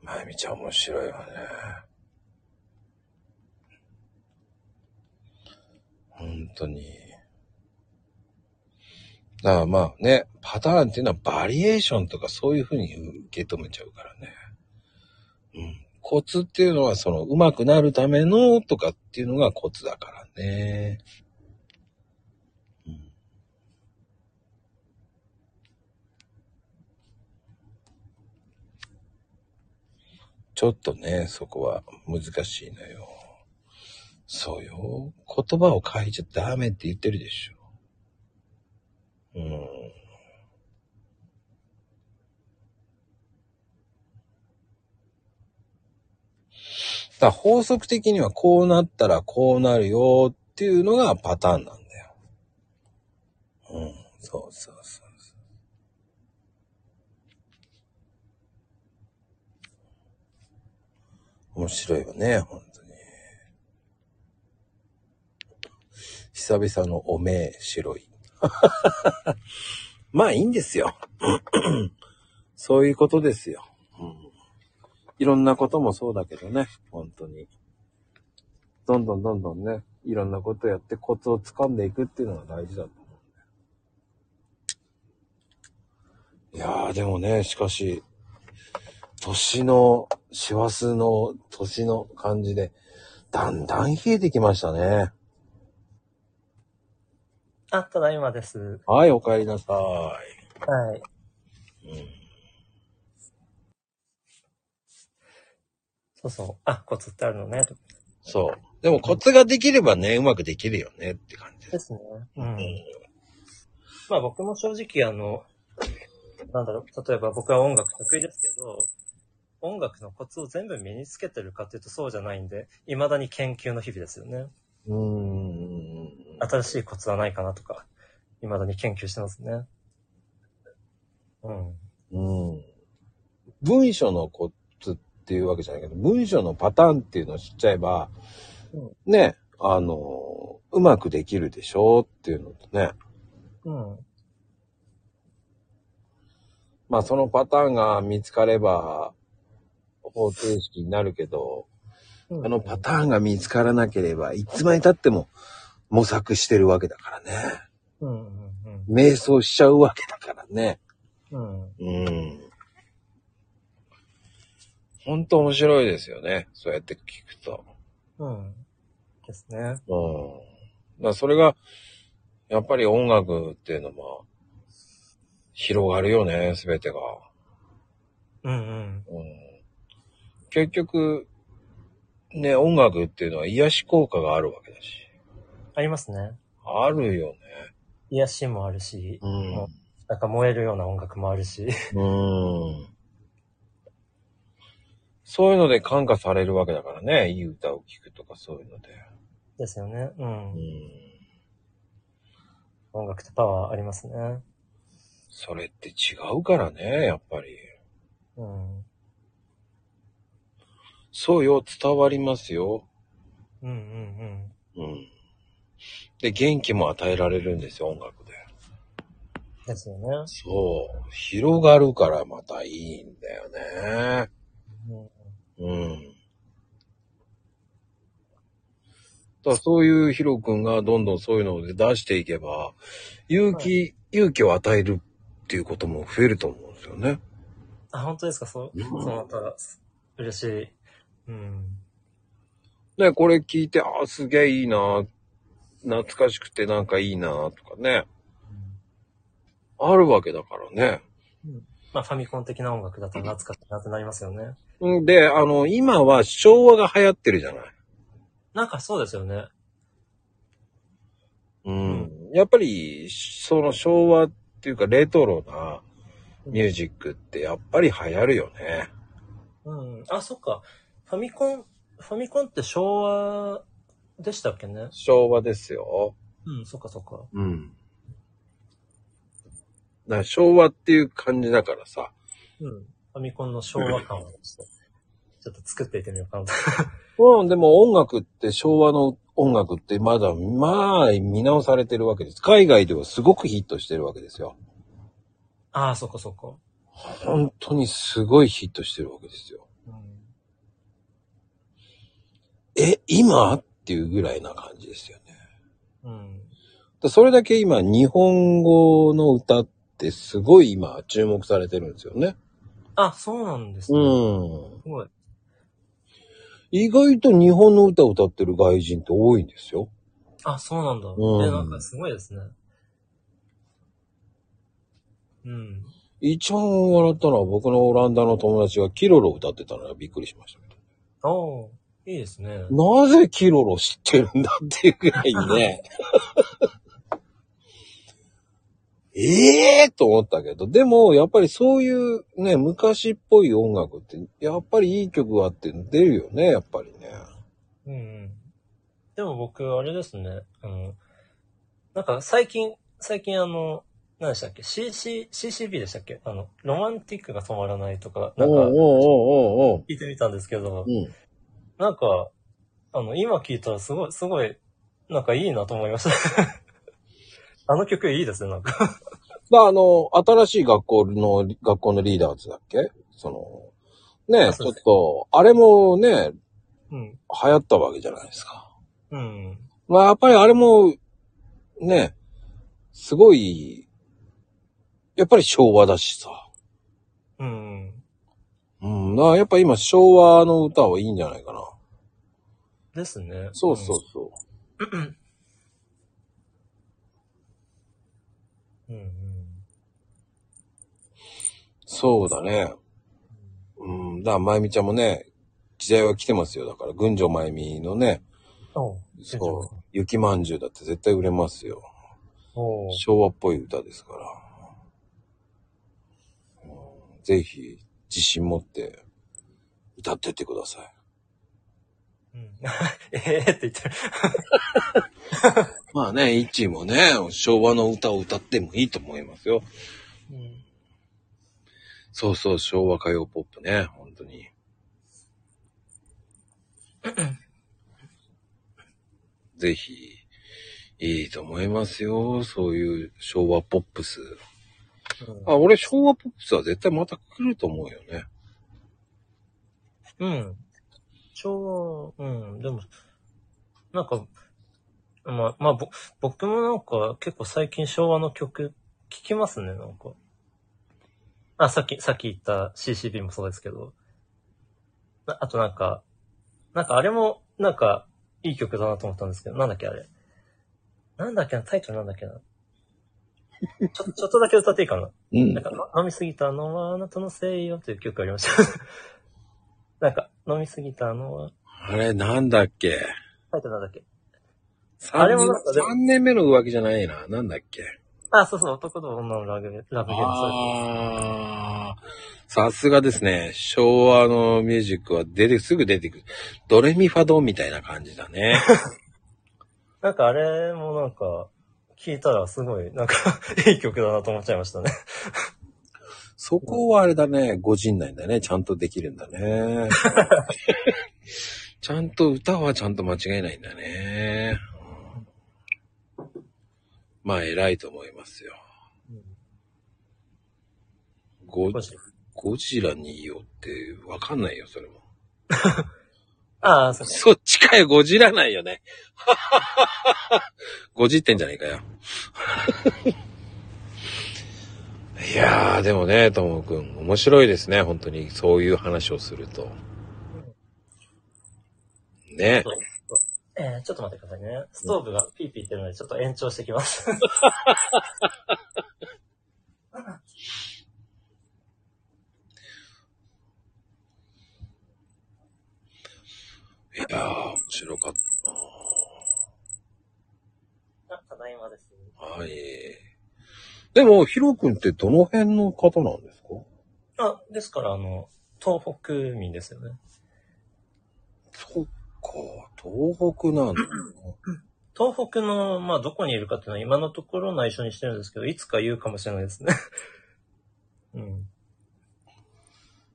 まゆみちゃん面白いわね。本当に。だからまあね、パターンっていうのはバリエーションとかそういうふうに受け止めちゃうからね。うん。コツっていうのはその上手くなるためのとかっていうのがコツだからね。うん。ちょっとね、そこは難しいのよ。そうよ。言葉を変えちゃダメって言ってるでしょ。うん。だから法則的にはこうなったらこうなるよっていうのがパターンなんだよ。うん。そうそうそうそう。面白いよね、本当に。久々のおめえ白い。 [LAUGHS] まあいいんですよ。 [CLEARS THROAT] そういうことですよ、うん。いろんなこともそうだけどね、本当に。どんどんどんどんね、いろんなことやってコツを掴んでいくっていうのが大事だと思うんだよ。いやーでもね、しかし、年の、師走の年の感じで、だんだん冷えてきましたね。あ、ただいまです。はい、お帰りなさはい。い。うんそうそう。あ、コツってあるのね。とそう。でもコツができればね、うまくできるよねって感じで。ですすね。うん。まあ僕も正直あの、なんだろう、例えば僕は音楽得意ですけど、音楽のコツを全部身につけてるかっていうとそうじゃないんで、未だに研究の日々ですよね。うーん。新しいコツはないかなとか、未だに研究してますね。うん。うん。文章のコツっていうわけじゃないけど、文章のパターンっていうのを知っちゃえば、うんね、あの、うまくできるでしょうっていうのとね。うん。まあそのパターンが見つかれば、方程式になるけど、うんあのパターンが見つからなければ、いつまで経っても模索してるわけだからね。うんうん瞑想しちゃうわけだからね。うん。うん。うん。ほんと面白いですよね。そうやって聞くと。うん。ですね。うん。だからそれが、やっぱり音楽っていうのも、広がるよね、すべてが。うんうん。うん。結局、ね、音楽っていうのは癒し効果があるわけだし。ありますね。あるよね。癒しもあるし、うん。なんか燃えるような音楽もある [LAUGHS] し。うん。そういうので感化されるわけだからね。いい歌を聴くとかそういうので。ですよね。うん。うん。音楽ってパワーありますね。それって違うからね、やっぱり。うん。そうよ、伝わりますよ。うんうんうん。で、元気も与えられるんですよ、音楽で。うん。ですよね。そう。広がるからまたいいんだよね。うんうん。だからそういうヒロ君がどんどんそういうので出していけば、勇気、勇気を与えるっていうことも増えると思うんですよね。あ、本当ですかそう、うんそうなったら、嬉しい。うん。ね、これ聞いて、ああ、すげえいいな、懐かしくてなんかいいな、とかね。あるわけだからね。まあ、ファミコン的な音楽だと懐かしいなってなりますよね。んで、あの、今は昭和が流行ってるじゃない。なんかそうですよね。うん。やっぱり、その昭和っていうかレトロなミュージックってやっぱり流行るよね。うん。あ、そっか。ファミコン、ファミコンって昭和でしたっけね昭和ですよ。うん、そっかそっか。うん。だから昭和っていう感じだからさ。うん。ファミコンの昭和感をちょっと、ちょっと作っていってみようかなと。うん、でも音楽って昭和の音楽ってまだ、まあ、見直されてるわけです。海外ではすごくヒットしてるわけですよ。ああ、そっかそっか。本当にすごいヒットしてるわけですよ。うん。え、今っていうぐらいな感じですよね。うん。だそれだけ今、日本語の歌ってすごい今、注目されてるんですよね。あ、そうなんですうね。ん。すごい。意外と日本の歌を歌ってる外人って多いんですよ。あ、そうなんだ。うんえ、なんかすごいですね。うん。一番笑ったのは僕のオランダの友達がキロロを歌ってたのがびっくりしましたけど。おー、いいですね。なぜキロロ知ってるんだっていうぐらいね。ええと思ったけど、でもやっぱりそういうね、昔っぽい音楽って、やっぱりいい曲があって出るよね、やっぱりね。うんうん。でも僕、あれですね。あの、なんか最近、最近あの、何でしたっけ ?CC、CCB でしたっけあの、ロマンティックが止まらないとか、なおんか、うおうおうおう聞いてみたんですけどおう。、うん。なんか、あの、今聞いたらすごい、すごい、なんかいいなと思いました。 [LAUGHS] あの曲いいですね、なんか。だあの、新しい学校の、学校のリーダーズだっけその、ね、あちそょっうですと、あれもね、うん。流行ったわけじゃないですか。うん。まあ、やっぱりあれも、ね、すごい、やっぱり昭和だしさ。うん。うん、だからやっぱ今昭和の歌はいいんじゃないかな。ですね。そうそうそう。うんうん。そうだね。うん、だから、まゆみちゃんもね、時代は来てますよ。だから、群青まゆみのね、おうそう、雪まんじゅうだって絶対売れますよ。おう昭和っぽい歌ですから。うんぜひ、自信持って、歌ってってください。うん。ええって言ってる。まあね、一位もね、昭和の歌を歌ってもいいと思いますよ。うんそうそう、昭和歌謡ポップね、本当 [CLEARS THROAT] に。ぜひ、いいと思いますよ、そういう昭和ポップス。あ、俺昭和ポップスは絶対また来ると思うよね。うん。昭和、うん、でも、なんか、まあ、まあ、ぼ僕もなんか結構最近昭和の曲聴きますね、なんか。あ、さっき、さっき言った CCB もそうですけど。ああとなんか、なんかあれも、なんか、いい曲だなと思ったんですけど、なんだっけあれ。なんだっけな、タイトルなんだっけな。ちょ、ちょっとだけ歌っていいかな。うんなん。か、の飲みすぎたのはあなたのせいよという曲がありました。 [LAUGHS] なんか、飲みすぎたのは、あれ、なんだっけタイトルなんだっけ ?3 あれ年もなんかでも三年目の浮気じゃないな。なんだっけあ、そうそう、男と女のラブゲラブゲーム。そうああ、さすがですね。昭和のミュージックは出て、すぐ出てくる。ドレミファドンみたいな感じだ [LAUGHS] ね。ですなんかあれもなんか、聞いたらすごい、なんか、 [LAUGHS] いい曲だなと思っちゃいましたね。そこはあれだね。ご陣内だね。ちゃんとできるんだ [LAUGHS] ね。ちゃんと歌はちゃんと間違えないんだね。まあ、偉いと思いますよ。ゴマジでゴジラにいよってわかんないよ、それも。ああ、そうか。そっちかよ、ゴジラないよね。 [LAUGHS] ゴジってんじゃねえかよ。 [LAUGHS] いやー、でもね、ともくん、面白いですね、本当に。そういう話をすると。ね。えー、ちょっと待ってくださいね。ストーブがピーピー言ってるので、ちょっと延長してきます。いやー、面白かっあただいまです。た。はい。でも、ヒロ君ってどの辺の方なんですかあ、ですから、あの、東北民ですよね。そっか、東北なんだ。東北の、まあ、どこにいるかっていうのは今のところ内緒にしてるんですけど、いつか言うかもしれないですね。 [LAUGHS] うん。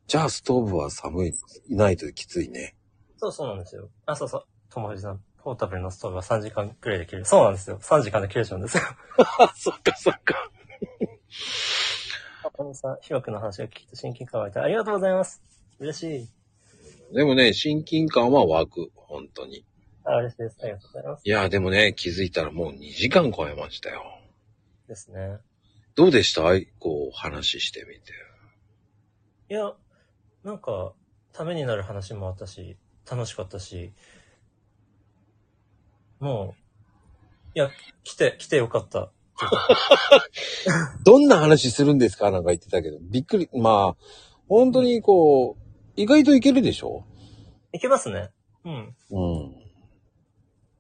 じゃあ、ストーブは寒い、いないときついね。そうそうなんですよ。あ、そうそう。友藤さん、ポータブルのストーブは3時間くらいで切れる。そうなんですよ。3時間で切れちゃうんですよ。あ、 [LAUGHS] そっかそっか。 [LAUGHS] あ、さん、ひろくんの話を聞いて親近感湧いてありがとうございます。嬉しい。でもね、親近感は湧く、本当に。あ、嬉しいです。ありがとうございます。いや、でもね、気づいたらもう2時間超えましたよ。ですね。どうでしたいこう、話してみて。いや、なんか、ためになる話もあったし、楽しかったし、もう、いや、来て、来てよかった。どんな話するんですかなんか言ってたけど、びっくり、まあ、本当にこう、意外といけるでしょいけますね。うん。うん。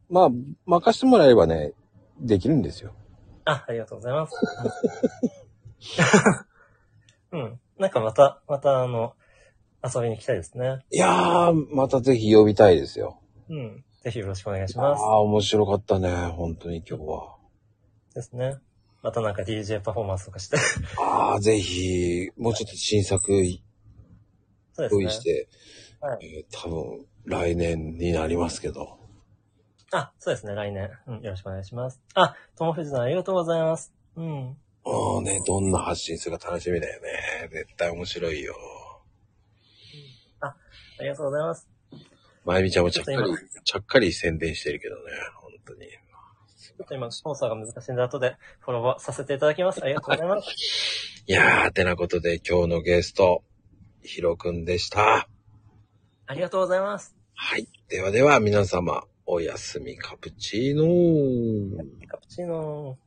まあ、任してもらえればね、できるんですよ。あ、ありがとうございます。うん。なんかまた、またあの、遊びに行きたいですね。いやー、またぜひ呼びたいですよ。うん。ぜひよろしくお願いしあます。あ、面白かったね、本当に今日は。ですね。またなんか DJ パフォーマンスとかして。 [LAUGHS] ああ、ぜひ、もうちょっと新作そう用で意すしね。て、はえー多分来年になりますけど。あ、そうですね。来年。うん。よろしくお願いします。あ、ともふじさんありがとうございます。うん。うんね、どんな発信するか楽しみだよね。絶対面白いよ。ありがとうございます。まゆみちゃんもちゃっかりちょっと、ちゃっかり宣伝してるけどね、本当に。ちょっと今、操作が難しいんで、後でフォローさせていただきます。ありがとうございます。いやー、てなことで今日のゲスト、ひろくんでした。ありがとうございます。はい。ではでは皆様、おやすみカプチーノー。カプチーノー。